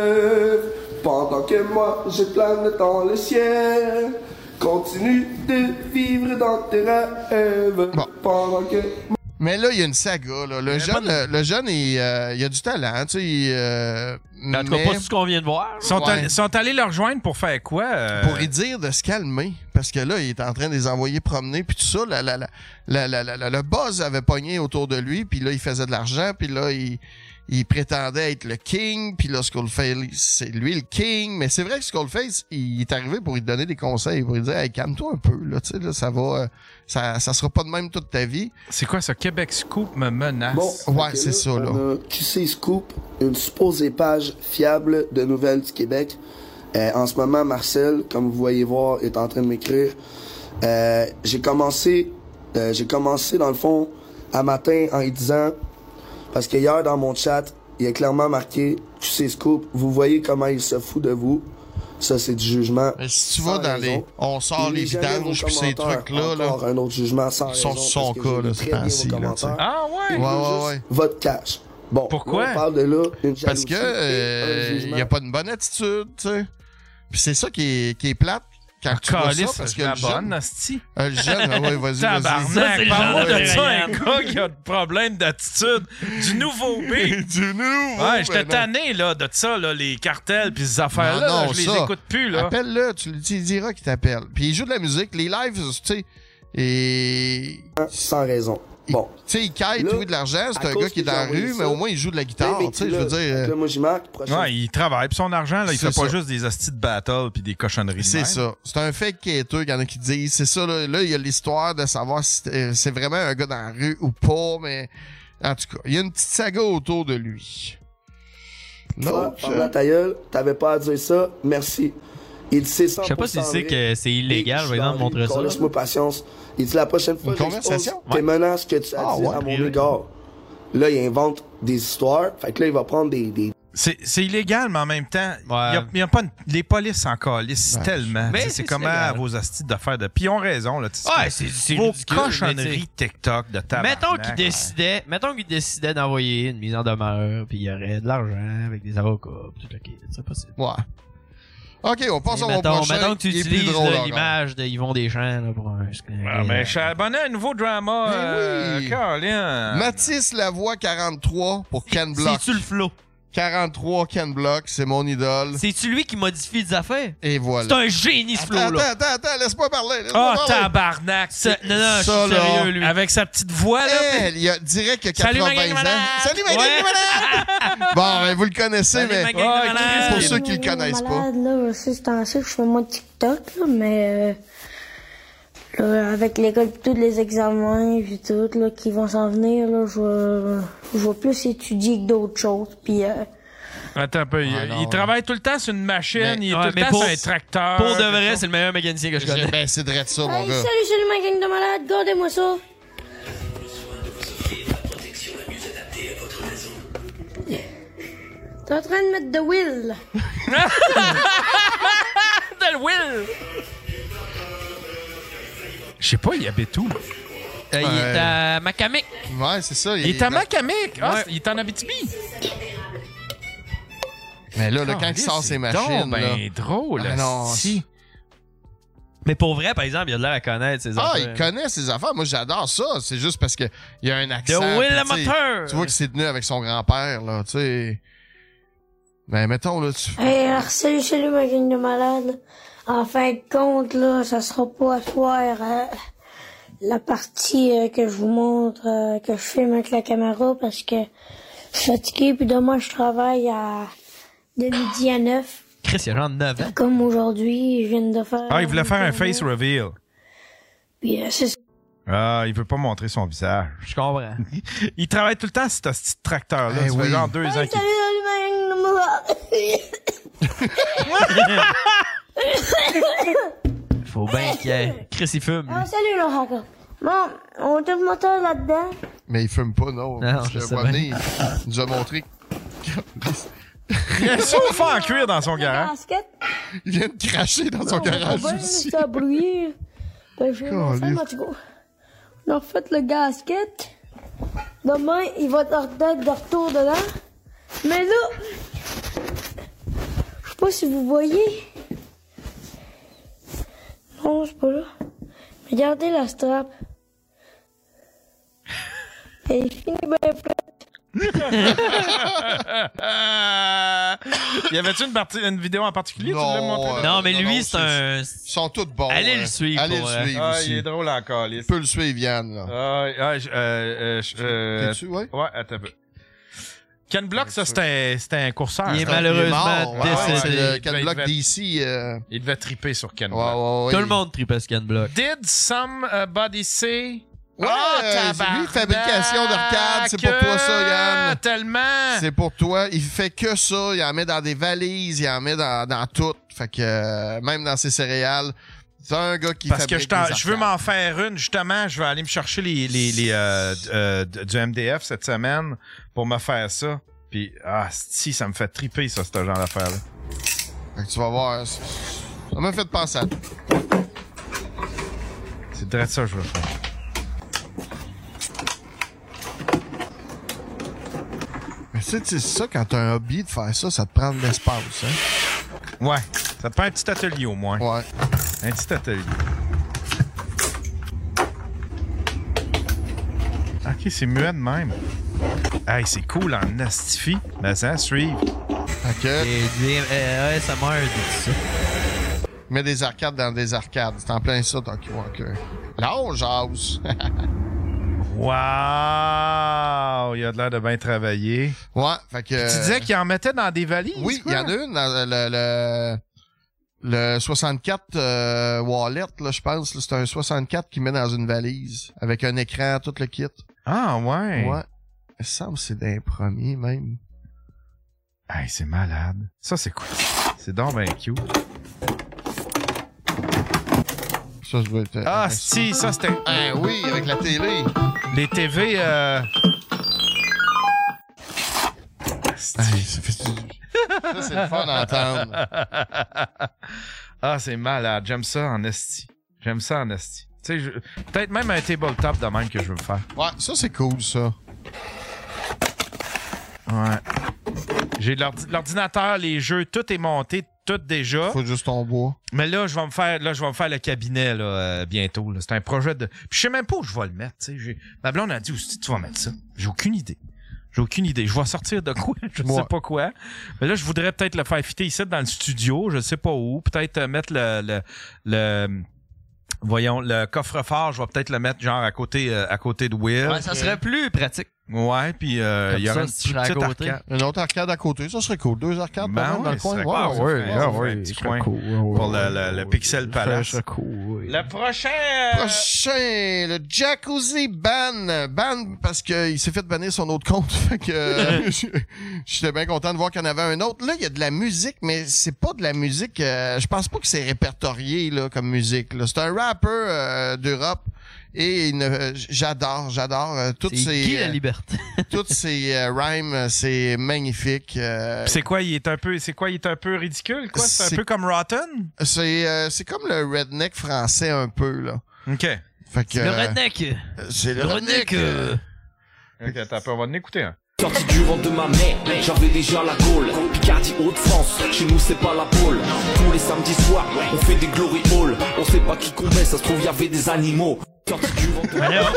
Pendant que moi je plane dans le ciel, continue de vivre dans tes rêves. Pendant que
Mais là, il y a une saga. Là. Le, jeune, euh, le jeune, il, euh, il a du talent. tu sais, il, euh,
En tout cas,
mais-
pas ce qu'on vient de voir.
Sont Ouais. allés-
sont allés le rejoindre pour faire quoi? euh?
pour y dire de se calmer parce que là il est en train de les envoyer promener puis tout ça la, la, la, la, la, la- la- le buzz avait pogné autour de lui puis là il faisait de l'argent puis là il il prétendait être le king puis là Skullface c'est lui le king mais c'est vrai que Skullface il est arrivé pour lui donner des conseils pour lui dire hey, calme-toi un peu là tu sais là ça va euh, ça ça sera pas de même toute ta vie
c'est quoi ce Québec Scoop me menace
Bon,
ouais
ok,
c'est ça là
on a QC euh, Scoop, une supposée page fiable de nouvelles du Québec. Euh, en ce moment, Marcel, comme vous voyez voir, est en train de m'écrire. Euh, j'ai commencé, euh, j'ai commencé dans le fond à matin en y disant, parce que hier dans mon chat, il y a clairement marqué QC Scoop. Vous voyez comment il se fout de vous. Ça, c'est du jugement.
si tu vas dans les on sort les vidanges puis ces trucs là là
un autre jugement sans
Son-
raison,
son
parce que
cas,
j'ai
là,
lu
c'est
très bien
ainsi,
vos
là, tu sais.
commentaires.
Ah ouais?
Il
Ouais,
veut
ouais,
juste Votre cash. Bon,
Pourquoi?
là, on parle de là une
Parce
jalousie
que
et un
euh, il
jugement.
n'y a pas une bonne attitude, tu sais. Puis c'est ça qui est, qui est plate quand tu vois ça,
Ah, Calice,
parce
je
que le
l'abonne,
jeune...
hostie.
Euh, le jeune, ah ouais, vas-y, vas-y.
Tabarnak, parle-moi de ça, un
Ouais.
gars qui a de problème d'attitude. Du nouveau B.
du nouveau.
Ouais, j'étais
ben non.
tanné, là, de ça, là, les cartels puis ces affaires-là.
Non,
là,
non,
je les
ça.
écoute plus, là.
Appelle-le, tu lui dis- il dira qu'il t'appelle. Puis il joue de la musique, les lives, tu sais, et...
Sans raison. Bon.
Tu sais, il caille,
Là,
tout de l'argent,
à
c'est un
cause
gars qui est
que
dans
j'ai
la
envoyé
rue,
ça,
mais au moins il joue de la guitare,
mais
tu sais,
qui
je veux
là,
dire...
là, moi, j'y marque, prochaine-
Ouais, il travaille. Puis son argent, là, il
C'est
fait pas
ça.
juste des hosties de battle puis des cochonneries. de
C'est
même.
ça. C'est un fake quêteux, il y en a qui disent. C'est ça, là, là, il y a l'histoire de savoir si euh, c'est vraiment un gars dans la rue ou pas, mais en tout cas, il y a une petite saga autour de lui.
Toi,
L'autre,
parle à ta gueule, t'avais pas à dire ça, merci. Il dit c'est 100%
Je sais pas si
vrai.
c'est que c'est
Je
illégal,
suis
par
dans
exemple, de
la
montrer
rue, qu'on
ça.
Laisse-moi patience. Il dit la prochaine fois,
Une
j'expose
conversation?
tes
Ouais.
menaces que tu as
Ah
dit
ouais.
à mon égard. Là, il invente des histoires. Fait que là, il va prendre des, des
C'est c'est illégal, mais en même temps, il y a- il y a pas une- les polices encore,
Ben,
Ouais.
tellement.
Mais
Tu sais,
c'est
C'est comment
illégal.
vos astuces de faire de. Puis ils ont raison, là. tu sais,
Ouais, c'est- c'est
Vos
ridicule, mais
cochonneries TikTok de tabarnak.
Mettons qu'il décidait, mettons qu'il décidait d'envoyer une mise en demeure, puis il y aurait de l'argent avec des avocats, puis tout le kit. C'est possible.
Ouais. Ok, on passe
Et
au
mettons,
prochain.
mettons que tu
il est plus
utilises
drôle
là,
encore.
l'image de Yvon Deschamps là, pour un
Ah,
euh,
mais je suis abonné à un nouveau drama. euh, Caroline.
Eh Mathis Lavoie 43 pour Ken Block.
C'est-tu le flow?
43 Ken Block, c'est mon idole.
C'est-tu lui qui modifie des affaires?
Et voilà.
C'est un génie, ce
Attends,
flow-là.
Attends, attends, attends, laisse-moi parler.
Ah,
Laisse-moi parler.
tabarnak.
Ça- non, non, je suis
Ça, là,
sérieux, lui.
Avec sa petite voix,
Hey, il y a direct qu'il a 80
Salut, ma gang de
ans.
malades.
Salut, ma gang de
Ouais.
malades. Bon, ben, vous le connaissez,
Salut, ma
mais
gang de
Ah,
malades.
pour ceux qui le connaissent pas.
malade, là, aussi, c'est en ça que je fais moins de TikTok, là, mais euh, là, avec l'école puis tous les examens puis tout là, qui vont s'en venir, là, je vais, je vais plus étudier que d'autres choses. Puis euh,
Attends un peu. il-
Ah
il travaille tout le temps sur une machine, il est tout le temps sur un tracteur.
Pour de vrai, c'est le meilleur mécanicien que je connais.
Ben, c'est de ça,
hey, salut, salut ma gang de malade, gardez-moi ça. T'es en train de mettre de Will.
de Will.
Je sais pas, il habite où?
Euh, Il est
Ouais.
à Macamic.
Ouais, c'est ça.
Il est à Macamic. Ah,
Ouais.
c'est- il est en Abitibi.
Mais là, là, quand il
Caliste,
sort ses
c'est
machines.
donc ben
là.
drôle,
Ah, non,
si.
Mais pour vrai, par exemple, il a de l'air à connaître ses
Ah,
affaires. euh,
il connaît ses affaires. Moi, j'adore ça. C'est juste parce qu'il y a un accent.
The
puis,
Will
tu sais,
Amateur.
Tu vois que c'est tenu avec son grand-père, là, tu sais. Ben, mettons, là, tu.
Hey, alors, salut, salut ma gang de malade. En fin de compte, là, ça sera pas à soir euh, la partie euh, que je vous montre, euh, que je filme avec la caméra parce que je suis fatigué puis demain je travaille à de midi à 9.
Chris, il a genre 9 ans.
Comme aujourd'hui, je viens de faire.
Ah, il voulait faire un face reveal.
Puis, euh, c'est ça.
Ah, il veut pas montrer son visage.
Je comprends.
il travaille tout le temps sur ce petit tracteur-là.
Eh
ça
oui.
fait genre deux ans
Hey, salut,
qu'il...
salut ma gang de malade.
Faut bien qu'il ait. Chris, il fume.
Ah, salut Laura. gars. Bon, on te moteur là-dedans.
Mais il fume pas, non.
Non,
Parce
je
que
sais
un moment donné, Il nous a montré.
Il a un sofa en cuir dans son garage.
Basket.
Il vient de cracher dans son
Non,
garage
on va
aussi.
bien, ça a brouillé. Ben, je vais
Caliste.
faire notre go. On a refait le gasket. Demain, il va être de retour dedans. Mais là, je sais pas si vous voyez. Non, c'est pas là. Regardez la strap. Elle ben, finit bien
y avait-tu une, partie, une vidéo en particulier? tu voulais montrer?
euh,
non, mais lui, c'est un.
Ils sont tous bons.
Allez
hein.
le suivre,
Allez
pour euh,
le
vrai.
suivre.
Ah,
aussi.
il est drôle encore,
Tu peux le suivre, Yann, là.
Ah, ah, je- euh, euh, je- euh,
T'es-tu, ouais?
Ouais, attends un peu. Ken Block, ça, c'était un, c'était un courseur.
Il est
ça.
malheureusement
mort, ouais, ouais,
décédé.
c'est le
Il
Ken
devait-
Block
il devait-
d'ici. euh,
Il devait triper sur Ken
Ouais,
Block.
ouais, ouais.
Tout le monde tripe Scan Block.
Did somebody say... Ah,
Ouais, euh, c'est lui, fabrication d'arcade, c'est pour toi ça, Yann.
Tellement!
C'est pour toi. Il fait que ça. Il en met dans des valises, il en met dans, dans tout. Fait que euh, même dans ses céréales, c'est un gars qui
Parce que
fabrique
je, t'en-
des
je veux
arcades.
m'en faire une, justement. Je vais aller me chercher les, les, les, euh, d- euh, d- du MDF cette semaine pour me faire ça. Puis, ah, si, ça me fait triper, ça, ce genre d'affaire-là.
Fait que tu vas voir. c'est- Ça m'a fait penser à
C'est direct ça que je veux faire.
Mais tu sais, c'est ça, quand t'as un hobby de faire ça, ça te prend de l'espace, hein?
Ouais. Ça te prend un petit atelier au moins.
Ouais.
Un petit atelier. Ok, c'est muet de même. Hey, c'est cool en astifi. Mais ça, suivre.
Ok.
ouais, ça meurt, tout ça.
Mets des arcades dans des arcades. C'est en plein ça, Tokyo Walker. Là, on jase.
Wow! Il a de l'air de bien travailler.
ouais, fait que. euh,
Tu disais qu'il en mettait dans des valises?
Oui, il
quoi?
y en a une dans le, le, le 64 euh, Wallet, là, je pense. là, C'est un 64 qu'il met dans une valise avec un écran, tout le kit.
Ah, ouais.
Ouais. Il me semble que c'est d'un premier même.
Hey, c'est malade. Ça, c'est cool. C'est donc bien cute.
Ça, je dois être.
Ah, si, ça, c'était.
Ah oui, avec la télé.
Les TV. Euh...
Ça, c'est le fun à entendre.
ah, c'est malade. J'aime ça en esti. J'aime ça en esti. Tu sais, je- peut-être même un tabletop de même que je veux me faire.
Ouais, ça, c'est cool, ça.
Ouais. J'ai l'ordi- l'ordinateur, les jeux, tout est monté, tout déjà.
Faut juste ton bois.
Mais là, je vais me faire, là, je vais me faire le cabinet là, euh, bientôt. là. C'est un projet de. Puis je sais même pas où je vais le mettre. tu sais. J'ai- Ma blonde a dit où est-ce que tu vas mettre ça. J'ai aucune idée. J'ai aucune idée. Je vais sortir de quoi. Je
Ouais.
sais pas quoi. Mais là, je voudrais peut-être le faire fitter ici dans le studio. Je sais pas où. Peut-être euh, mettre le, le, le- voyons le coffre-fort. Je vais peut-être le mettre genre à côté, euh, à côté de Will.
Ouais, ça serait plus pratique.
Ouais. Puis euh,
Comme
il y
ça,
aurait une
si je serais à
petite
côté.
arcade.
Une autre arcade à côté, ça serait cool. Deux arcades
Ben
par exemple, dans
ouais,
le coin.
ça serait
Ouais,
cool,
ouais,
ça serait-
ouais,
ça
ouais.
serait un petit coin pour le, le- le Pixel Palace. Le prochain. euh,
Prochain, le Jacuzzi Ban. Ban parce qu'il s'est fait bannir son autre compte. Fait que euh, je- j'étais bien content de voir qu'il y en avait un autre. Là, il y a de la musique, mais c'est pas de la musique. euh, je pense pas que c'est répertorié là, comme musique. là. C'est un rapper euh, d'Europe. Et il ne- j'adore, j'adore euh, toutes
C'est
ces.
Guy la
euh,
liberté.
toutes ces euh, rhymes, euh, c'est magnifique. euh,
Puis C'est quoi, il est un peu, c'est quoi, il est un peu ridicule, quoi? C'est
C'est-
un peu comme Rotten?
c'est euh, c'est comme le redneck français un peu là.
OK.
Fait que,
le
euh,
redneck.
c'est le redneck. euh.
OK, attends, un peu, on va en écouter un.
Sorti du ventre de ma mère, j'avais déjà la gaule Picardie Haute-France, chez nous c'est pas la pôle Tous les samedis soirs, on fait des glory halls On sait pas qui qu'on met, ça se trouve y avait des animaux Sorti du ventre de ma mère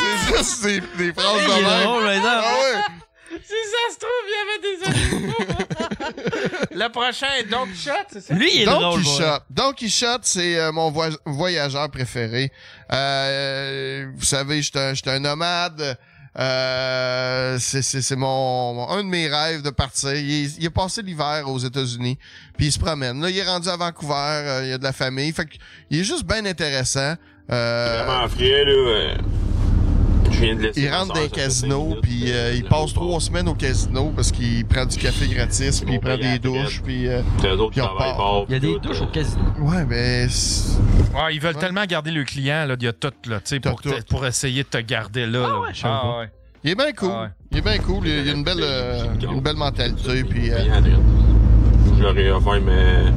C'est juste des, des phrases
Il
de
est
même.
drôle, right now.
Ah ouais.
Si ça se trouve, il y avait des animaux. le prochain est Don Shot, c'est ça?
Don Quichotte. Don Quichotte, c'est euh, mon voi- voyageur préféré. Euh, vous savez, j'étais un, j'étais un nomade. Euh, c'est- c'est c'est mon, mon- un de mes rêves de partir. Il est, il est passé l'hiver aux États-Unis, puis il se promène. Là, il est rendu à Vancouver, euh, il y a de la famille. Fait que, il est juste bien intéressant. Euh,
vraiment frais, là. euh, Je viens de laisser.
Il rentre dans les casinos, puis euh, il passe trois semaines au casino parce qu'il prend du café gratis, puis il prend des douches, puis... euh, puis on repart.
Il y a des douches
euh.
au casino.
Ouais, mais... c'est-
Ah, ils veulent tellement garder le client, là, il y a tout, là, tu sais, pour, te- pour essayer de te garder
Ah
là. Ah, là.
je savais pas. Il est bien cool.
Ah
Il est bien cool. Il, il a une belle, euh, une belle mentalité, puis... euh,
Je leur ai offert mais...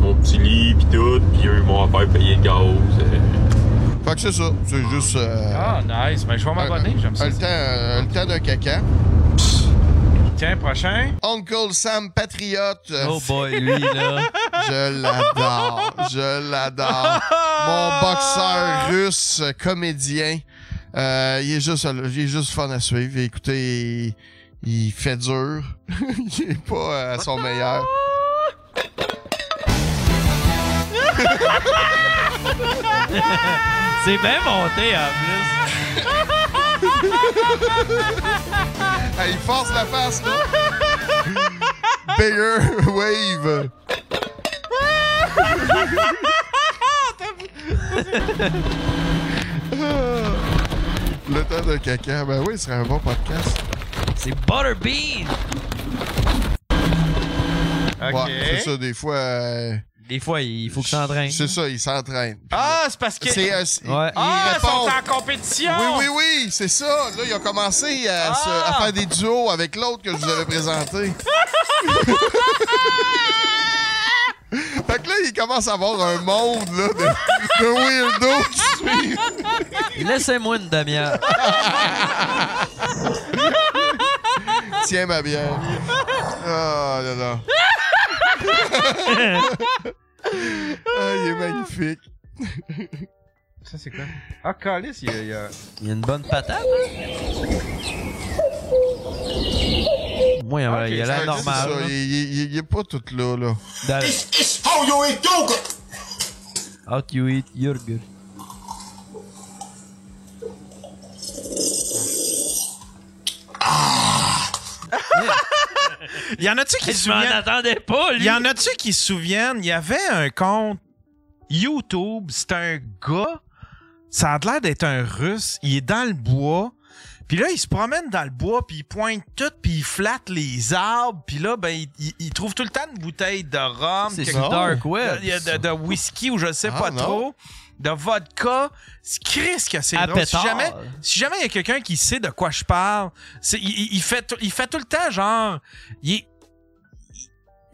mon petit lit, puis tout, puis eux, ils m'ont offert payer le gaz. euh.
Fait que c'est ça. C'est juste... euh,
Ah, nice. Mais je vais m'abonner, j'aime ça.
Le temps, euh, le temps d'un caca.
Tiens, prochain.
Uncle Sam Patriote.
Oh boy, lui, là.
Je l'adore. Je l'adore. Mon boxeur russe euh, comédien. Euh, il est juste, il est juste fun à suivre. Écoutez, il, il fait dur. il est pas euh, à son meilleur.
C'est bien monté, en plus.
Hey, il force la face, là. Bigger wave. Le temps d'un caca. Ben oui, ce serait un bon podcast.
C'est Butterbean.
Ouais, c'est ça, des fois. euh,
Des fois, il faut que t'entraînes.
C'est ça, il s'entraîne.
Ah, c'est parce que.
C'est, euh, c'est- il
Ah, ils
répond.
sont en compétition! Ah!
Oui, oui, oui, c'est ça. Là, il a commencé à, se- à faire des duos avec l'autre que je vous avais présenté. fait que là, il commence à avoir un monde là, de, de weirdos qui suivent.
Laissez-moi une demi-heure.
Tiens ma bière. Ah là là. Ah, il est magnifique.
Ça, c'est quoi? Ah, Calis, il y a. il y a-
Il y a une bonne patate. Moi, il y a, il y
Ouais,
a la
c'est
normale.
ça,
là.
Il, il- il- il est pas tout là, là.
Out you eat yogurt.
Il y en a-tu qui
Je
se
m'en
souviennent?
attendais pas, lui.
Il y en a-tu qui se souviennent? Il y avait un compte YouTube, c'est un gars, ça a l'air d'être un russe, il est dans le bois, puis là, il se promène dans le bois, puis il pointe tout, puis il flatte les arbres, puis là, ben, il, il- il trouve tout le temps une bouteille de rhum,
C'est
quelque-
sur Dark Web,
Il y a de, de whisky ou je sais
Ah,
pas
non.
trop. de vodka. Chris que c'est
À
drôle. Si
pétard.
jamais, si jamais il y a quelqu'un qui sait de quoi je parle, c'est- il, il- il fait, tout- il fait tout le temps genre, il est-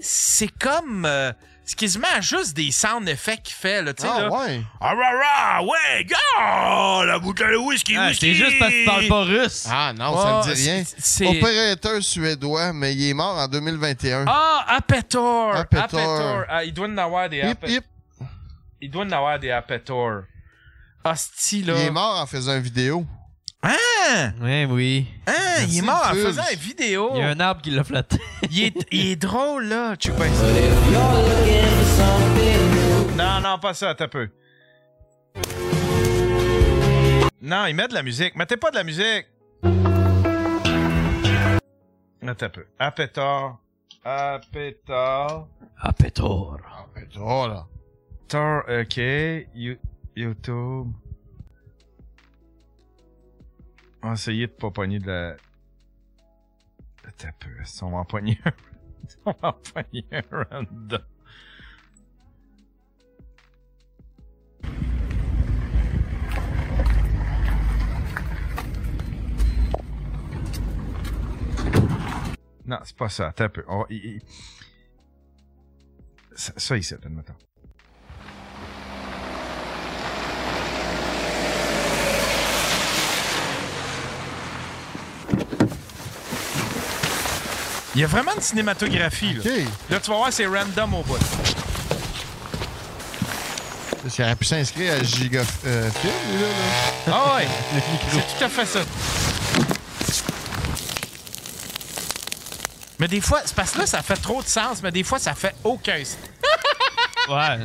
c'est comme, euh, ce qu'il se met à juste des sound effects qu'il fait là, tu sais
Ah,
là.
ouais.
Ah rah, rah, ouais, gars, la bouteille de whisky,
Ah,
whisky.
c'est juste parce que tu parles pas russe.
Ah non, ça
Ah,
me dit rien.
c'est- c'est-
Opérateur suédois, mais il est mort en 2021.
Ah, Apetor!
Apetor.
Ah, il doit en avoir des
Hip,
Apetor.
hip.
Il doit en avoir des Apetor. Hostie, là.
Il est mort en faisant une vidéo.
Hein?
Oui, oui.
Hein? il
Merci,
est mort en
Jules.
faisant une vidéo.
Il y a un arbre qui l'a flatté.
il, est, il est drôle, là. Check bien ça. Non, non, pas ça, t'as peu. Non, il met de la musique. Mettez pas de la musique. Attends un peu. Apetor. Apetor.
Ah, Apetor.
Apetor, Ah, là.
Tor, euh, ok. You- YouTube. On va essayer de pas pogner de la. Attends un peu. si On va en pogner un. On va en pogner un random. Non, c'est pas ça. Attends un peu. On va- il- il- Ça, ça ici, admettons. Il y a vraiment une cinématographie. Là. là, tu vas voir, c'est random au bout.
Ça aurait pu s'inscrire à Giga euh, Film, là, là.
Ah ouais, c'est tout à fait ça. Mais des fois, c'est parce que là, ça fait trop de sens, mais des fois, ça fait aucun sens.
Ouais.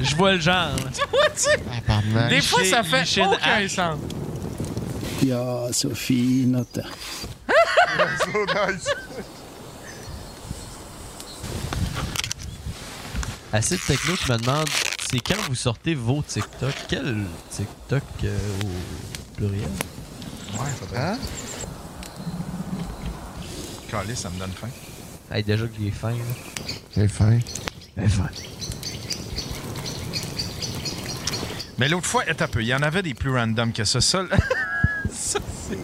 Je vois le genre.
Tu vois-tu?
Ah, pardon.
Des fois,
Liché-
ça fait
liché de
aucun sens.
Ja, så fint.
Assez de techno, je me demande, c'est quand vous sortez vos TikTok? Quel TikTok euh, au pluriel?
Ouais, faudrait. Hein?
Calé, ça me donne faim.
Hey, déjà que j'ai faim, là.
J'ai faim.
J'ai faim.
Mais l'autre fois, attends un peu, il y en avait des plus random que ça. Ça, là- ça c'est.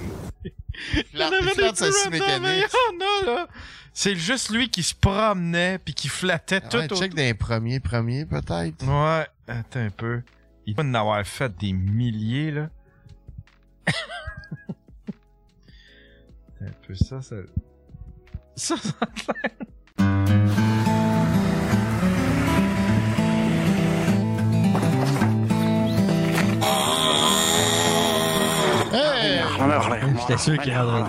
Il y en
Flatte-
avait
il
des
flatte sa
plus
scie
random, mais
mécanique.
il y en a, là. C'est juste lui qui se promenait puis qui flattait tout
Ouais, Ah, check
autour.
d'un premier, premier, peut-être.
Ouais, attends un peu. Il doit en avoir fait des milliers, là. un peu ça, ça. Ça, ça a l'air-
J'étais sûr qu'il y en a.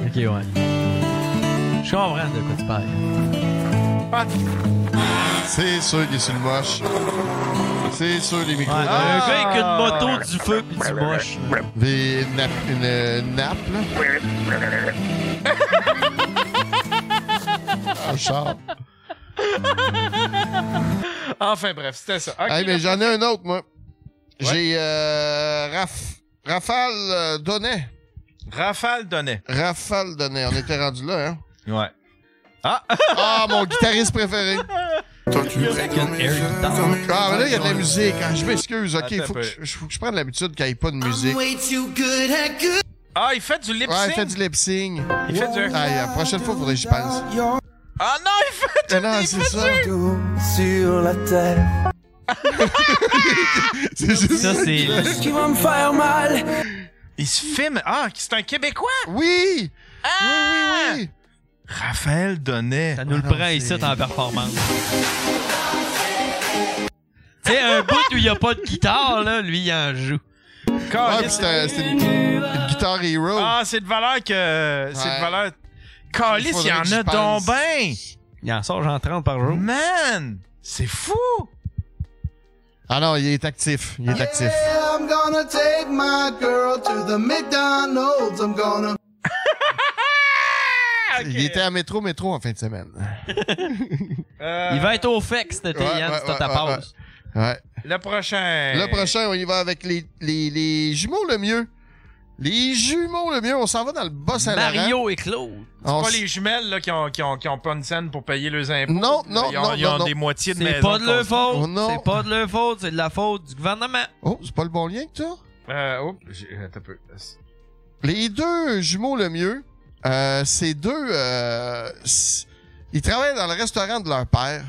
Ok, ouais. Je comprends de quoi tu parles.
C'est sûr qu'il est sur le moche. C'est sûr, les micros.
Ouais,
Ah!
Un gars avec une moto, du feu pis du moche.
Des nappes, une euh, nappe, là. Un char.
Enfin bref, c'était ça. Ok,
Hey, mais
là-
j'en ai un autre, moi. J'ai euh, Raf- Rafale euh, Donnet.
Rafale Donnet.
Rafale Donnet. On était rendu là, hein?
Ouais. Ah!
Ah, mon guitariste préféré. Ah, mais là, il y a de la musique. Ah, je m'excuse, OK?
Attends
Faut
un
que
peu.
je, faut que je prenne l'habitude quand il n'y a pas de musique. Ouais,
Ah, il fait du lip sync.
il fait du lip-sync.
Il fait du-
Ah, la prochaine fois, faudrait que j'y pense.
Ah non, il fait du
Ah non,
il
c'est
fait
ça.
du-
Sur la terre.
C'est juste
Ça, c'est.
Qu'est-ce qui va me faire mal?
Il se filme. Ah, c'est un Québécois.
Oui!
Ah!
Oui, oui,
Raphaël Donnet.
Ça nous le
Ah
prend ici en performance. C'est un bout où il n'y a pas de guitare, là, lui, il en joue.
Ah,
Caliste.
puis c'était c'était une, une guitare hero.
Ah, c'est de valeur que. C'est
Ouais.
de valeur. Calis, il y
faudrait que
en
j'y
a donc
pense.
ben.
Il en sort genre 30 par jour.
Man! C'est fou!
Ah non, il est actif. Il est actif.
I'm gonna take my girl to the McDonald's. I'm gonna.
Ah,
Il était à métro, métro en fin de semaine.
Euh,
Il va être au FEC cet été,
Ouais,
Yann,
ouais,
si t'as ta
ouais, ouais,
pause.
Ouais.
Le prochain.
Le prochain, on y va avec les, les, les jumeaux le mieux. Les jumeaux, le mieux, on s'en va dans le boss à
Mario et Claude.
C'est pas les jumelles là, qui, ont, qui, ont, qui ont pas une scène pour payer leurs impôts.
Non, non,
ils ont,
non,
Ils
non,
ont
non.
des moitiés de
C'est
maison.
pas de leur
construite.
faute.
Oh, non.
c'est pas de leur faute. C'est de la faute du gouvernement.
Oh, c'est pas le bon lien que t'as?
Euh, oh, j'ai- attends un peu.
Les deux jumeaux le mieux, euh, c'est deux. euh, s- ils travaillent dans le restaurant de leur père,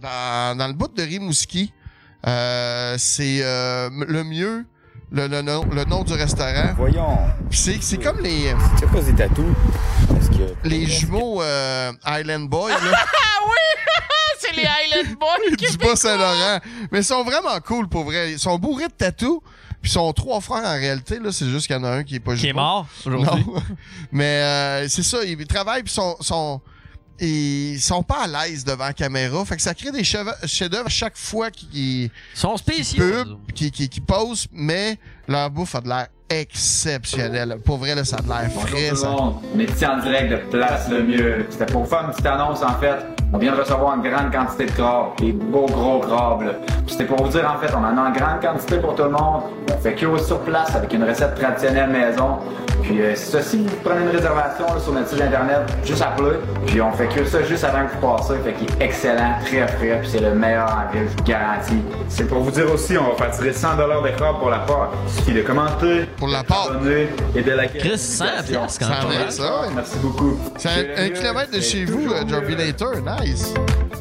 dans, dans le bout de Rimouski. Euh, c'est euh, m- le mieux, le, le nom, le nom du restaurant.
Voyons.
C'est c'est comme les. euh,
C'est pas des tatous. Parce que.
Les jumeaux euh, Island Boy, là.
Ah oui! C'est les Highland Boys
du Bas-Saint-Laurent. Mais ils sont vraiment cool pour vrai. Ils sont bourrés de tatous. Puis ils sont trois frères en réalité. Là, c'est juste qu'il y en a un qui est pas
Qui est
jumeau.
mort aujourd'hui.
Non. Mais euh, c'est ça, ils travaillent puis sont, sont ils sont pas à l'aise devant la caméra. Fait que ça crée des cheve- chefs-d'œuvre à chaque fois qu'ils qu'ils-
sont
spéciaux, qu'ils qu'ils- qu'ils posent, mais leur bouffe a de l'air exceptionnel. Pour vrai, là, ça a de l'air frais.
Bonjour tout
ça.
le monde. Métier en direct de Place le Mieux. C'était pour vous faire une petite annonce en fait. On vient de recevoir une grande quantité de crabes, des beaux gros crabes. là. Puis C'était pour vous dire en fait, on en a en grande quantité pour tout le monde. On fait cuire sur place avec une recette traditionnelle maison. Puis euh, c'est ça, si vous prenez une réservation là, sur notre site internet, juste appelez. Puis on fait cuire ça juste avant que vous passez. Fait qu'il est excellent, très frais, puis c'est le meilleur en ville, je vous garantis. C'est pour vous dire aussi, on va faire tirer 100 de crabes pour la part. Il suffit de commenter,
pour la part,
et de liker.
Chris, 100 piastres quand
Ça
même.
va, ça, ouais.
Merci beaucoup.
C'est un, un kilomètre de chez vous, euh, Jobinator. Nice.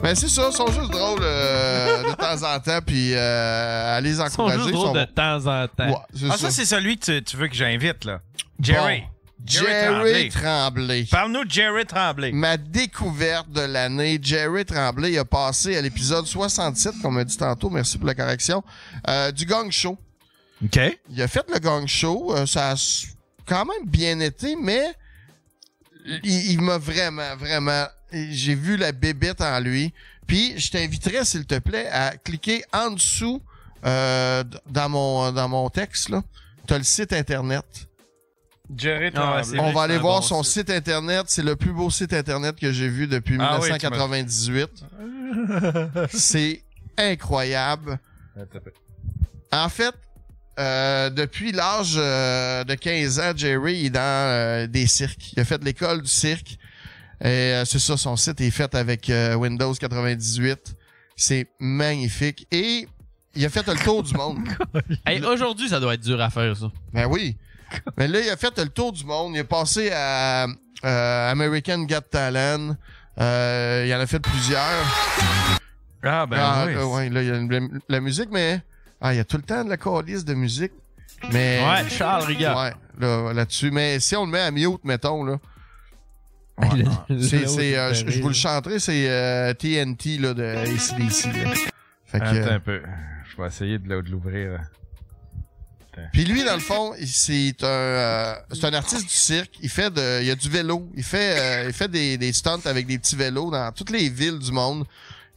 Mais c'est ça, ils sont juste drôles euh, de temps en temps, puis euh, à les
Ils sont
encourager.
juste
ils
drôles
sont
de temps en temps.
Ouais, c'est
Ah, ça,
ça.
c'est celui que tu, tu veux que j'invite, là. Jerry.
Jerry Tremblay.
Parle-nous de Jerry Tremblay.
Ma découverte de l'année, Jerry Tremblay il a passé à l'épisode 67, qu'on m'a dit tantôt, merci pour la correction, euh, du Gang Show.
OK.
Il a fait le Gang Show, euh, ça a s- quand même bien été, mais il, il m'a vraiment, vraiment. J'ai vu la bébête en lui. Puis je t'inviterais, s'il te plaît, à cliquer en dessous euh, d- dans, mon, dans mon texte. Tu as le site internet. Ah
Jerry Tremblay.
On va aller voir son site internet. C'est le plus beau site internet que j'ai vu depuis
Ah oui, tu m'as-
1998. C'est incroyable. En fait, euh, depuis l'âge euh, de 15 ans, Jerry est dans euh, des cirques. Il a fait l'école du cirque. Et euh, c'est ça, son site est fait avec euh, Windows 98. C'est magnifique. Et il a fait le tour du monde.
Hey, aujourd'hui, ça doit être dur à faire, ça.
Ben oui. Mais là, il a fait le tour du monde. Il est passé à euh, American Got Talent. Euh, il en a fait plusieurs.
Ah, ben oui.
euh, ouais, là, il y a une- la musique, mais... Ah, il y a tout le temps de la calice de musique. Mais...
Ouais, Charles Rigard.
Ouais, là- là-dessus. mais si on le met à mute, mettons, là... C'est, c'est, euh, je je vous le chanterai, c'est euh, TNT là, de ACDC. là. Fait que,
Attends
euh,
un peu. Je vais essayer de, le- de l'ouvrir.
Puis lui, dans le fond, il- c'est un, euh, c'est un artiste du cirque. Il fait de, il a du vélo. Il fait, euh, il fait des, des stunts avec des petits vélos dans toutes les villes du monde.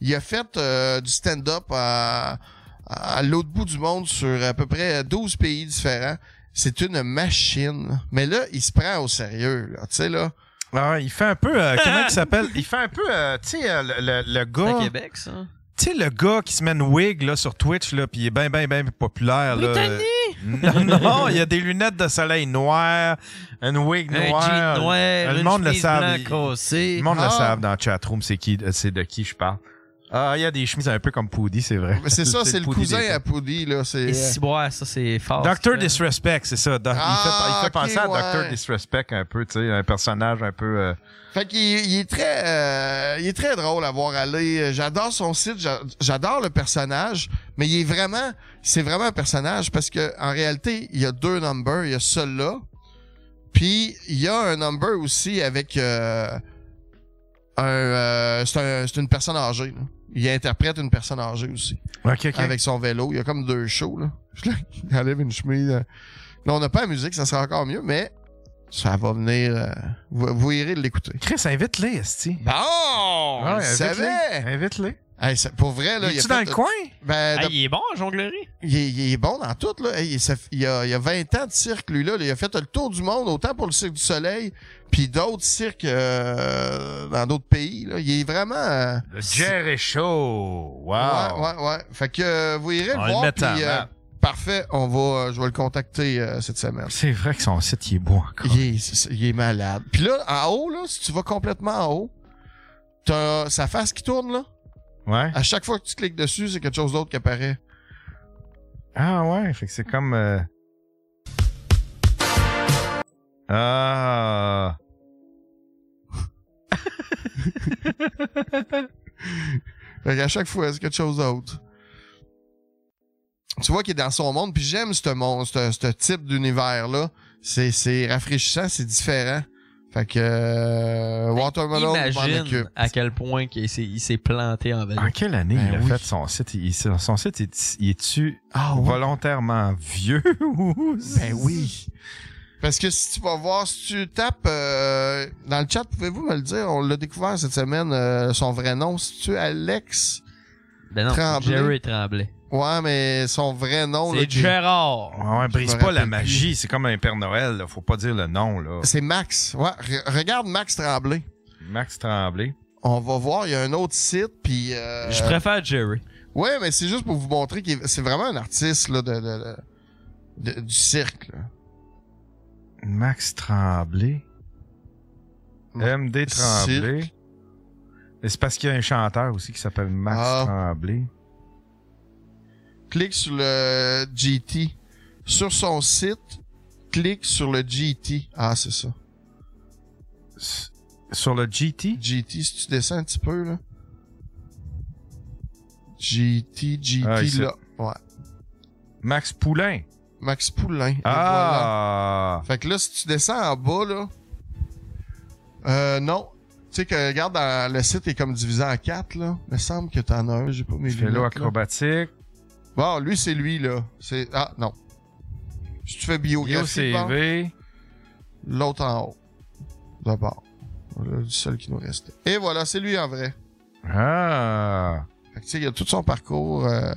Il a fait euh, du stand-up à, à l'autre bout du monde sur à peu près 12 pays différents. C'est une machine. Mais là, il se prend au sérieux. là. Tu sais, là.
Ah, il fait un peu. euh, comment il s'appelle Il fait un peu. euh, tu sais, euh, le, le- le
C'est
gars.
à Québec, ça.
Tu sais, le gars qui se met une wig là, sur Twitch, là, puis il est bien, bien, bien populaire. Là. Non, non, il y a des lunettes de soleil noires, une wig
Un
noire.
jean noir,
le
une
monde le
chemise
savent.
blanc
il- Le monde le
Ah.
savent dans le chatroom, c'est qui, euh, c'est de qui je parle. Ah, il y a des chemises un peu comme Poudy, c'est vrai.
Mais c'est ça, c'est le
Poudy
cousin
des-
à Poudy. Là, c'est,
Et
euh,
si, ouais, ça, c'est fort.
Doctor Disrespect, c'est ça. Doc- il fait, il
Ah,
fait
ok,
penser à Doctor
ouais.
Disrespect un peu, tu sais, un personnage un peu. euh,
Fait qu'il il est très, euh, il est très drôle à voir aller. J'adore son site, j'a- j'adore le personnage, mais il est vraiment, c'est vraiment un personnage parce que en réalité, il y a deux numbers, il y a celui-là, puis il y a un number aussi avec euh, un, euh, c'est un- c'est une personne âgée. là. Il interprète une personne âgée aussi.
Ok, ok.
Avec son vélo, il y a comme deux shows là. Je lui- il enlève une chemise. euh. Là, on n'a pas la musique, ça sera encore mieux, mais ça va venir. euh, vous, vous irez l'écouter.
Chris, invite-les, Esti.
Bon! je
Ouais, invite-les.
savais!
Invite-les.
Hey, ça- pour vrai, là.
Il
il a
est-tu dans
fait-
le coin?
Ben,
Ah,
de-
il est bon, en jonglerie.
il, est, il est bon dans tout, là. Hey, il, ça- il a, il a 20 ans de cirque, lui-là. là. Il a fait le tour du monde, autant pour le Cirque du Soleil, puis d'autres cirques euh, dans d'autres pays. Là. Il est vraiment. euh,
Le Jerry Show. Wow.
Ouais, ouais, ouais. Fait que euh, vous irez
On
le
le
voir.
met en hein.
puis, euh,
map.
Parfait, on va, euh, je vais le contacter euh, cette semaine.
C'est vrai que son site, il est beau encore.
Il est, c'est- il est malade. Puis là, en haut, là, si tu vas complètement en haut, t'as sa face qui tourne, là.
Ouais.
À chaque fois que tu cliques dessus, c'est quelque chose d'autre qui apparaît.
Ah ouais, fait que c'est comme... euh, Ah...
Fait qu'à chaque fois, c'est quelque chose d'autre. Tu vois qu'il est dans son monde, puis j'aime ce monde, ce, ce type d'univers-là. C'est, c'est rafraîchissant, c'est différent. Fait que euh, Watermelon, je m'en
Imagine
occupe.
à quel point qu'il s'est- il s'est planté en
En
Valais.
quelle année
Ben
il a
oui.
fait son site? Il- son site, est- il est-tu
Ah ouais.
volontairement vieux? ou-
Ben oui. Parce que si tu vas voir, si tu tapes euh, dans le chat, pouvez-vous me le dire? On l'a découvert cette semaine, euh, son vrai nom. Si tu Alex
Ben non,
Tremblay.
Jerry Tremblay.
Ouais, mais son vrai nom. là,
C'est
qui-
Gérard.
Ouais, ouais, brise
me
pas la
rappelle
magie, c'est comme un Père Noël, là. faut pas dire le nom. là.
C'est Max. Ouais, re- regarde Max Tremblay.
Max Tremblay.
On va voir, il y a un autre site, puis... euh,
Je préfère Jerry.
Ouais, mais c'est juste pour vous montrer que c'est vraiment un artiste là, de, de- de- de- du cirque. là.
Max Tremblay. MD Tremblay. Et C'est parce qu'il y a un chanteur aussi qui s'appelle Max
Ah.
Tremblay.
Clique sur le GT. Sur son site, clique sur le GT. Ah, c'est ça.
S- Sur le GT?
GT, si tu descends un petit peu, là. GT, GT,
Ah, ici.
là. Ouais.
Max Poulain.
Max Poulain. et
Ah!
voilà. Fait que là, si tu descends en bas, là. Euh, non. Tu sais que, regarde, dans- le site est comme divisé en quatre, là. Il me semble que t'en as un, j'ai pas mes lunettes.
Vélo
là.
acrobatique.
Bon, lui, c'est lui, là. C'est. Ah, non. Si tu fais
Yo
biographie, bon,
CV.
l'autre en haut. D'abord. Voilà le seul qui nous restait. Et voilà, c'est lui en vrai.
Ah!
Fait que, tu sais, il y a tout son parcours. euh,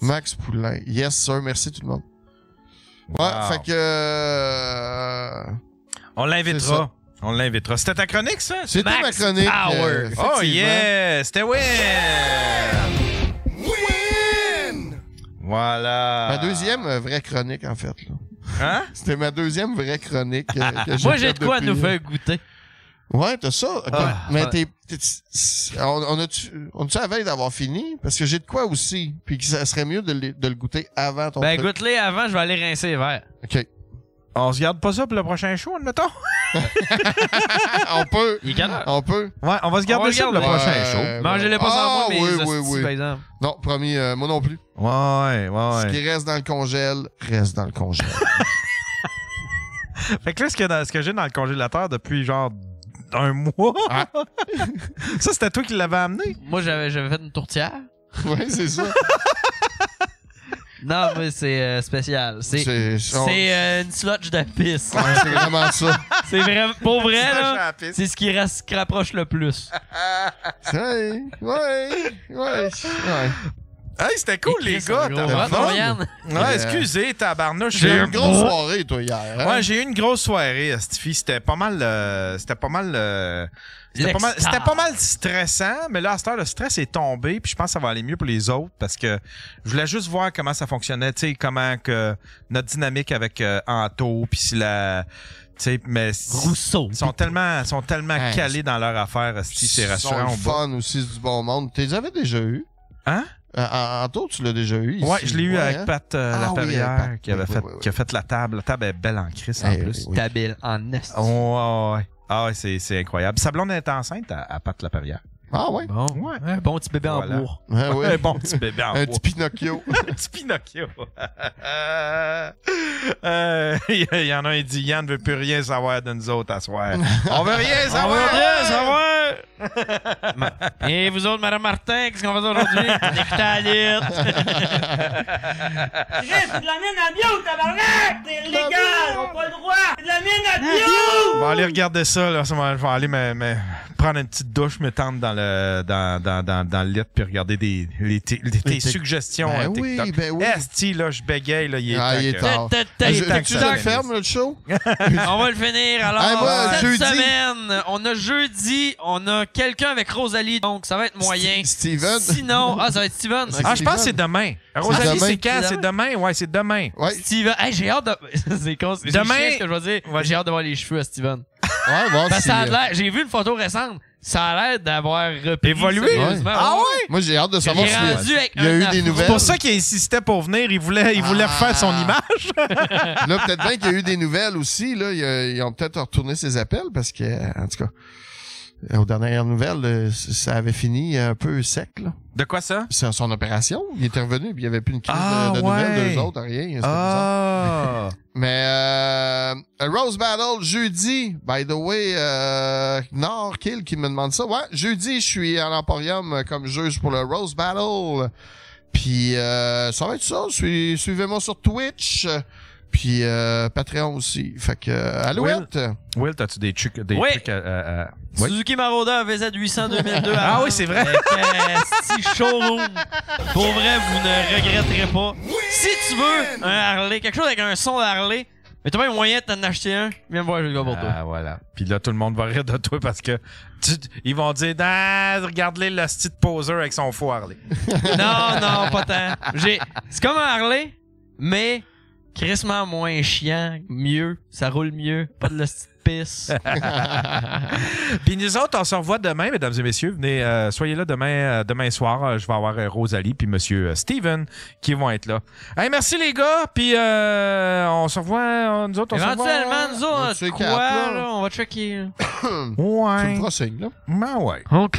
Max Poulain. Yes, sir. Merci tout le monde. Ouais,
Wow.
fait que. euh,
On
C'est ça.
l'invitera. On l'invitera. C'était ta chronique, ça?
C'était ma chronique. euh,
oh
effectivement.
yeah! C'était win! Voilà.
Ma deuxième euh, vraie chronique, en fait. là.
Ah. Hein?
C'était ma deuxième vraie chronique. euh, que
Moi,
faite
j'ai de quoi à
depuis-
nous faire goûter.
Ouais, t'as ça.
Ah.
mais t'es. t'es- c'est- on, on a-tu on a-tu la veille d'avoir fini? Parce que j'ai de quoi aussi. Puis que ça serait mieux de, le- de le goûter avant ton
Ben,
truc.
goûte-les avant, je vais aller rincer les verres.
OK.
On se garde pas ça pour le prochain show, admettons?
on peut.
Il est quelle heure?
On peut.
Ouais, on va se garder
On va
ça pour le
le garder.
prochain
Euh,
show.
Mangez-les pas
ah,
sans moi,
oui,
mais
oui, oui.
par exemple.
Non, promis, euh, moi non plus.
Ouais, ouais,
Ce
ouais.
qui reste dans le congèle, reste dans le congèle.
Fait que là, ce que, dans- ce que j'ai dans le congélateur depuis genre un mois,
Ah.
ça, c'était toi qui l'avais amené?
Moi, j'avais j'avais fait une tourtière.
ouais, c'est ça.
Non, mais c'est euh, spécial. C'est
C'est on-
c'est, euh, une sludge de pisse.
Ouais, c'est vraiment ça.
C'est vraiment pour vrai
Sludge à
là.
la pisse.
C'est ce qui ras- qui rapproche le plus.
hein? Ouais, ouais, ouais. ouais.
Hey, c'était cool, les
Chris,
gars!
un gros
t'as
bras,
le fun.
non, Yann?
Ouais, excusez, tabarnouche.
Euh, J'ai eu
j'ai-
une grosse soirée, toi, hier. hein?
Ouais, j'ai eu une grosse soirée, Stifi. C'était pas mal. euh, c'était pas mal. euh, c'était pas mal,
L'extase.
c'était pas mal stressant, mais là, à cette heure, le stress est tombé, puis je pense que ça va aller mieux pour les autres parce que je voulais juste voir comment ça fonctionnait, tu sais, comment que notre dynamique avec euh, Anto, puis si la. Tu sais, mais.
Rousseau.
Ils sont tellement, sont tellement
Ouais,
calés dans leur affaire, Sti, c'est
Ils sont
rassurant.
le
au bout.
fun aussi c'est du bon monde. Tu les avais déjà eu?
Hein?
Euh, Anto, tu l'as déjà eu ici.
Ouais, je l'ai eu
Ouais,
avec
hein?
Pat euh,
Ah oui,
Laperrière,
avec Pat.
qui, avait
Oui,
fait,
oui, oui,
qui a fait la table. La table est belle en crise, en
Eh,
plus.
oui.
Tabille en est.
Ouais, ouais, ouais. Ah ouais, c'est, c'est incroyable. Sa blonde est enceinte à, à Pat Laperrière.
Ah ouais?
Bon.
Ouais.
Un bon petit bébé
Voilà.
en bourre.
Ah ouais.
Un bon petit bébé en
Un
bois.
petit Pinocchio.
Un petit Pinocchio. Euh, Il y en a un qui dit Yann ne veut plus rien savoir de nous autres à soir. On veut rien
On veut
savoir!
rien savoir! Ma- Et vous autres, Madame Martin, qu'est-ce qu'on va dire aujourd'hui? Écoutez la
de la mine à bio, tabarnak! C'est illégal! On pas le droit! C'est de la mine à bio!
On va aller regarder ça, là. Ça va- Je vais aller me, me prendre une petite douche, me tendre dans le, dans, dans, dans, dans le lit, puis regarder des, les, tes- les- tes
tic-
suggestions
Ben
à
oui,
TikTok.
ben oui.
Esti, là, je bégaye, là, il est
Ah,
temps
il est
que-
tard.
Il est
Ah, je-
temps que
tu
ça
le
finisse.
fermes, le show?
on va le finir. Alors,
Hey, moi,
cette
jeudi-
semaine, on a jeudi, on a quelqu'un avec Rosalie, donc ça va être moyen.
Steven.
Sinon, ah, ça va être Steven.
Ah, je pense que c'est demain. Rosalie, c'est quand? C'est demain? Ouais, c'est demain.
Steven, hey, j'ai hâte de. c'est con, c'est
Demain-
chiant ce que je vais dire. J'ai hâte de voir les cheveux à Steven.
Ouais, bon,
Parce que ça a
si- euh,
l'air- j'ai vu une photo récente, ça a l'air d'avoir repris.
Évolué?
sérieusement.
Ah ouais?
Moi, j'ai hâte de
J'ai
savoir si
rendu avec
il y a
un
eu
afro.
des nouvelles. Ah.
C'est pour ça qu'il insistait pour venir. Il voulait, il voulait refaire son image.
là, peut-être bien qu'il y a eu des nouvelles aussi. Là. Il y a- Ils, ont peut-être retourné ses appels parce que, euh, en tout cas, euh, aux dernières nouvelles, euh, c- ça avait fini un peu sec. Là.
De quoi ça?
C'est son opération. Il était revenu puis il n'y avait plus une crise de-
Ah,
de, nouvelles
ouais.
d'eux autres, rien. C'était
Ah.
bizarre. Mais euh, Rose Battle, jeudi, by the way, euh, Nord Kill qui me demande ça. Ouais, jeudi, je suis à l'Emporium euh, comme juge pour le Rose Battle. Puis euh, ça va être ça. Sui- Suivez-moi sur Twitch. euh, Puis euh, Patreon aussi. Fait que, euh, Alouette.
Will, t'as-tu des trucs, des
Oui.
trucs à- à- à- Oui.
Suzuki Marauder VZ 800 2002.
Ah oui, c'est vrai.
Si showroom. Pour vrai, vous ne regretterez pas. Si tu veux un Harley, quelque chose avec un son Harley, mais t'as pas un moyen de t'en acheter un, viens me voir, je le gars pour toi.
Ah, voilà. Puis là, tout le monde va rire de toi parce que tu- ils vont dire Ah, Regarde-les, le style poser avec son fou Harley.
Non, Ah, non, pas tant. J'ai- C'est comme un Harley, mais crissement moins chiant, mieux, ça roule mieux, pas de la petite pisse.
Puis nous autres, on se revoit demain, mesdames et messieurs. Venez, euh, soyez là demain, euh, demain soir. Euh, je vais avoir euh, Rosalie puis Monsieur euh, Steven qui vont être là. Hey, merci les gars. Puis euh, on se revoit, euh, nous autres, on se revoit.
Éventuellement, nous
On va
autres,
checker
on, quoi,
à plat.
là, on va checker. là.
Ouais.
Tu me feras signe, là.
Ben ouais.
OK,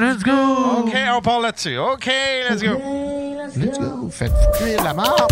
let's go.
OK, on part là-dessus. OK, let's go.
Let's go. Faites cuire la mort.